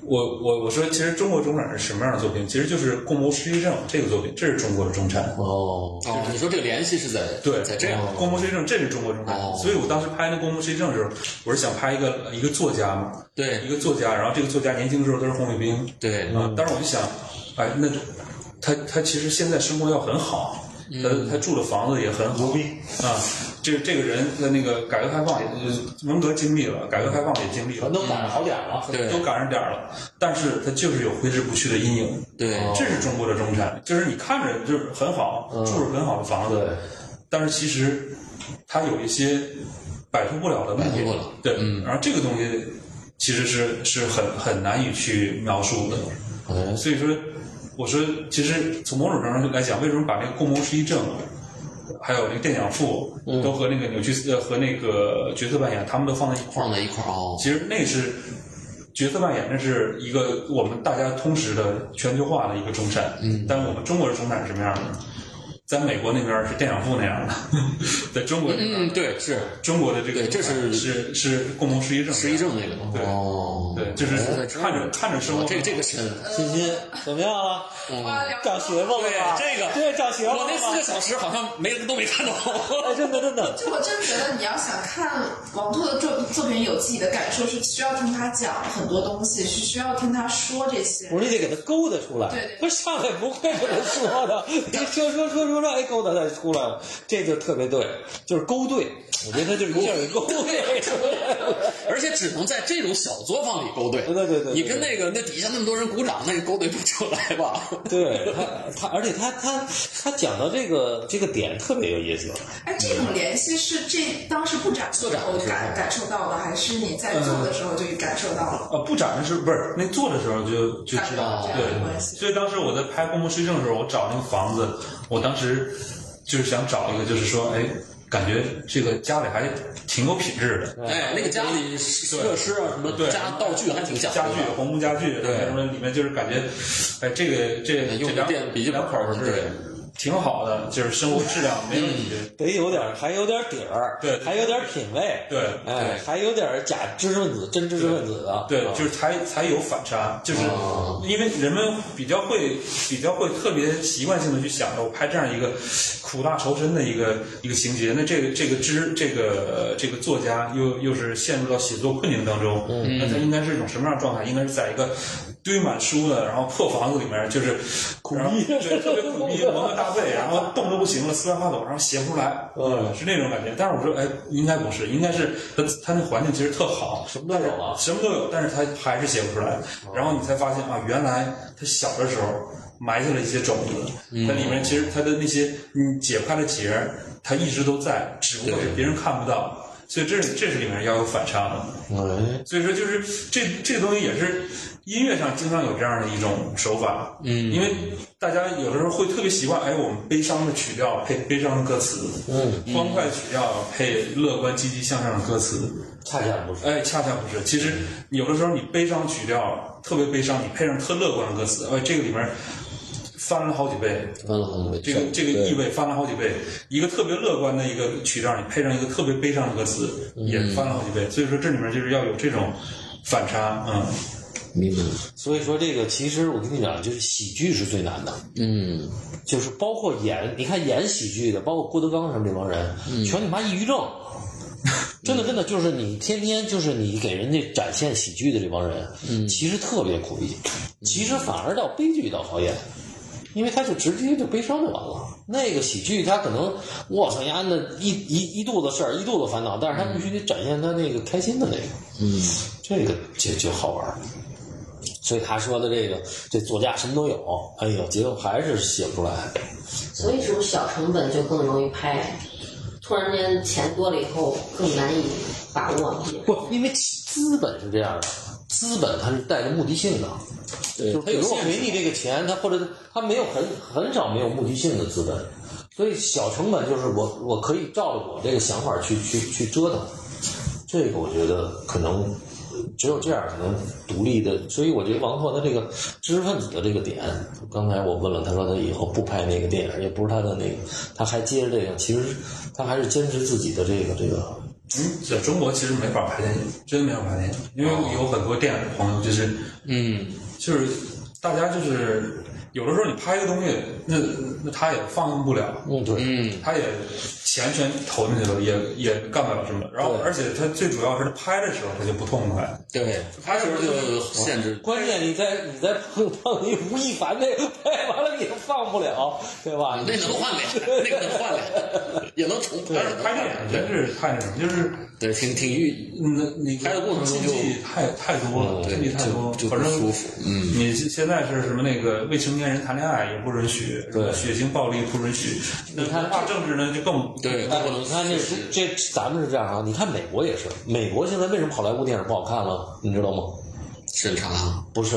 Speaker 5: 我我我说，其实中国中产是什么样的作品？其实就是《共谋失忆症》这个作品，这是中国的中产。
Speaker 1: 哦，
Speaker 2: 哦，你说这个联系是在
Speaker 5: 对，哦
Speaker 2: 在这样
Speaker 5: 《共谋失忆症》这是中国中产。
Speaker 2: 哦
Speaker 5: 所以我当时拍那《共谋失忆症》的时候，我是想拍一个一个作家嘛，
Speaker 2: 对
Speaker 5: 一个作家，然后这个作家年轻的时候他是红卫兵，
Speaker 2: 对
Speaker 5: 啊，当时我就想，哎，那他他其实现在生活要很好，
Speaker 2: 嗯
Speaker 5: 他他住的房子也很好，牛逼啊！这这个人的那个改革开放也呃文革经历了，改革开放也经历了，
Speaker 1: 全都赶上好点儿了。
Speaker 2: 对
Speaker 5: 都赶上点儿了，但是他就是有挥之不去的阴影。
Speaker 2: 对
Speaker 5: 这是中国的中产，就是你看着就是
Speaker 2: 嗯
Speaker 5: 很好，住着很好的房子，
Speaker 1: 对
Speaker 5: 但是其实它有一些摆脱不了的问题，
Speaker 2: 摆脱不了
Speaker 5: 对，嗯，而这个东西其实是是很很难以去描述的，
Speaker 2: 嗯
Speaker 5: 所以说，我说其实从某种程度上来讲，为什么把那个共谋失忆症，还有那个电讲父，
Speaker 2: 嗯
Speaker 5: 都和那个扭曲呃和那个角色扮演，他们都放在一块儿
Speaker 2: 放，在一块儿哦，
Speaker 5: 其实那是角色扮演，那是一个我们大家通识的全球化的一个中产。嗯，但我们中国的中产是什么样的？在美国那边是电养父那样的，在中国这边
Speaker 2: 嗯，对，是
Speaker 5: 中国的这个
Speaker 2: 对这是
Speaker 5: 是是共同失忆症，
Speaker 2: 失忆，症那个
Speaker 5: 对
Speaker 2: 哦，
Speaker 5: 对，就是看着看着生活，
Speaker 2: 哦这个这个深，
Speaker 1: 欣欣怎么样啊？
Speaker 9: 哇，聊
Speaker 1: 长学吗？
Speaker 2: 对这个
Speaker 1: 对长学吗？
Speaker 2: 我那四个小时好像没都没 看懂。
Speaker 1: 哎，真的真的，
Speaker 3: 就我真觉得，你要想看王拓的作作品有自己的感受，是需要听他讲很多东西，是需要听他说这些。
Speaker 1: 我说你得给他勾搭出来，
Speaker 3: 对对
Speaker 1: 不是上来不会跟他说 的，你说说说说让哎勾搭他出来了，这就特别对，就是勾兑，我觉得他就是一下给勾兑出来了，
Speaker 2: 而且只能在这种小作坊里勾兑。
Speaker 1: 对对对对
Speaker 2: 你跟那个那底下那么多人鼓掌，那个勾兑不出来吧？
Speaker 1: 对他他，而且他他他讲到这个这个点特别有意思，
Speaker 3: 哎，这种联系是这当时布展的时候
Speaker 1: 啊
Speaker 3: 感感受到的，还是你在做的时候就感受到了？
Speaker 5: 呃，不展的时候不是那做的时候就就知道了，
Speaker 3: 感觉到这样的
Speaker 5: 对。
Speaker 3: 关系
Speaker 5: 所以当时我在拍《公共失政》的时候，我找那个房子，我当时就是想找一个，就是说，哎，感觉这个家里还挺有品质的，
Speaker 2: 哎，那个家里设施啊什么
Speaker 5: 对
Speaker 2: 家道具还挺讲究
Speaker 5: 家
Speaker 2: 的
Speaker 5: 具、红木家具，
Speaker 2: 对
Speaker 5: 什么里面就是感觉，哎，这个这
Speaker 2: 用
Speaker 5: 这两
Speaker 2: 电笔记本
Speaker 5: 两口
Speaker 2: 什么
Speaker 5: 是
Speaker 2: 之类的嗯
Speaker 5: 挺好的，就是生活质量没问题。
Speaker 1: 得有点儿还有点儿底儿，
Speaker 5: 对对
Speaker 1: 还有点儿品位，
Speaker 5: 对
Speaker 1: 哎，还有点儿假知识分子真知识分子的，
Speaker 5: 对
Speaker 1: 啊，
Speaker 5: 就是才才有反差，就是
Speaker 2: 哦
Speaker 5: 因为人们比较会比较会特别习惯性的去想着我拍这样一个苦大仇深的一个一个情节，那这个这个知这个呃这个作家又又是陷入到写作困境当中，那他应该是一种什么样的状态？应该是在一个堆满书的，然后破房子里面，就是苦逼，对，特别苦逼，蒙个大被，然后冻得不行了，瑟瑟发抖，然后写不出来，
Speaker 1: 嗯
Speaker 5: 是那种感觉。但是我说，哎，应该不是，应该是他他那环境其实特好，
Speaker 1: 什么都有啊
Speaker 5: 什么都有，但是他还是写不出来。然后你才发现啊，原来他小的时候埋下了一些种子，那里面其实他的那些你解不开的结儿，他一直都在，只不过是别人看不到。所以这是这是里面要有反差的。
Speaker 1: 哎，
Speaker 5: 所以说，就是这这个东西也是音乐上经常有这样的一种手法，嗯，因为大家有的时候会特别习惯，哎，我们悲伤的曲调配悲伤的歌词，嗯，欢快曲调配乐观积极向上的歌词，
Speaker 1: 恰恰不是，
Speaker 5: 哎，恰恰不是。其实有的时候你悲伤曲调特别悲伤，你配上特乐观的歌词，哎，这个里面翻了好几倍，
Speaker 2: 嗯，
Speaker 5: 这个这个意味翻了好几倍，一个特别乐观的一个曲调，你配上一个特别悲伤的歌词，也翻了好几倍。所以说这里面就是要有这种反差，嗯，
Speaker 2: 明白。
Speaker 1: 所以说这个其实我跟你讲，就是喜剧是最难的，
Speaker 2: 嗯，
Speaker 1: 就是包括演，你看演喜剧的，包括郭德纲什么这帮人，全你妈抑郁症。真的，真的就是你天天就是你给人家展现喜剧的这帮人，其实特别苦逼，其实反而到悲剧倒好演，因为他就直接就悲伤就完了。那个喜剧他可能我操呀，那一一一肚子事儿，一肚子烦恼，但是他必须得展现他那个开心的那个，嗯，这个就就好玩儿。所以他说的这个，这作家什么都有，哎呦，结果还是写不出来。
Speaker 4: 所以是不是小成本就更容易拍？突然间钱多了以后，更难以把握。
Speaker 1: 不，因为资本是这样的，资本它是带着目的性的，就是
Speaker 2: 它
Speaker 1: 比
Speaker 2: 有
Speaker 1: 如我
Speaker 2: 限
Speaker 1: 给你这个钱，它或者它没有很很少没有目的性的资本，所以小成本就是我我可以照着我这个想法去去去折腾，这个我觉得可能。只有这样可能独立的，所以我觉得王拓他这个知识分子的这个点，刚才我问了，他说他以后不拍那个电影，也不是他的那个，他还接着这个，其实他还是坚持自己的这个这个
Speaker 5: 嗯，在中国其实没法拍电影，真没法拍电影，因为我有很多电影朋友就是，嗯，就是大家就是有的时候你拍一个东西，那那他也放映不了，
Speaker 1: 嗯对，
Speaker 5: 他也钱全投进去了，也也干不了什么。然后
Speaker 1: 对
Speaker 5: 而且他最主要是他拍的时候他就不痛快，
Speaker 2: 对，他时候就限制。
Speaker 1: 关键你在你在碰碰你吴亦凡那个拍完了你也放不了，对吧？
Speaker 2: 那能换脸，那个能换脸，也能重拍
Speaker 5: 但是。拍电影真是太那什么，就是
Speaker 2: 对，挺挺郁，
Speaker 5: 那你
Speaker 2: 拍的过程中就哦
Speaker 5: 禁忌太太多了，禁忌太多，
Speaker 2: 就就
Speaker 5: 反
Speaker 2: 不
Speaker 5: 正
Speaker 2: 舒服。嗯，
Speaker 5: 你现在是什么那个未成年人谈恋爱也不允许，什么血腥暴力不允许，那
Speaker 1: 看
Speaker 5: 文化政治呢就更
Speaker 2: 对，
Speaker 1: 哎，你看这这，咱们是这样啊，你看美国也是，美国现在为什么好莱坞电影不好看了？你知道吗？
Speaker 2: 审查啊
Speaker 1: 不是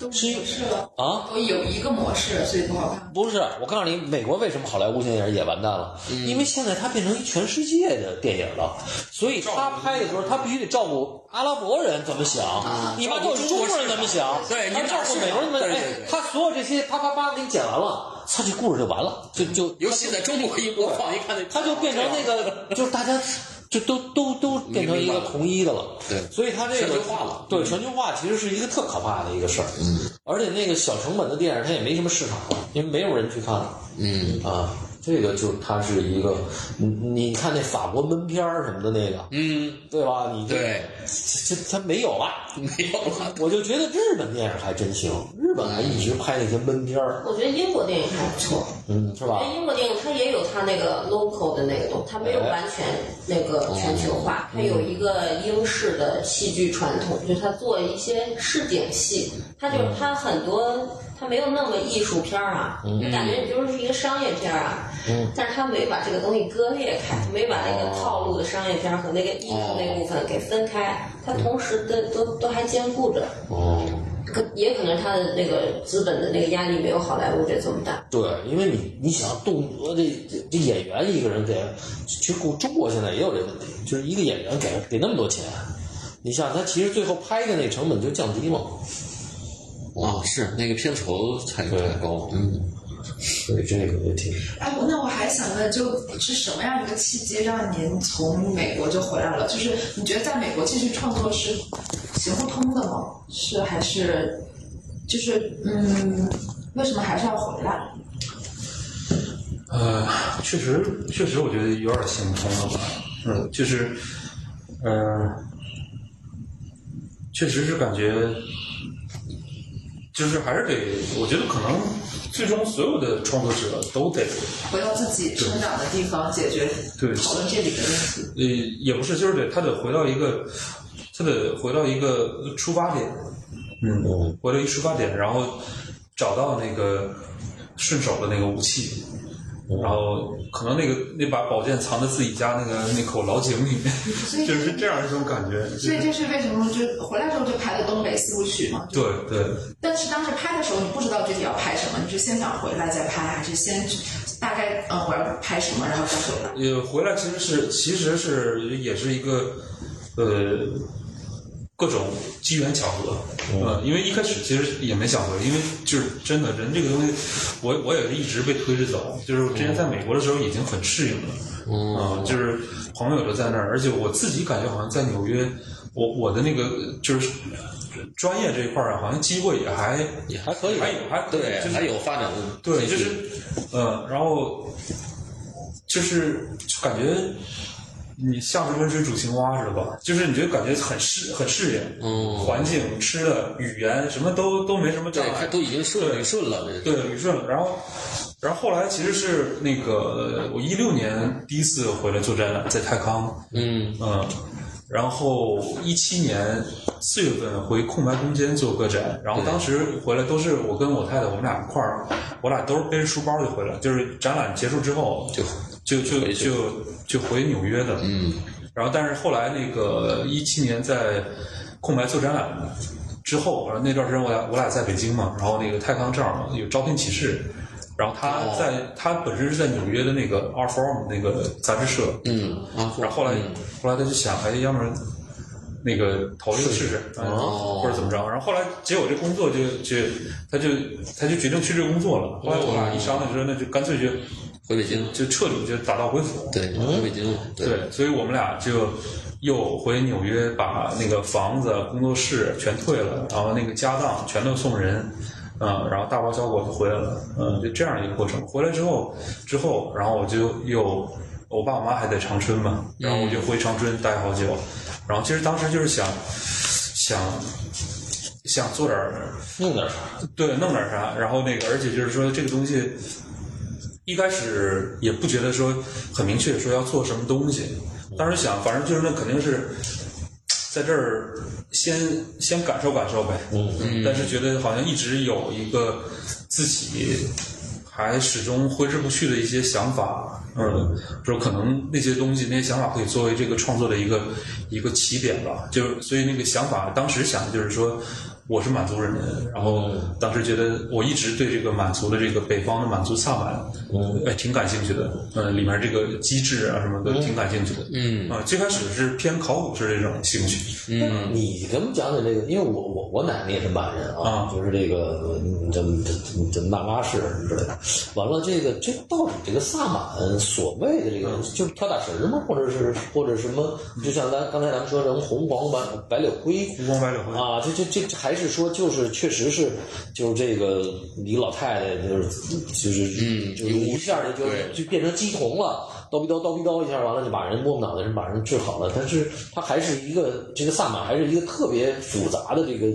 Speaker 3: 都模式了
Speaker 1: 啊，
Speaker 3: 都有一个模式，所以不好看。
Speaker 1: 不是，我告诉你，美国为什么好莱坞电影也完蛋了？
Speaker 2: 嗯
Speaker 1: 因为现在它变成一全世界的电影了，所以他拍的时候，他必须得照顾阿拉伯人怎么想，
Speaker 2: 啊
Speaker 1: 你妈照顾中国人怎么想，
Speaker 2: 对
Speaker 1: 他
Speaker 2: 你
Speaker 1: 照顾
Speaker 2: 是
Speaker 1: 美国人怎么，
Speaker 2: 对对
Speaker 1: 哎
Speaker 2: 对，
Speaker 1: 他所有这些啪啪啪给你讲完了，操，这故事就完了，就就
Speaker 2: 尤其在中国一播放，一看那
Speaker 1: 它就变成那个，就是大家就都都都变成一个同一的了。
Speaker 2: 对
Speaker 1: 所以它这个
Speaker 2: 全球化了嗯
Speaker 1: 对全球化其实是一个特可怕的一个事儿。嗯，而且那个小成本的电影它也没什么市场了，因为没有人去看了。
Speaker 2: 嗯
Speaker 1: 啊，这个就它是一个，你你看那法国闷片儿什么的那个，
Speaker 2: 嗯，
Speaker 1: 对吧？你这
Speaker 2: 对，
Speaker 1: 这这它没有了。
Speaker 2: 没有了。嗯
Speaker 1: 我就觉得日本电影还真行，日本还一直拍那些闷片儿，
Speaker 4: 我觉得英国电影还不错，
Speaker 1: 嗯，是
Speaker 2: 啊
Speaker 1: 吧？
Speaker 4: 因为英国电影它也有它那个 local 的那个东西，它没有完全那个全球化，它有一个英式的戏剧传统，就是它做一些市井戏，它就是它很多它没有那么艺术片儿啊，你感觉你就是一个商业片儿啊，但是它没把这个东西割裂开，没把那个套路的商业片儿和那个艺术那部分给分开，它同时的都都还兼顾着。
Speaker 1: 哦。
Speaker 4: 可也可能他的那个资本的那个压力没有好莱坞这这么大。
Speaker 1: 对，因为你你想动辄这这这演员一个人给，其实中国现在也有这问题，就是一个演员给给那么多钱，你想他其实最后拍的那成本就降低嘛，
Speaker 2: 啊，是那个片酬太太高，嗯，
Speaker 1: 所以这个也挺
Speaker 3: 哎，我那我还想问，就是什么样一个契机让您从美国就回来了？就是你觉得在美国继续创作是行不通的吗？是还是就是嗯，为什么还是要回来？
Speaker 5: 呃，确实，确实，我觉得有点行不通了吧。嗯，就是，呃，确实是感觉，就是还是得，我觉得可能最终所有的创作者都得，
Speaker 3: 回到自己生长的地方，解决
Speaker 5: 对
Speaker 3: 讨论这里的问题。
Speaker 5: 呃，也不是，就是得他得回到一个，他得回到一个出发点，嗯，回到一个出发点，然后找到那个顺手的那个武器，然后可能那个那把宝剑藏在自己家那个那口老井里面，
Speaker 3: 以
Speaker 5: 就是这样一种感觉。
Speaker 3: 所以这是为什么就回来之后就拍的东北四部曲嘛？
Speaker 5: 对对，
Speaker 3: 但是当时拍的时候，你不知道具体要拍什么，你是先想回来再拍，还是先大概嗯我要拍什么，然后再回来？
Speaker 5: 也回来其实是其实是也是一个呃各种机缘巧合，
Speaker 2: 哦
Speaker 5: 呃，因为一开始其实也没想回，因为就是真的人这个东西，我我也是一直被推着走，就是我之前在
Speaker 2: 哦
Speaker 5: 美国的时候已经很适应了，嗯、就是朋友都在那儿，而且我自己感觉好像在纽约，我我的那个就是专业这一块儿啊，好像机会也还
Speaker 2: 也还可以
Speaker 5: 还有还可以
Speaker 2: 对，
Speaker 5: 就是
Speaker 2: 还有发展的，
Speaker 5: 对，就是，嗯，然后就是就感觉你像是温水煮青蛙似的吧，就是你就感觉很适很适应，
Speaker 2: 嗯
Speaker 5: 环境、吃的、语言什么都都没什么障
Speaker 2: 对，
Speaker 5: 碍
Speaker 2: 它，都已经顺
Speaker 5: 对
Speaker 2: 理顺了，这
Speaker 5: 对旅顺了。然后，然后后来其实是那个呃我一六年第一次回来做展览，在泰康，
Speaker 2: 嗯
Speaker 5: 嗯，然后一七年四月份回空白空间做个展，然后当时回来都是我跟我太太，我们俩一块儿，我俩都是背着书包就回来，就是展览结束之后
Speaker 2: 就
Speaker 5: 就就
Speaker 2: 回去
Speaker 5: 就就回纽约的，嗯，然后但是后来那个呃一七年在空白做展览之后，然后那段时间我俩我俩在北京嘛，然后那个泰康正好有招聘启事。然后他在、他本身是在纽约的那个 Art Forum 那个杂志社，
Speaker 2: 嗯啊，
Speaker 5: 然后后来，后来他就想，哎，要不然那个投一个试试，哎
Speaker 2: 哦
Speaker 5: 或者怎么着。然后后来结果这工作就就他就他就决定去这工作了。后来我俩一商量说，那就干脆就
Speaker 2: 回北京，
Speaker 5: 就彻底就打道回府。
Speaker 2: 对，回北京了，嗯对，
Speaker 5: 对，所以我们俩就又回纽约，把那个房子、工作室全退了，然后那个家当全都送人，嗯，然后大包小裹就回来了，嗯，就这样一个过程。回来之后，之后，然后我就又，我爸我妈还在长春嘛，然后我
Speaker 1: 嗯
Speaker 5: 就回长春待好久，然后其实当时就是想，想。想做点儿
Speaker 1: 弄点啥，
Speaker 5: 对，弄点啥，然后那个，而且就是说这个东西，一开始也不觉得说很明确说要做什么东西，当时想，反正就是那肯定是在这儿先先感受感受呗。嗯，但是觉得好像一直有一个自己还始终挥之不去的一些想法，嗯，说可能那些东西那些想法可以作为这个创作的一个一个起点吧。就是所以那个想法，当时想的就是说。我是满族人，然后当时觉得我一直对这个满族的这个北方的满族萨满，嗯，哎，挺感兴趣的，嗯，里面这个机制啊什么的挺感兴趣的，嗯，啊，最开始是偏考古式这种兴趣，
Speaker 1: 嗯，你给我们讲讲这个，因为我我我奶奶也是满人啊，
Speaker 5: 啊
Speaker 1: 就是这个嗯这这这这纳拉氏什么之类的。完了，这个这到底这个萨满所谓的这
Speaker 2: 嗯
Speaker 1: 个就是跳大神儿吗？或者是或者什么？就像咱刚才咱们说什么红黄白白柳灰，
Speaker 2: 嗯
Speaker 5: 湖光白柳灰
Speaker 1: 啊，这这这这还是说就是确实是就是这个一老太太就是就是嗯就是一下就就
Speaker 2: 对
Speaker 1: 就变成鸡童了，叨逼叨叨逼叨一下，完了就把人摸脑袋，人把人治好了。但是它还是一个这个萨满，还是一个特别复杂的这个，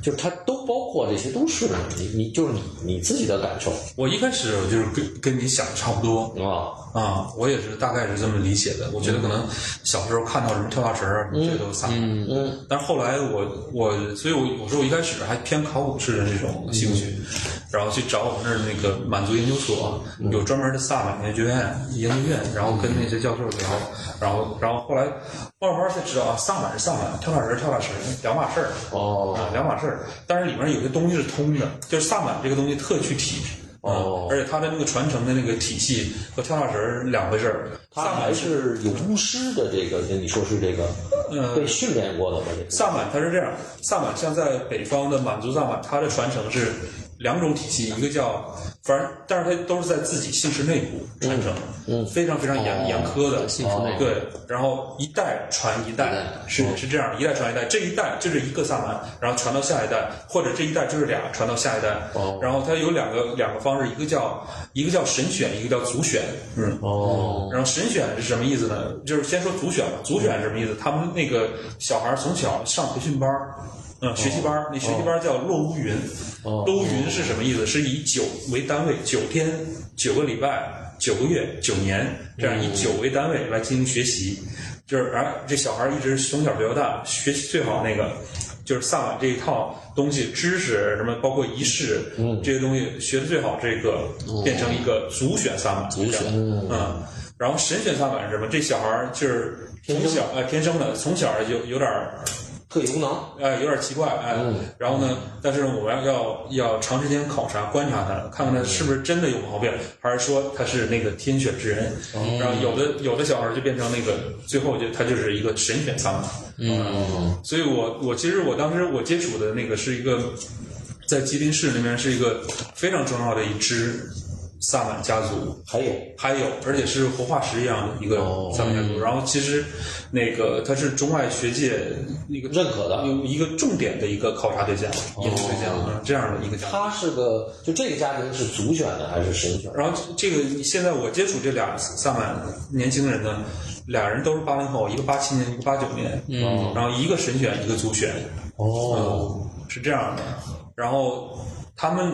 Speaker 1: 就是它都包括这些都是你你就是你你自己的感受
Speaker 5: 我一开始我就是跟跟你想的差不多
Speaker 1: 啊，
Speaker 5: 啊，我也是大概是这么理解的。我觉得可能小时候看到什么跳大神儿啊，什么这都散了。嗯
Speaker 1: 嗯。
Speaker 5: 但是后来我我，所以我我说我一开始还偏考古式的这种兴趣，然后去找我们那儿那个满族研究所有专门的萨满研究院研究院，然后跟那些教授聊，然后然后后来慢慢才知道啊，萨满是萨满，跳大神儿是跳大神儿，两码事儿。
Speaker 1: 哦
Speaker 5: 啊，两码事儿。但是里面有些东西是通的，就是萨满这个东西特具体。啊
Speaker 1: 哦
Speaker 5: 而且它的那个传承的那个体系和跳大神儿两回事儿。
Speaker 1: 它
Speaker 5: 萨
Speaker 1: 还
Speaker 5: 满
Speaker 1: 是有巫师的这个，你说是这个
Speaker 5: 呃
Speaker 1: 被训练过的吧？这个
Speaker 5: 萨满，它是这样，萨满像在北方的满族萨满，它的传承是两种体系，一个叫，反正但是它都是在自己姓氏内部传承，嗯，非常非常严、严苛的
Speaker 8: 姓氏内部
Speaker 5: 对，然后一代传一代，是是这样，一代传一代，这一代就是一个萨满，然后传到下一代，或者这一代就是俩传到下一代，
Speaker 1: 哦
Speaker 5: 然后它有两个两个方式，一个叫一个叫神选，一个叫族选，嗯，
Speaker 1: 哦
Speaker 5: 然后神选是什么意思呢？就是先说组选吧，组选是什么意思？他们那个小孩儿从小上培训班儿。嗯，学习班儿，那学习班儿叫落乌云。
Speaker 1: 哦
Speaker 5: 落乌云是什么意思？是以九为单位，九天、九个礼拜、九个月、九年，这样以九为单位来进行学习。就是，哎，这小孩儿一直从小学到大，学习最好那个，就是萨满这一套东西、知识什么，包括仪式、这些东西学的最好，这个变成一个组选萨满。组
Speaker 2: 选
Speaker 5: 嗯，然后神选萨满是什么？这小孩儿就是从小呃天生的，从小有有点儿
Speaker 1: 特异功能
Speaker 5: 呃有点奇怪哎、然后呢，但是我们要要要长时间考察观察他，看看他是不是真的有毛病，还是说他是那个天选之人。然后有的有的小孩儿就变成那个，最后就他就是一个神选萨满。
Speaker 2: 嗯，
Speaker 5: 所以我我其实我当时我接触的那个是一个在吉林市那边是一个非常重要的一支萨满家族，
Speaker 1: 还有
Speaker 5: 还有，而且是活化石一样的一个
Speaker 1: 哦
Speaker 5: 三面族。然后其实那个它是中外学界一个
Speaker 1: 认可的哦
Speaker 5: 有一个重点的一个考察对象、研究对象，嗯这样的一个家。
Speaker 1: 他是个，就这个家庭是族选的还是神选？
Speaker 5: 然后这个现在我接触这俩萨满年轻人呢，俩人都是八零后，一个八七年，一个八九年，嗯，然后一个神选，一个族选，
Speaker 1: 哦，
Speaker 5: 嗯，是这样的。然后他们，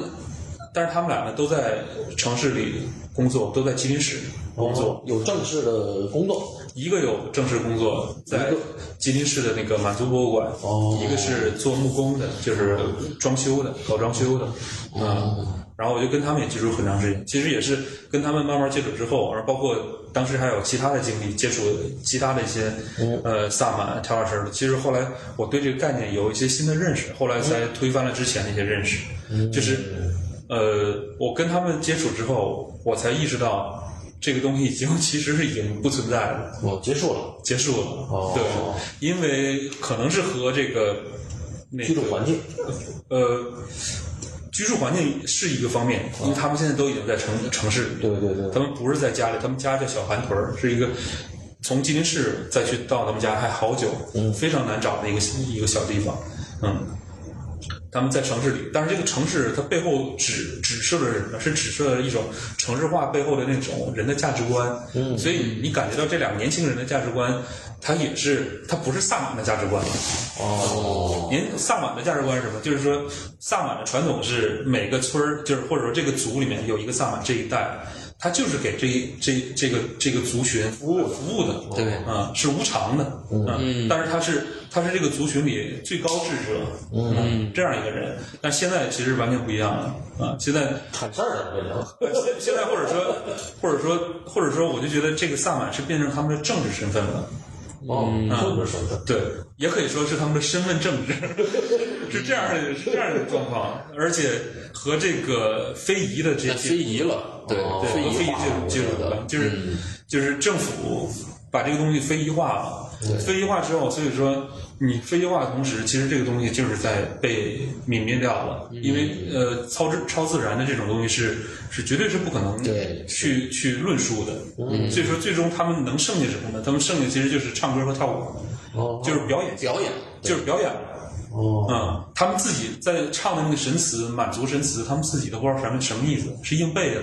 Speaker 5: 但是他们俩呢都在城市里工作，都在吉林市工作。
Speaker 1: 有正式的工作，
Speaker 5: 一个有正式工作，在吉林市的那个满族博物馆；
Speaker 1: 哦
Speaker 5: 一个是做木工的，就是装修的，搞装修的。嗯，然后我就跟他们也接触很长时间，其实也是跟他们慢慢接触之后，然后包括当时还有其他的经历，接触其他的一些呃萨满、跳大神儿。其实后来我对这个概念有一些新的认识，后来才推翻了之前的一些认识，就是呃，我跟他们接触之后，我才意识到。这个东西已经 其实是已经不存在了，
Speaker 1: 哦，结束了，
Speaker 5: 结束了。
Speaker 1: 哦
Speaker 5: 对，因为可能是和这个那
Speaker 1: 居住环境，
Speaker 5: 呃居住环境是一个方面，因为他们现在都已经在城城市里，
Speaker 1: 对对对
Speaker 5: 他们不是在家里，他们家叫小韩屯儿，是一个。从吉林市再去到他们家还好久，嗯，非常难找的一个一个小地方，嗯，他们在城市里，但是这个城市它背后指指示了什么？是指示了一种城市化背后的那种人的价值观。嗯，所以你感觉到这俩年轻人的价值观，它也是它不是萨满的价值观。哦，您萨满的价值观是什么？就是说萨满的传统是每个村儿，就是或者说这个族里面有一个萨满这一代。它就是给这一这这个这个族群服务服务的，
Speaker 2: 对
Speaker 5: 啊、是无偿的，嗯，但是他是他是这个族群里最高智者，嗯，这样一个人，但现在其实完全不一样了，啊、现在
Speaker 1: 喊事儿了，变成
Speaker 5: 现现在或者说，或者说，或者说，我就觉得这个萨满是变成他们的政治身份了。
Speaker 2: 嗯
Speaker 1: 哦，这么说的。
Speaker 5: 对，也可以说是他们的身份政治，是这样的，是这样的状况。而且和这个非遗的这
Speaker 2: 那
Speaker 5: 些
Speaker 2: 非遗
Speaker 1: 哦
Speaker 2: 了，对，
Speaker 5: 对
Speaker 2: 非
Speaker 5: 非
Speaker 2: 遗
Speaker 5: 遗
Speaker 2: 化了
Speaker 5: 这
Speaker 2: 我觉
Speaker 5: 这
Speaker 2: 得嗯
Speaker 5: 种就是就是政府把这个东西非遗化了。非遗化之后，所以说你非遗化的同时，其实这个东西就是在被泯灭掉了，
Speaker 2: 嗯
Speaker 5: 因为呃，超自超自然的这种东西是是绝对是不可能
Speaker 2: 对嗯
Speaker 5: 去去论述的。所以说，最终他们能剩下什么呢？他们剩下其实就是唱歌和跳舞，就是表演，
Speaker 2: 哦表演
Speaker 5: 就是表演。
Speaker 6: 哦，
Speaker 5: 嗯，他们自己在唱的那个神词，满族神词，他们自己都不知道什么什么意思，是硬背的。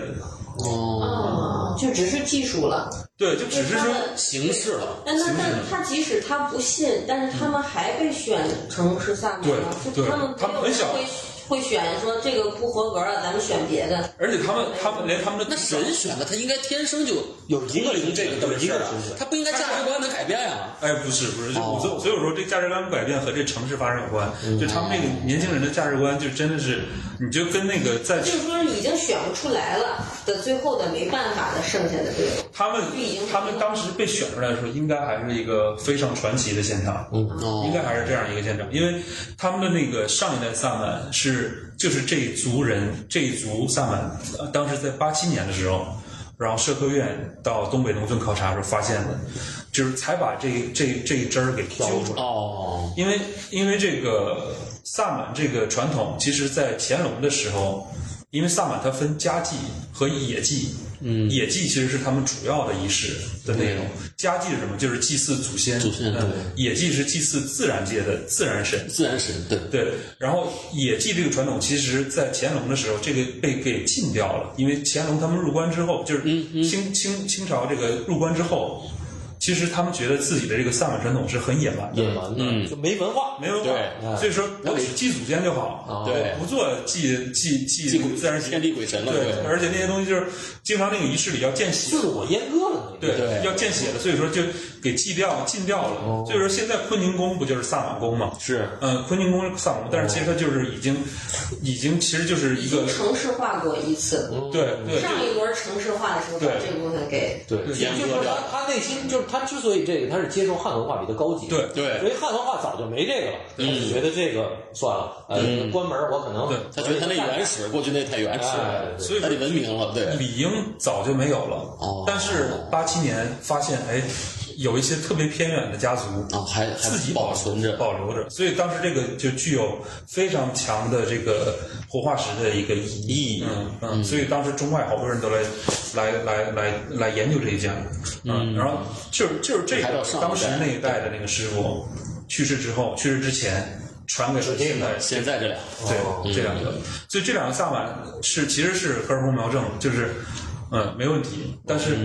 Speaker 4: 嗯，就只是技术了，
Speaker 5: 对，就只是说，
Speaker 2: 形式了，
Speaker 4: 但他但他即使他不信，但是他们还被选成是萨满了，
Speaker 5: 对
Speaker 4: 就
Speaker 5: 对
Speaker 4: 他们
Speaker 5: 他们很小
Speaker 4: 会会选说这个不合格了，咱们选别的。
Speaker 5: 而且他们他们连他们的
Speaker 2: 那神选的，他应该天生就
Speaker 1: 有一个
Speaker 2: 灵这个
Speaker 1: 有一个
Speaker 2: 啊
Speaker 1: 神选
Speaker 2: 他不应该价值观能改变啊呀。
Speaker 5: 哎，不是不是，就我所以所以我说这价值观改变和这城市发展有关，就他们这个年轻人的价值观就真的是，你就跟那个在
Speaker 4: 就是说已经选不出来了的，最后的没办法的剩下的队伍，
Speaker 5: 他们他们当时被选出来的时候，应该还是一个非常传奇的现场，嗯，
Speaker 2: 哦
Speaker 5: 应该还是这样一个现场，因为他们的那个上一代萨满是就是这一族人这一族萨满，呃当时在八七年的时候，然后社科院到东北农村考察的时候发现的，就是才把这这这一支儿给揪出来，
Speaker 2: 哦，
Speaker 5: 因为因为这个萨满这个传统，其实在乾隆的时候，因为萨满它分家祭和野祭，嗯，野祭其实是他们主要的仪式的内容。家祭是什么？就是祭祀祖先，
Speaker 2: 祖先
Speaker 5: 嗯
Speaker 2: 对
Speaker 5: 野祭是祭祀自然界的自然神，
Speaker 2: 自然神对，
Speaker 5: 对，然后野祭这个传统，其实在乾隆的时候，这个被给禁掉了，因为乾隆他们入关之后，就是
Speaker 2: 嗯
Speaker 5: 清清清朝这个入关之后，其实他们觉得自己的这个萨满传统是很野蛮的，
Speaker 1: 野蛮的，
Speaker 2: 嗯
Speaker 1: 就没文化，
Speaker 5: 没文
Speaker 2: 对
Speaker 5: 化，所以说我只祭祖先就好，
Speaker 2: 对
Speaker 5: 不做祭祭祭
Speaker 2: 祭鬼
Speaker 5: 自然
Speaker 2: 天地鬼神了
Speaker 5: 对
Speaker 2: 对，
Speaker 5: 而且那些东西就是经常那个仪式里要见血
Speaker 1: 自，我阉割了。
Speaker 5: 对，
Speaker 2: 对
Speaker 5: 要见血的，所以说就给祭掉禁掉了。所以说现在坤宁宫不就是萨满宫吗？
Speaker 2: 是
Speaker 5: 嗯，坤宁宫是萨满宫，但是其实它就是已经已经其实就是
Speaker 4: 已
Speaker 5: 一个
Speaker 4: 经城市化过一次。
Speaker 5: 对对
Speaker 4: 上一轮城市化的时候，把
Speaker 5: 对
Speaker 4: 这部分给
Speaker 1: 对，就是他他内心就是他之所以这个，他是接受汉文化比他高级。
Speaker 5: 对
Speaker 2: 对
Speaker 1: 所以汉文化早就没这个了，他就觉得这个算了，呃，关门我可能
Speaker 5: 对
Speaker 2: 他觉得他那原始过去那太原始
Speaker 1: 哎
Speaker 2: 了，
Speaker 1: 对
Speaker 5: 所以
Speaker 2: 他
Speaker 5: 说
Speaker 2: 得文明了，对，
Speaker 5: 理应早就没有了。
Speaker 2: 哦
Speaker 5: 但是八七年发现，哎，有一些特别偏远的家族
Speaker 2: 啊还还
Speaker 5: 自己
Speaker 2: 保存着
Speaker 5: 保留着，所以当时这个就具有非常强的这个活化石的一个意义。嗯嗯，所以当时中外好多人都来来来来来研究这一家。嗯，然后就是就是这
Speaker 2: 还
Speaker 5: 个
Speaker 2: 到上一代
Speaker 5: 当时那一代的那个师傅去世之后，去世之前传给了现在
Speaker 2: 现在这俩
Speaker 5: 对，这两个，所以这两个萨满是其实是荷尔蒙苗正，就是嗯没问题，但是、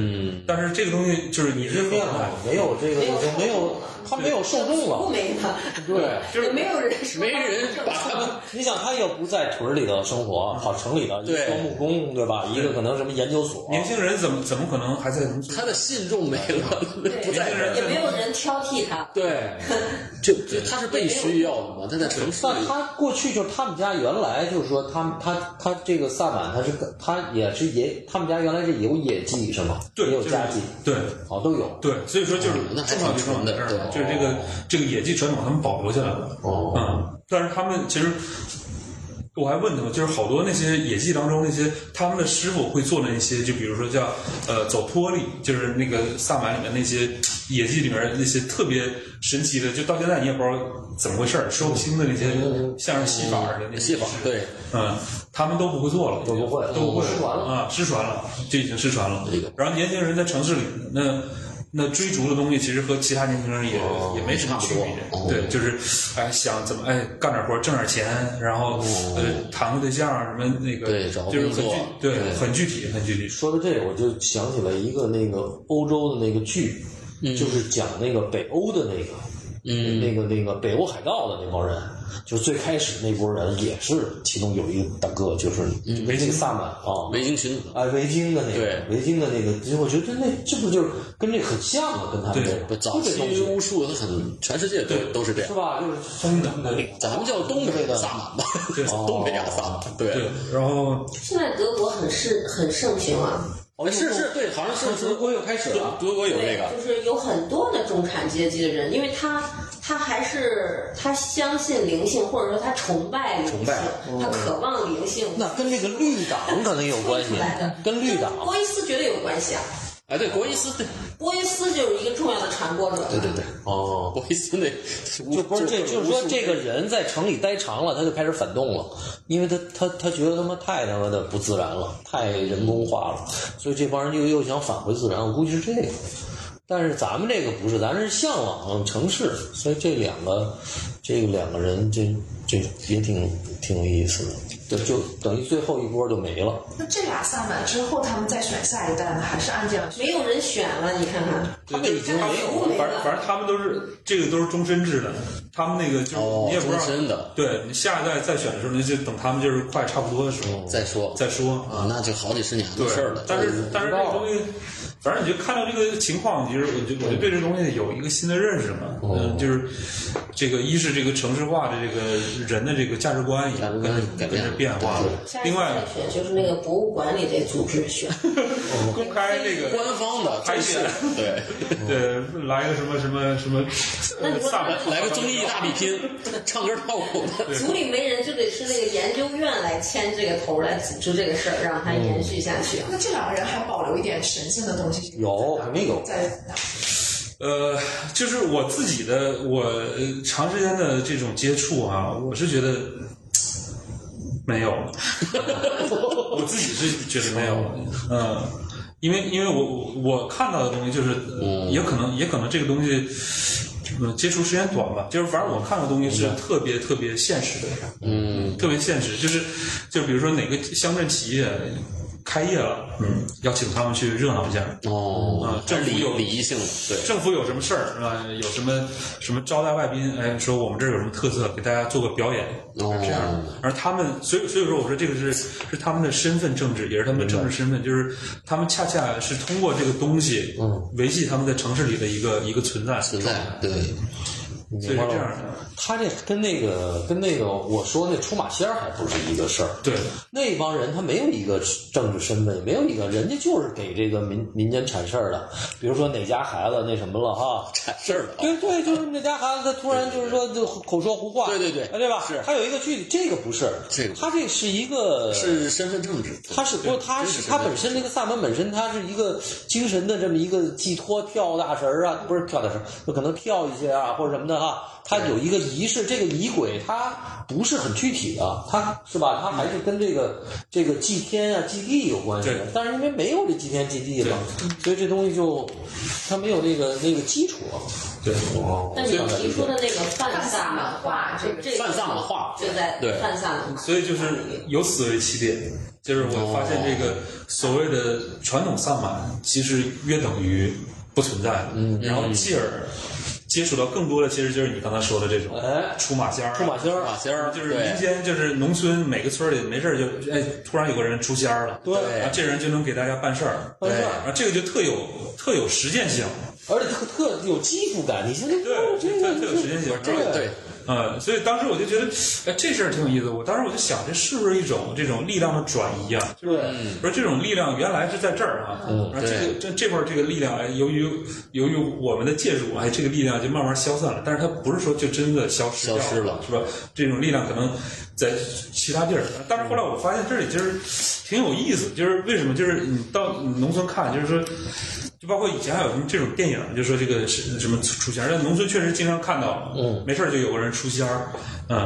Speaker 5: 但是这个东西就是你
Speaker 1: 也是
Speaker 5: 是
Speaker 1: 变了，没有哦这个已经没有他没有受众
Speaker 4: 不
Speaker 1: 了。
Speaker 4: 没了，
Speaker 1: 对，
Speaker 4: 也没有人说
Speaker 2: 没人把他们
Speaker 1: 你想他要不在屯儿里头生活，跑城里头，一
Speaker 2: 对
Speaker 1: 个木工对吧？一个可能什么研究所，
Speaker 5: 年轻人怎么怎么可能还在农村？
Speaker 2: 他的信众没了，不在这儿
Speaker 4: 也没有人挑剔他。
Speaker 2: 对，就就他是被需要的嘛，他在城市
Speaker 1: 但
Speaker 2: 里，
Speaker 1: 他过去就是他们家原来就是说他们他他这个萨满他是个他也是也他们家原来是有野祭是吗？
Speaker 5: 对，
Speaker 1: 也有
Speaker 5: 就是
Speaker 1: 家祭，
Speaker 5: 对。
Speaker 1: 哦都有。
Speaker 5: 对，所以说就是
Speaker 2: 嗯那还
Speaker 5: 正好就
Speaker 2: 挺纯的哦
Speaker 5: 这儿嘛
Speaker 2: 对
Speaker 5: 就是这个这个野鸡传统他们保留下来了。
Speaker 1: 哦
Speaker 5: 嗯，但是他们其实我还问他们，就是好多那些野鸡当中那些他们的师傅会做的那些，就比如说叫呃走坡力，就是那个萨满里面那些野鸡里面那些特别神奇的，就到现在你也不知道怎么回事儿，说不清的那些像是戏法儿的那
Speaker 2: 嗯
Speaker 5: 些
Speaker 2: 戏法对，
Speaker 5: 嗯，他们都不会做了，
Speaker 1: 都不会
Speaker 5: 都不会
Speaker 1: 失传了
Speaker 5: 啊，失传了，就已经失传了。然后年轻人在城市里，那那追逐的东西其实和其他年轻人也、也没什么区别，对，就是哎想怎么哎干点活挣点钱，然后、呃谈个对象什么那个，
Speaker 2: 对找个
Speaker 5: 就是很
Speaker 2: 工
Speaker 5: 具
Speaker 2: 作
Speaker 5: 对
Speaker 2: 对
Speaker 5: 很具体很具体，
Speaker 1: 说到这个，我就想起了一个那个欧洲的那个剧，就是讲那个北欧的那个。嗯，那个那个北欧海盗的那帮人，就最开始那波人也是，其中有一个大哥就是嗯维京萨满啊，
Speaker 2: 维京群
Speaker 1: 啊维京的那个
Speaker 2: 对，
Speaker 1: 维京的那个，其实我觉得那这不就是跟这很像啊，跟他们这
Speaker 2: 不
Speaker 1: 个
Speaker 2: 早
Speaker 1: 这个东
Speaker 2: 期
Speaker 1: 西
Speaker 2: 巫术它很，全世界都都是这样
Speaker 1: 是。吧？就是相当的，
Speaker 2: 咱们叫东北的萨满吧，
Speaker 1: 哦
Speaker 2: 东北亚萨满，对，
Speaker 5: 对，然后
Speaker 4: 现在德国很是很盛行啊，
Speaker 2: 哦是是，对，好像是
Speaker 1: 德国又开始了，
Speaker 2: 德国有这个，
Speaker 4: 就是有很多的中产阶级的人，因为他他还是他相信灵性，或者说他崇拜灵性，
Speaker 2: 崇拜
Speaker 4: 他渴望灵性。
Speaker 1: 那跟这个绿党可能有关系
Speaker 4: 出来的，
Speaker 1: 跟绿党
Speaker 4: 博伊斯绝对有关系啊！
Speaker 2: 哎，对，国伊斯， 对
Speaker 4: 博伊斯就是一个重要的传播者。
Speaker 2: 对对对，
Speaker 1: 哦。
Speaker 2: 国伊斯那
Speaker 1: 就不是这，就是说这个人在城里待长了，他就开始反动了，因为他他他觉得他妈太他妈的不自然了，太人工化了，所以这帮人又又想返回自然，我估计是这个。但是咱们这个不是，咱是向往城市，所以这两个，这个两个人，这这也挺挺有意思的，就就等于最后一波就没了。
Speaker 3: 那这俩萨满之后，他们再选下一代呢，还是按这样选？
Speaker 4: 没有人选了，你看看，
Speaker 5: 他
Speaker 1: 们已经没
Speaker 4: 有了
Speaker 5: 反正反正他们都是这个都是终身制的，他们那个就是
Speaker 2: 哦
Speaker 5: 你也不知道
Speaker 2: 终身的
Speaker 5: 对你下一代再选的时候，你就等他们就是快差不多的时候
Speaker 2: 再说
Speaker 5: 再说
Speaker 2: 啊，那就好几十年
Speaker 5: 对
Speaker 2: 的事儿了。
Speaker 5: 但是但是这个东西，反正你就看到这个情况，其实我就我就对这东西有一个新的认识嘛。
Speaker 2: 哦
Speaker 5: 嗯，就是这个一是这个城市化的这个人的这个价值观也
Speaker 2: 价值
Speaker 5: 跟
Speaker 2: 观
Speaker 5: 着
Speaker 2: 改
Speaker 5: 跟
Speaker 2: 变
Speaker 5: 着
Speaker 2: 了
Speaker 5: 变化了。
Speaker 4: 下一
Speaker 5: 另
Speaker 4: 次
Speaker 5: 外
Speaker 4: 再，选就是那个博物馆里得组织选，
Speaker 5: 公开那个
Speaker 2: 官方的
Speaker 5: 拍
Speaker 2: 真
Speaker 5: 戏
Speaker 2: 是对，
Speaker 5: 对，来个什么什么什么，
Speaker 4: 那你
Speaker 5: 呃
Speaker 4: 说
Speaker 5: 萨满
Speaker 2: 来个综艺大比拼，唱歌跳舞 的，
Speaker 4: 组里没人就得是那个研究院来牵这个头来组织这个事儿，让它延续下去啊。
Speaker 3: 那这两个人还保留一点神性的东西，
Speaker 1: 有肯定有，
Speaker 3: 在哪？
Speaker 5: 呃，就是我自己的，我呃长时间的这种接触啊，我是觉得没有， 我自己是觉得没有，嗯，因为因为我我我看到的东西就是，
Speaker 2: 嗯
Speaker 5: 呃也可能也可能这个东西。嗯，接触时间短吧，就是反正我看到的东西
Speaker 2: 嗯
Speaker 5: 是特别特别现实的，嗯，特别现实，就是就比如说哪个乡镇企业开业了，嗯，要请他们去热闹一下，
Speaker 2: 哦
Speaker 5: 嗯
Speaker 2: 这
Speaker 5: 政府
Speaker 2: 礼
Speaker 5: 有
Speaker 2: 礼仪性的，对。
Speaker 5: 政府有什么事儿啊、有什么什么招待外宾？哎，说我们这儿有什么特色，给大家做个表演，
Speaker 2: 哦
Speaker 5: 是这样的。而他们，所以所以说，我说这个是是他们的身份政治，也是他们的政治身份，就是他们恰恰是通过这个东西，嗯，维系他们在城市里的一个一个存在，
Speaker 2: 存在，对，
Speaker 5: 所以是这样的。
Speaker 1: 他这跟那个跟那个我说那出马仙儿还不是一个事儿。
Speaker 5: 对，
Speaker 1: 那帮人他没有一个政治身份，没有一个人家就是给这个民民间铲事儿的。比如说哪家孩子那什么了哈，
Speaker 2: 产事儿啊了。
Speaker 1: 对对，就是那家孩子他突然就是说就口说胡话，
Speaker 2: 对对对
Speaker 1: 啊对吧？
Speaker 2: 是
Speaker 1: 他有一个具体，这个不是，
Speaker 2: 这个不是
Speaker 1: 他这是一个
Speaker 2: 是身份政治，
Speaker 1: 他是不是他是他本身这个萨满本身，他是一个精神的这么一个寄托，跳大神儿啊，不是跳大神儿，就可能跳一些啊或者什么的哈、他有一个仪式，这个仪轨它不是很具体的，它是吧？它还是跟这个这个祭天啊祭地有关系的
Speaker 5: 对，
Speaker 1: 但是因为没有这祭天祭地了，所以这东西就它没有那个那个基础。啊
Speaker 5: 对，
Speaker 4: 那你提出的那个泛萨满化，这这
Speaker 2: 泛萨满化
Speaker 4: 就在
Speaker 2: 对
Speaker 4: 泛萨满化，
Speaker 5: 所以就是由此为起点，就是我发现这
Speaker 1: 哦
Speaker 5: 个所谓的传统萨满，其实约等于不存在的。嗯，然后继而接触到更多的，其实就是你刚才说的这种，
Speaker 1: 哎
Speaker 5: 出马仙儿啊，
Speaker 1: 出马仙儿
Speaker 2: 马仙儿，
Speaker 5: 就是民
Speaker 2: 对，
Speaker 5: 间，就是农村每个村儿里没事儿就哎，突然有个人出仙儿了，对然后这人就能给大家办事儿，
Speaker 1: 办事儿
Speaker 5: 然后这个就特有特有实践性，
Speaker 1: 而且特特有肌肤感，你现在
Speaker 5: 对
Speaker 1: 哦，这
Speaker 5: 特
Speaker 1: 个
Speaker 5: 特有实践性，
Speaker 2: 这个对，
Speaker 5: 呃，所以当时我就觉得，哎，这事儿挺有意思。我当时我就想，这是不是一种这种力量的转移啊？就是说这种力量原来是在这儿啊，
Speaker 2: 嗯
Speaker 5: 然后这个这这块儿这个力量，哎，由于由于我们的介入，哎，这个力量就慢慢消散了。但是它不是说就真的消失掉
Speaker 2: 消失了
Speaker 5: 是吧？这种力量可能在其他地儿。但是后来我发现这里就是挺有意思，就是为什么？就是你到农村看，就是说。就包括以前还有什么这种电影，就说这个是什么出仙儿，在农村确实经常看到，嗯，没事儿就有个人出仙儿，嗯，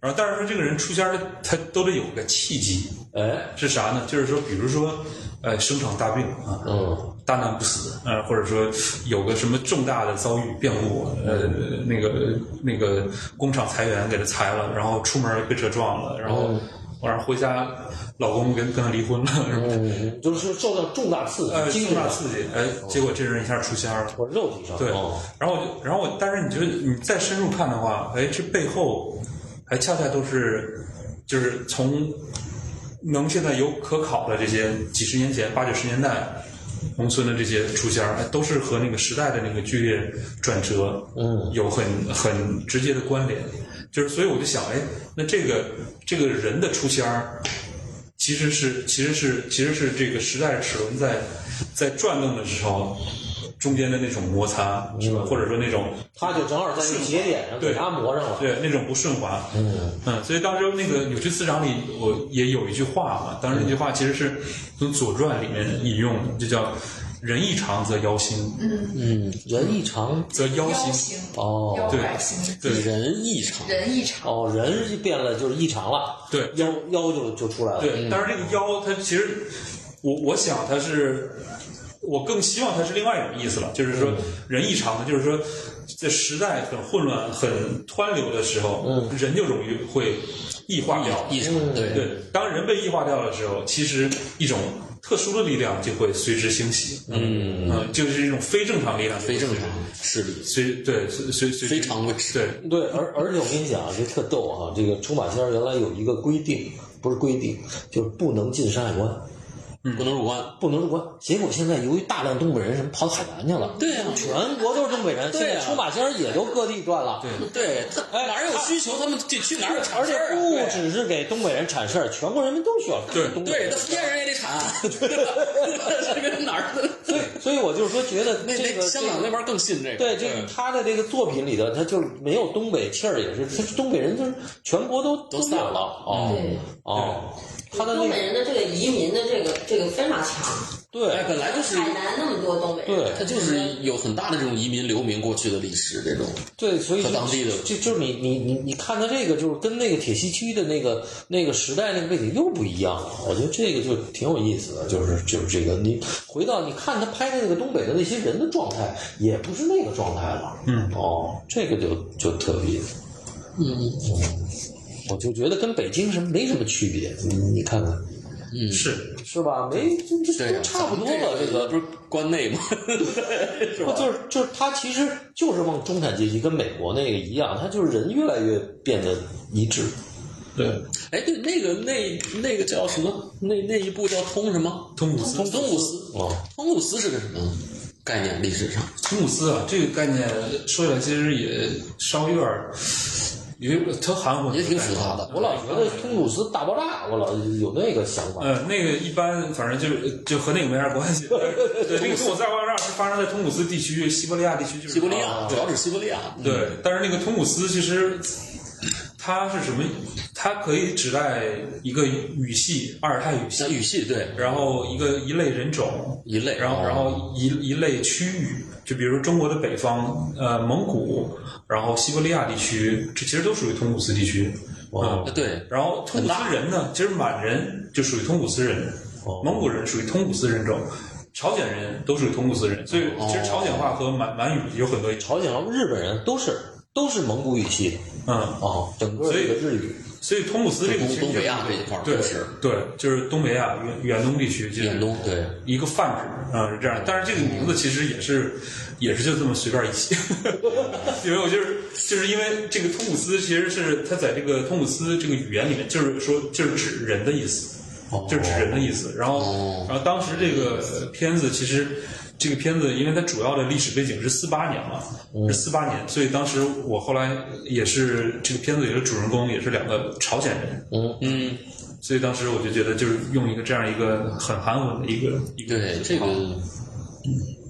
Speaker 5: 然后但是说这个人出仙儿，他他都得有个契机，
Speaker 1: 哎，
Speaker 5: 是啥呢？就是说，比如说，呃，生场大病啊，嗯，大难不死，呃，或者说有个什么重大的遭遇变故，呃，那个那个工厂裁员给他裁了，然后出门被车撞了，然后然后回家老公跟跟她离婚了，然后
Speaker 1: 嗯，就是受到重大刺
Speaker 5: 呃，
Speaker 1: 激，精
Speaker 5: 重
Speaker 1: 神
Speaker 5: 大
Speaker 1: 上
Speaker 5: 刺激，哎，结果这人一下出仙儿了。
Speaker 1: 或者肉体上，
Speaker 5: 对
Speaker 1: 哦，
Speaker 5: 然后我就，然后我，但是你觉得你再深入看的话，哎，这背后还恰恰都是，就是从能现在有可考的这些几十年前八九十年代农村的这些出仙儿，哎，都是和那个时代的那个剧烈转折，嗯，有很很直接的关联。就是，所以我就想，哎，那这个这个人的出仙儿，其实是其实是其实是这个时代齿轮在在转动的时候，中间的那种摩擦是吧？或者说那种
Speaker 1: 他就正好在那节点上给
Speaker 5: 对
Speaker 1: 他磨上了，
Speaker 5: 对那种不顺滑，嗯所以当时那个《扭曲四章》里我也有一句话嘛，当时那句话其实是从《左传》里面引用的，就叫“人一长则妖心，
Speaker 1: 嗯，人异常
Speaker 5: 则妖
Speaker 3: 妖
Speaker 5: 心
Speaker 3: 形，
Speaker 1: 哦
Speaker 3: 妖
Speaker 5: 对
Speaker 3: 怪形，”，
Speaker 5: 对
Speaker 2: 人异常，
Speaker 3: 人异常，
Speaker 1: 哦，人是变了就是异常了，
Speaker 5: 对
Speaker 1: 妖妖就就出来了，
Speaker 2: 嗯
Speaker 1: 嗯
Speaker 5: 对，但是这个妖，它其实我我想它是，我更希望它是另外一种意思了，就是
Speaker 2: 嗯
Speaker 5: 说人异常的，就是说在时代很混乱、很湍流的时候，人就容易会异化掉。
Speaker 2: 嗯异常对。
Speaker 5: 对，当人被异化掉的时候，其实一种特殊的力量就会随之兴起。嗯就是一种非正常力量就会
Speaker 2: 非
Speaker 5: 随之，
Speaker 2: 正常势力，
Speaker 5: 随对随随随之
Speaker 2: 非常规
Speaker 5: 对。
Speaker 1: 对，而而且我跟你讲啊，这特逗哈、这个出马仙儿原来有一个规定，不是规定，就是不能进山海关，
Speaker 2: 不能入关。
Speaker 1: 不能入关。结果现在由于大量东北人什么跑海南去了，
Speaker 2: 对啊
Speaker 1: 全国都是东北人，
Speaker 2: 对啊
Speaker 1: 现在出马仙儿也都各地转了，对。
Speaker 2: 对他哪儿有需求，他们得去哪儿有
Speaker 1: 而
Speaker 2: 产事
Speaker 1: 且
Speaker 2: 儿啊。
Speaker 1: 不只是给东北人铲事儿，全国人民都需要
Speaker 5: 对
Speaker 1: 东北
Speaker 2: 对，
Speaker 1: 人
Speaker 2: 那福建人也得产， 这个哪儿的？
Speaker 1: 所以，所以我就是说，觉得
Speaker 2: 那
Speaker 1: 这
Speaker 2: 那
Speaker 1: 个
Speaker 2: 香港那边更信这个。嗯
Speaker 1: 对，这个他的这个作品里头，他就没有东北气儿，也是，就是东北人就是全国都
Speaker 2: 都散
Speaker 1: 有
Speaker 2: 了
Speaker 1: 了，哦
Speaker 4: 对
Speaker 1: 哦，他的那
Speaker 4: 东
Speaker 1: 个
Speaker 4: 北人的这个移民的这个这个非常强，
Speaker 2: 哎，
Speaker 1: 对
Speaker 2: 本来就是，
Speaker 4: 海南那么多东北人，
Speaker 1: 对
Speaker 2: 它就是有很大的这种移民流民过去的历史，这种
Speaker 1: 对，所以
Speaker 2: 和
Speaker 1: 就
Speaker 2: 当地的
Speaker 1: 就就是你你你你看他这个，就是跟那个铁西区的那个那个时代那个背景又不一样了。我觉得这个就挺有意思的，就是就是这个你回到你看他拍的那个东北的那些人的状态，也不是那个状态了。嗯，哦，这个就就特有意思。嗯，我就觉得跟北京什么没什么区别，你你看看。嗯，
Speaker 5: 是
Speaker 1: 是吧？没，就就
Speaker 2: 对啊
Speaker 1: 都差不多了。这个
Speaker 2: 不是关内吗？是
Speaker 1: 不
Speaker 2: 吧？
Speaker 1: 就是就是他其实就是往中产阶级跟美国那个一样，他就是人越来越变得一致。
Speaker 5: 对，
Speaker 2: 哎，对，那个那那个叫什么？那那一部叫通什么？
Speaker 5: 通古斯
Speaker 2: 通通古斯。
Speaker 1: 哦，
Speaker 2: 通古斯是个什么概念？历史上
Speaker 5: 通姆斯啊，这个概念说起来其实也稍有点儿，有一个特含混，
Speaker 2: 也挺复杂的
Speaker 5: 啊
Speaker 1: 我老觉得通古斯大爆炸，我老有那个想法。
Speaker 5: 嗯呃，那个一般反正就是就和那个没啥 关系。对，这个通姆斯大爆炸是发生在通姆斯地区、西伯利亚地区，就是
Speaker 2: 西伯利亚，嗯
Speaker 5: 啊
Speaker 2: 主要是西伯利亚。
Speaker 5: 对，但是那个通姆斯其实它是什么？它可以指代一个语系，阿尔泰语
Speaker 2: 像
Speaker 5: 系，
Speaker 2: 语系对
Speaker 5: 然后一个一类人种，
Speaker 2: 一类，
Speaker 5: 然后然后一一类区域，就比如中国的北方，呃，蒙古，然后西伯利亚地区，这其实都属于通古斯地区。
Speaker 1: 哦
Speaker 5: 嗯
Speaker 2: 啊对
Speaker 5: 然后通古斯人呢，其实满人就属于通古斯人，蒙古人属于通古斯人种，朝鲜人都属于通古斯人，所以
Speaker 2: 哦
Speaker 5: 其实朝鲜话和满满语有很多，
Speaker 1: 朝鲜和日本人都是都是蒙古语系的
Speaker 5: 嗯，
Speaker 1: 哦，整个
Speaker 5: 所以
Speaker 1: 这个日语
Speaker 5: 所以通古斯这个
Speaker 2: 东
Speaker 5: 其实
Speaker 2: 东北亚这一块儿
Speaker 5: 对
Speaker 2: 都是
Speaker 5: 对，就是东北亚远远东地区，就是
Speaker 2: 远东对。
Speaker 5: 一个泛指，嗯，是这样。但是这个名字其实也是，也是就这么随便一起， 因为我就是就是因为这个通古斯其实是它在这个通古斯这个语言里面，就是说就是指人的意思，就是指人的意思。然后然后当时这个呃片子其实。这个片子，因为它主要的历史背景是四八年嘛，是四八年，所以当时我后来也是这个片子里的主人公也是两个朝鲜人，
Speaker 2: 嗯，
Speaker 5: 所以当时我就觉得就是用一个这样一个很韩文的一个一个
Speaker 2: 对这个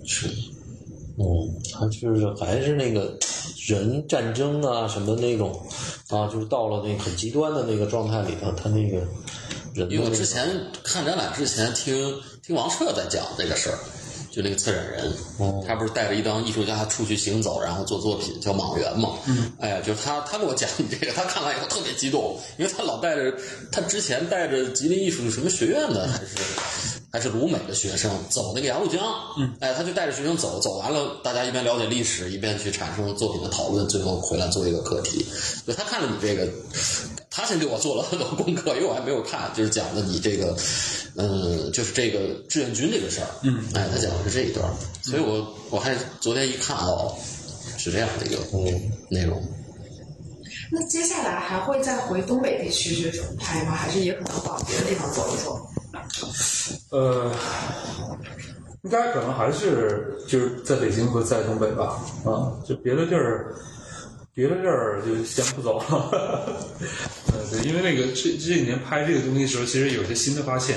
Speaker 2: 是
Speaker 1: 哦，他就是还是那个人战争啊什么那种啊，就是到了那个很极端的那个状态里头，他那个人的
Speaker 2: 因为我
Speaker 1: 那
Speaker 2: 之
Speaker 1: 个
Speaker 2: 前看展览之前听听王彻在讲这个事儿，就那个策展人，他不是带着一帮艺术家出去行走，然后做作品叫莽原嘛，哎呀，就是他他给我讲这个，他看完以后特别激动，因为他老带着他之前带着吉林艺术什么学院的还是。还是鲁美的学生走那个鸭绿江，嗯，哎，他就带着学生走，走完了，大家一边了解历史，一边去产生作品的讨论，最后回来做一个课题。就他看了你这个，他他先给我做了很多功课，因为我还没有看，就是讲的你这个，嗯，就是这个志愿军这个事儿，嗯，哎，他讲的是这一段儿，所以我我还昨天一看哦，是这样的一个内容。
Speaker 3: 那接下来还会再回东北地区去拍吗？还是也可能往别的地方走一走？
Speaker 5: 呃，应该可能还是就是在北京和在东北吧，啊，就别的地儿，别的地儿就先不走了。 呃，对，因为那个这这几年拍这个东西的时候，其实有些新的发现，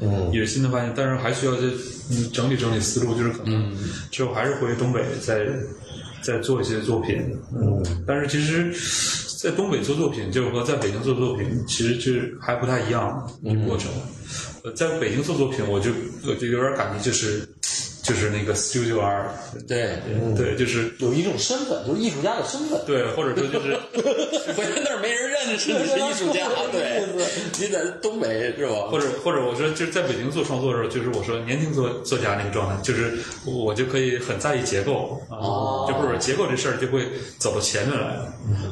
Speaker 5: 嗯，有新的发现，但是还需要再嗯整理整理思路，就是可能之后还是回东北再再做一些作品，嗯，但是其实。在东北做作品，就是和在北京做作品，其实就是还不太一样一个过程。呃，在北京做作品，我就我就有点感觉，就是就是那个 Studio R，
Speaker 2: 对，
Speaker 5: 对，就是
Speaker 1: 有一种身份，就是艺术家的身份。
Speaker 5: 对，或者说就是
Speaker 2: 回到那儿没人认识你是艺术家， 对，你在东北是吧？
Speaker 5: 或者或者我说就是在北京做创作的时候，就是我说年轻作作家那个状态，就是我就可以很在意结构啊，就或者结构这事儿就会走到前面来，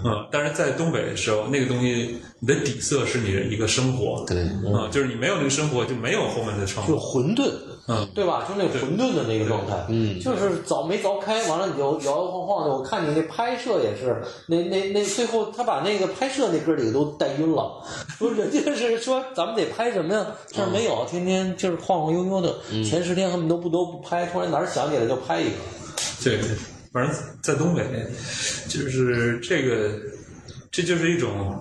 Speaker 5: 嗯，但是在东北的时候，那个东西你的底色是你的一个生活，
Speaker 2: 对
Speaker 5: 嗯，就是你没有那个生活，就没有后面的创
Speaker 1: 就是
Speaker 5: 作，
Speaker 1: 混沌，
Speaker 5: 嗯，
Speaker 1: 对吧？就是那个混沌的那个状态，嗯，就是凿没凿开，完了你就摇摇晃晃的。我看你那拍摄也是，那那那最后他把那个拍摄那哥几个都带晕 了，说人家是说咱们得拍什么呀？这儿没有，
Speaker 5: 嗯
Speaker 1: 天天就是晃晃悠悠的。前十天他们都不都不拍，突然哪儿想起来就拍一个。
Speaker 5: 对，反正在东北，就是这个，这就是一种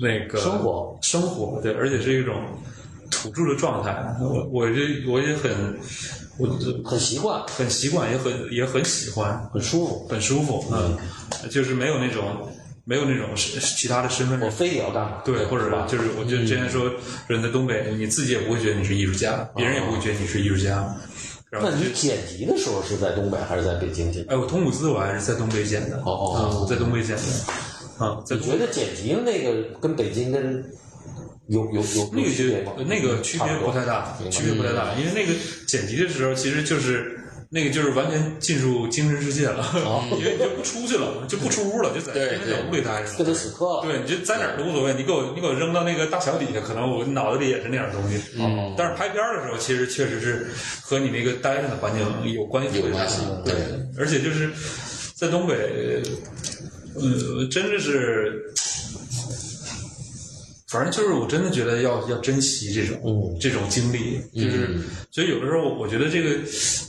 Speaker 5: 那个
Speaker 1: 生活，
Speaker 5: 生活对，而且是一种土著的状态。我我这我也很，我
Speaker 1: 很习惯，
Speaker 5: 很习惯，也很也很喜欢，
Speaker 1: 很舒服。
Speaker 5: 很舒服。嗯，就是没有那种没有那种是其他的身份
Speaker 1: 我
Speaker 5: 认同。
Speaker 1: 非得要干嘛？
Speaker 5: 对，或者
Speaker 1: 是吧？
Speaker 5: 就是我觉得之前说人在东北，你自己也不会觉得你是艺术家，别人也不会觉得你是艺术家。然后
Speaker 1: 嗯那
Speaker 5: 就
Speaker 1: 你剪辑的时候是在东北还是在北京剪？
Speaker 5: 哎，我通古兹我还是在东北剪的。
Speaker 1: 哦
Speaker 5: 啊，我在东北剪的。啊，在
Speaker 1: 你
Speaker 5: 东
Speaker 1: 觉得剪辑那个跟北京跟有有有
Speaker 5: 那
Speaker 1: 有
Speaker 5: 个
Speaker 1: 区别吗
Speaker 5: 就？那个区别
Speaker 1: 差不
Speaker 5: 不
Speaker 1: 多
Speaker 5: 太大，区别不太大，因为那个剪辑的时候其实就是。那个就是完全进入精神世界了， 嗯因为你就不出去了，就不出屋了，就在
Speaker 2: 对对
Speaker 5: 在屋里待着。
Speaker 1: 跟他死磕了。
Speaker 5: 对，你就在哪儿都无所谓，你给我你给我扔到那个大桥底下，可能我脑子里也是那样东西。嗯，但是拍片儿的时候，其实确实是和你那个待着的环境有关系，
Speaker 2: 有关系对
Speaker 5: 而且就是在东北，呃，真的是。反正就是，我真的觉得要要珍惜这种、
Speaker 2: 嗯
Speaker 5: 这种经历，就是，所以有的时候我觉得这个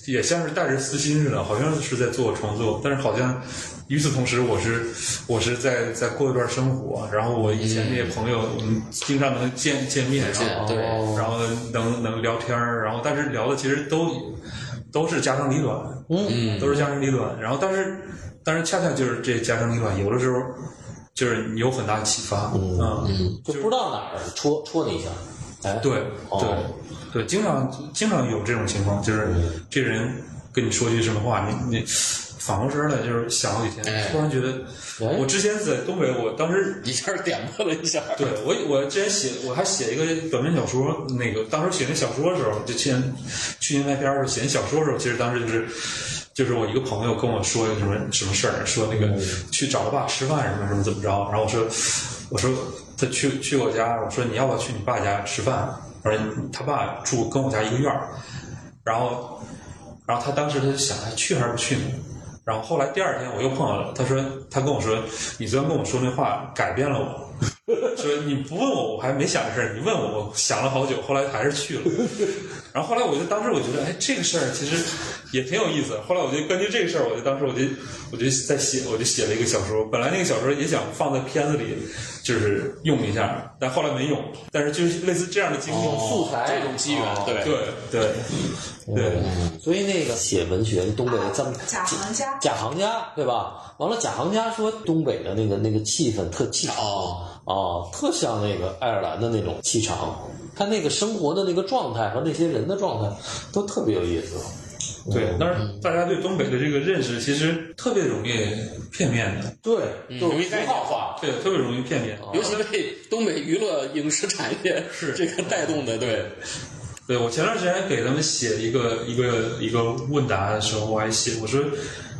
Speaker 5: 也像是带着私心似的，好像是在做创作，但是好像与此同时，我是我是在在过一段生活，然后我以前那些朋友，我们经常能见嗯见面，然后
Speaker 2: 对
Speaker 5: 然后能能聊天儿，然后但是聊的其实都都是家长里短，嗯，都是家长里短，然后但是但是恰恰就是这家长里短，有的时候就是你有很大启发，嗯
Speaker 1: 就不知道哪儿戳戳你一下。哎，
Speaker 5: 对对
Speaker 1: 哦
Speaker 5: 对，经常经常有这种情况，就是这人跟你说句什么话，你你反过身来就是想好几天，突然觉得，
Speaker 1: 哎
Speaker 5: 我之前在东北，我当时
Speaker 2: 一下点破了一下，
Speaker 5: 对我，我之前写，我还写一个短篇小说，那个当时写那小说的时候，就去年去年拍片儿的时候写那小说的时候，其实当时就是就是我一个朋友跟我说一个什么什么事儿，说那个去找他爸吃饭什么什么怎么着，然后我说我说他去去我家，我说你要不要去你爸家吃饭？我说他爸住跟我家一个院儿，然后然后他当时他就想，哎，去还是不去呢？然后后来第二天我又碰到了，他说他跟我说，你昨天跟我说那话改变了我，说你不问我，我还没想这事儿，你问我，我想了好久，后来还是去了。 然后后来我就当时我觉得，哎，这个事儿其实也挺有意思。后来我就根据这个事儿，我就当时我就我就在写，我就写了一个小说。本来那个小说也想放在片子里，就是用一下，但后来没用。但是就是类似这样的经历，
Speaker 2: 哦
Speaker 1: 素材
Speaker 2: 这种机缘，哦对
Speaker 5: 哦对对对，
Speaker 1: 嗯所以那个写文学东北咱们
Speaker 3: 假行家
Speaker 1: 假行家对吧？完了，假行家说东北的那个那个气氛特气场
Speaker 2: 哦，
Speaker 1: 啊，特像那个爱尔兰的那种气场。他那个生活的那个状态和那些人的状态都特别有意思。嗯
Speaker 5: 对，但是大家对东北的这个认识其实特别容易片面的，嗯
Speaker 1: 对，就
Speaker 2: 容易
Speaker 1: 是符
Speaker 2: 概念
Speaker 1: 号化。
Speaker 5: 对，特别容易片面。
Speaker 2: 尤其被东北娱乐影视产业是这个带动的，对，
Speaker 5: 对我前段时间给他们写一个一个一个问答的时候，我还写我说，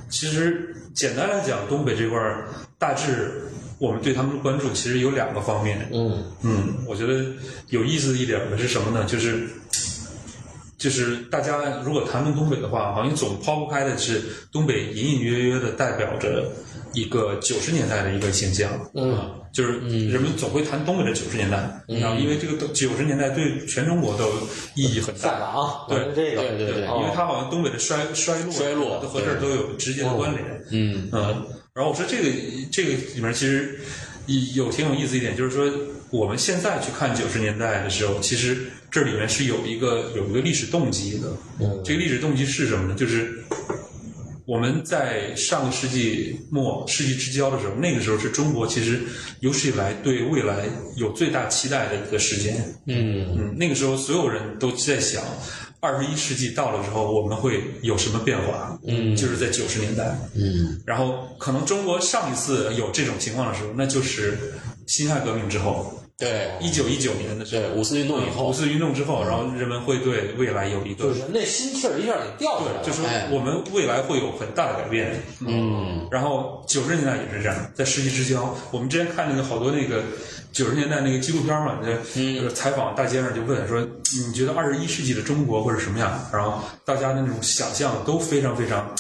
Speaker 5: 其实简单来讲，东北这块儿大致我们对他们的关注其实有两个方面。
Speaker 1: 嗯
Speaker 5: 嗯，我觉得有意思一点的是什么呢？就是就是大家如果谈论东北的话，好像总抛不开的是东北隐隐约约的代表着一个九十年代的一个形象。啊
Speaker 1: 嗯，
Speaker 5: 就是人们总会谈东北的九十年代，然后因为这个九十年代对全中国都意义很
Speaker 1: 赛
Speaker 5: 大。
Speaker 1: 马，我
Speaker 5: 对
Speaker 1: 们啊这个，
Speaker 5: 对
Speaker 1: 对
Speaker 5: 因为它好像东北的衰衰落、
Speaker 2: 衰落
Speaker 5: 和这儿都有直接的关联。
Speaker 2: 嗯，
Speaker 5: 嗯，然后我说这个这个里面其实有挺有意思一点，就是说我们现在去看九十年代的时候，其实这里面是有一个有一个历史动机的。嗯，这个历史动机是什么呢？就是我们在上个世纪末、世纪之交的时候，那个时候是中国其实有史以来对未来有最大期待的一个时间。
Speaker 1: 嗯
Speaker 5: 嗯，那个时候所有人都在想，二十一世纪到了之后我们会有什么变化？嗯，就是在九十年代。嗯，然后可能中国上一次有这种情况的时候，那就是辛亥革命之后，
Speaker 2: 对
Speaker 5: 一九一九年的时候
Speaker 2: 对，，五四运动以
Speaker 5: 五
Speaker 2: 后，
Speaker 5: 四运动之后，然后人们会对未来有一个
Speaker 1: 就是人的心气儿一下给掉下来了，
Speaker 5: 就说
Speaker 2: 哎
Speaker 5: 我们未来会有很大的改变。嗯，然后九十年代也是这样，在世纪之交，我们之前看那个好多那个九十年代那个纪录片嘛，就就是采访大街上就问说，你觉得二十一世纪的中国会是什么样？然后大家的那种想象都非常非常。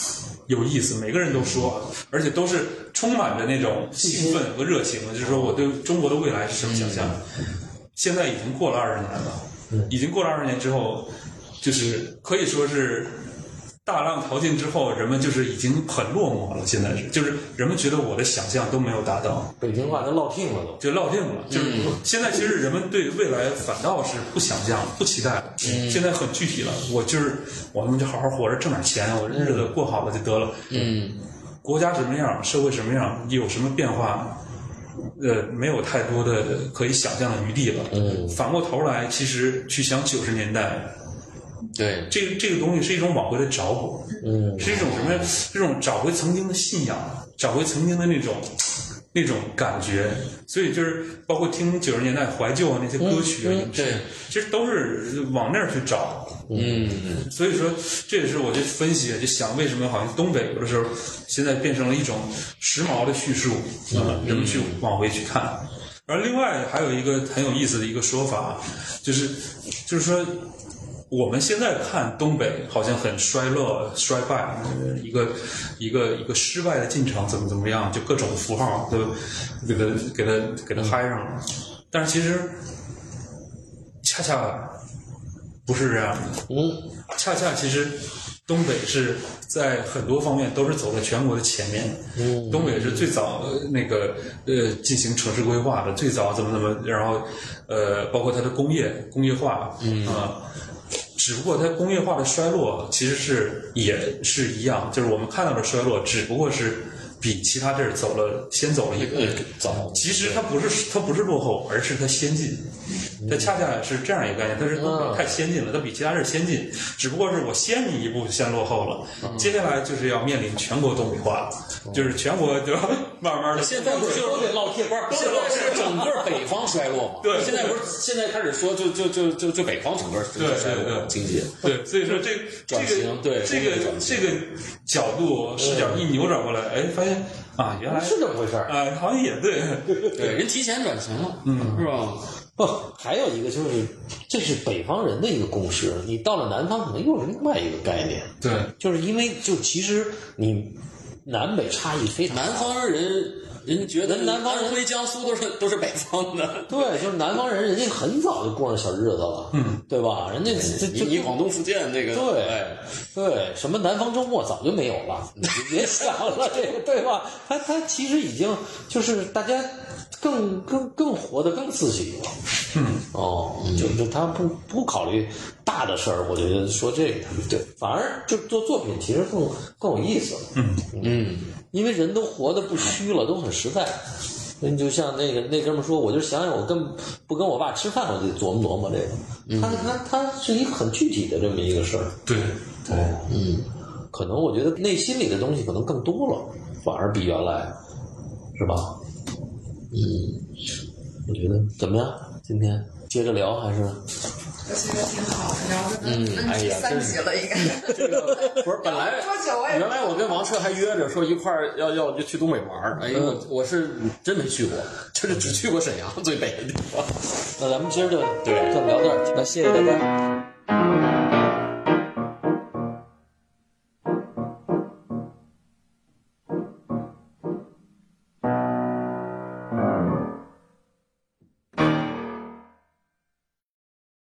Speaker 5: 有意思，每个人都说，而且都是充满着那种兴奋和热情，就是说我对中国的未来是什么想象。现在已经过了二十年了，已经过了二十年之后，就是可以说是大浪淘尽之后，人们就是已经很落寞了。现在是，就是人们觉得我的想象都没有达到，
Speaker 1: 北京话都落听了都。
Speaker 5: 就落定了。就是现在，其实人们对未来反倒是不想象、不期待了。现在很具体了，我就是我他妈就好好活着，挣点钱，我日子过好了就得了。
Speaker 2: 嗯，
Speaker 5: 国家什么样，社会什么样，有什么变化，呃，没有太多的可以想象的余地了。嗯，反过头来，其实去想九十年代，
Speaker 2: 对，
Speaker 5: 这个这个东西是一种往回的找补，嗯，是一种什么？这种找回曾经的信仰，找回曾经的那种那种感觉。所以就是包括听九十年代怀旧啊那些歌曲啊，影片
Speaker 2: 对，
Speaker 5: 其实都是往那儿去找。
Speaker 2: 嗯，
Speaker 5: 所以说，这也是我就分析，就想为什么好像东北有的时候现在变成了一种时髦的叙述啊、人们去往回去看。而另外还有一个很有意思的一个说法，就是就是说，我们现在看东北好像很衰落、衰败，呃一个一个一个失败的进程，怎么怎么样，就各种符号都给它给它给它嗨上了。但是其实恰恰不是这样的。恰恰其实东北是在很多方面都是走在全国的前面。东北是最早呃那个呃进行城市规划的，最早怎么怎么，然后呃包括它的工业工业化，嗯啊。只不过它工业化的衰落其实是也是一样，就是我们看到的衰落，只不过是比其他地儿走了先走了
Speaker 2: 嗯
Speaker 5: 一步。
Speaker 2: 早，
Speaker 5: 其实它不是它不是落后，而是它先进。
Speaker 2: 嗯
Speaker 5: 它恰恰是这样一个概念，它是东北太先进了，它比其他人先进，只不过是我先你一步先落后
Speaker 2: 嗯
Speaker 5: 了。接下来就是要面临全国东北化，就是全国就慢慢的。
Speaker 2: 现在不是
Speaker 1: 都得烙贴吧，
Speaker 2: 现在是整个 北方衰落嘛？
Speaker 5: 对
Speaker 2: 现在不是现在开始说就就就就就北方整个
Speaker 5: 对
Speaker 2: 衰落
Speaker 5: 对
Speaker 2: 经济，
Speaker 5: 对，所以说这这
Speaker 2: 转型
Speaker 5: 个
Speaker 2: 对
Speaker 5: 这
Speaker 2: 工业
Speaker 5: 个
Speaker 2: 转嗯
Speaker 5: 这个角度视角一扭转过来，哎，发现啊，原来
Speaker 1: 是这么回事儿。
Speaker 5: 啊，好像也对，
Speaker 2: 对，人提前转型了，嗯，是吧？
Speaker 1: 不，还有一个就是，这是北方人的一个共识。你到了南方，可能又是另外一个概念，
Speaker 5: 对
Speaker 1: 就是因为就其实你南北差异非常大。
Speaker 2: 南方人人觉得
Speaker 1: 人南方人
Speaker 2: 安徽、江苏都是都是北方的，
Speaker 1: 对，就是南方人，人家很早就过上小日子了，嗯，对吧？人家这
Speaker 2: 你
Speaker 1: 这
Speaker 2: 你广东、福建那个
Speaker 1: 对
Speaker 2: 哎
Speaker 1: 对，什么南方周末早就没有了， 你别想了，这个对吧？他他其实已经就是大家更更更活得更自己了，嗯，哦，就是他不不考虑大的事儿，我觉得说这个对，反而就做作品其实更更有意思，嗯嗯，因为人都活得不虚了，都很实在。你就像那个那哥们儿说，我就想想我跟不跟我爸吃饭，我就琢磨琢磨这个。他他他是一个很具体的这么一个事儿，
Speaker 5: 对，
Speaker 1: 可能我觉得内心里的东西可能更多了，反而比原来，是吧？嗯，我觉得怎么样？今天接着聊还是
Speaker 3: 我觉得挺好的，聊的
Speaker 8: 嗯哎呀
Speaker 3: 三级了应该。
Speaker 2: 不是本来
Speaker 3: 多久我也
Speaker 2: 原来我跟王彻还约着说一块儿要要去东北玩儿，哎，我我是真没去过，就是只去过沈阳最北的地方。
Speaker 1: 那咱们今儿就
Speaker 2: 对
Speaker 1: 就聊到这儿，那谢谢大家。
Speaker 2: 拜拜。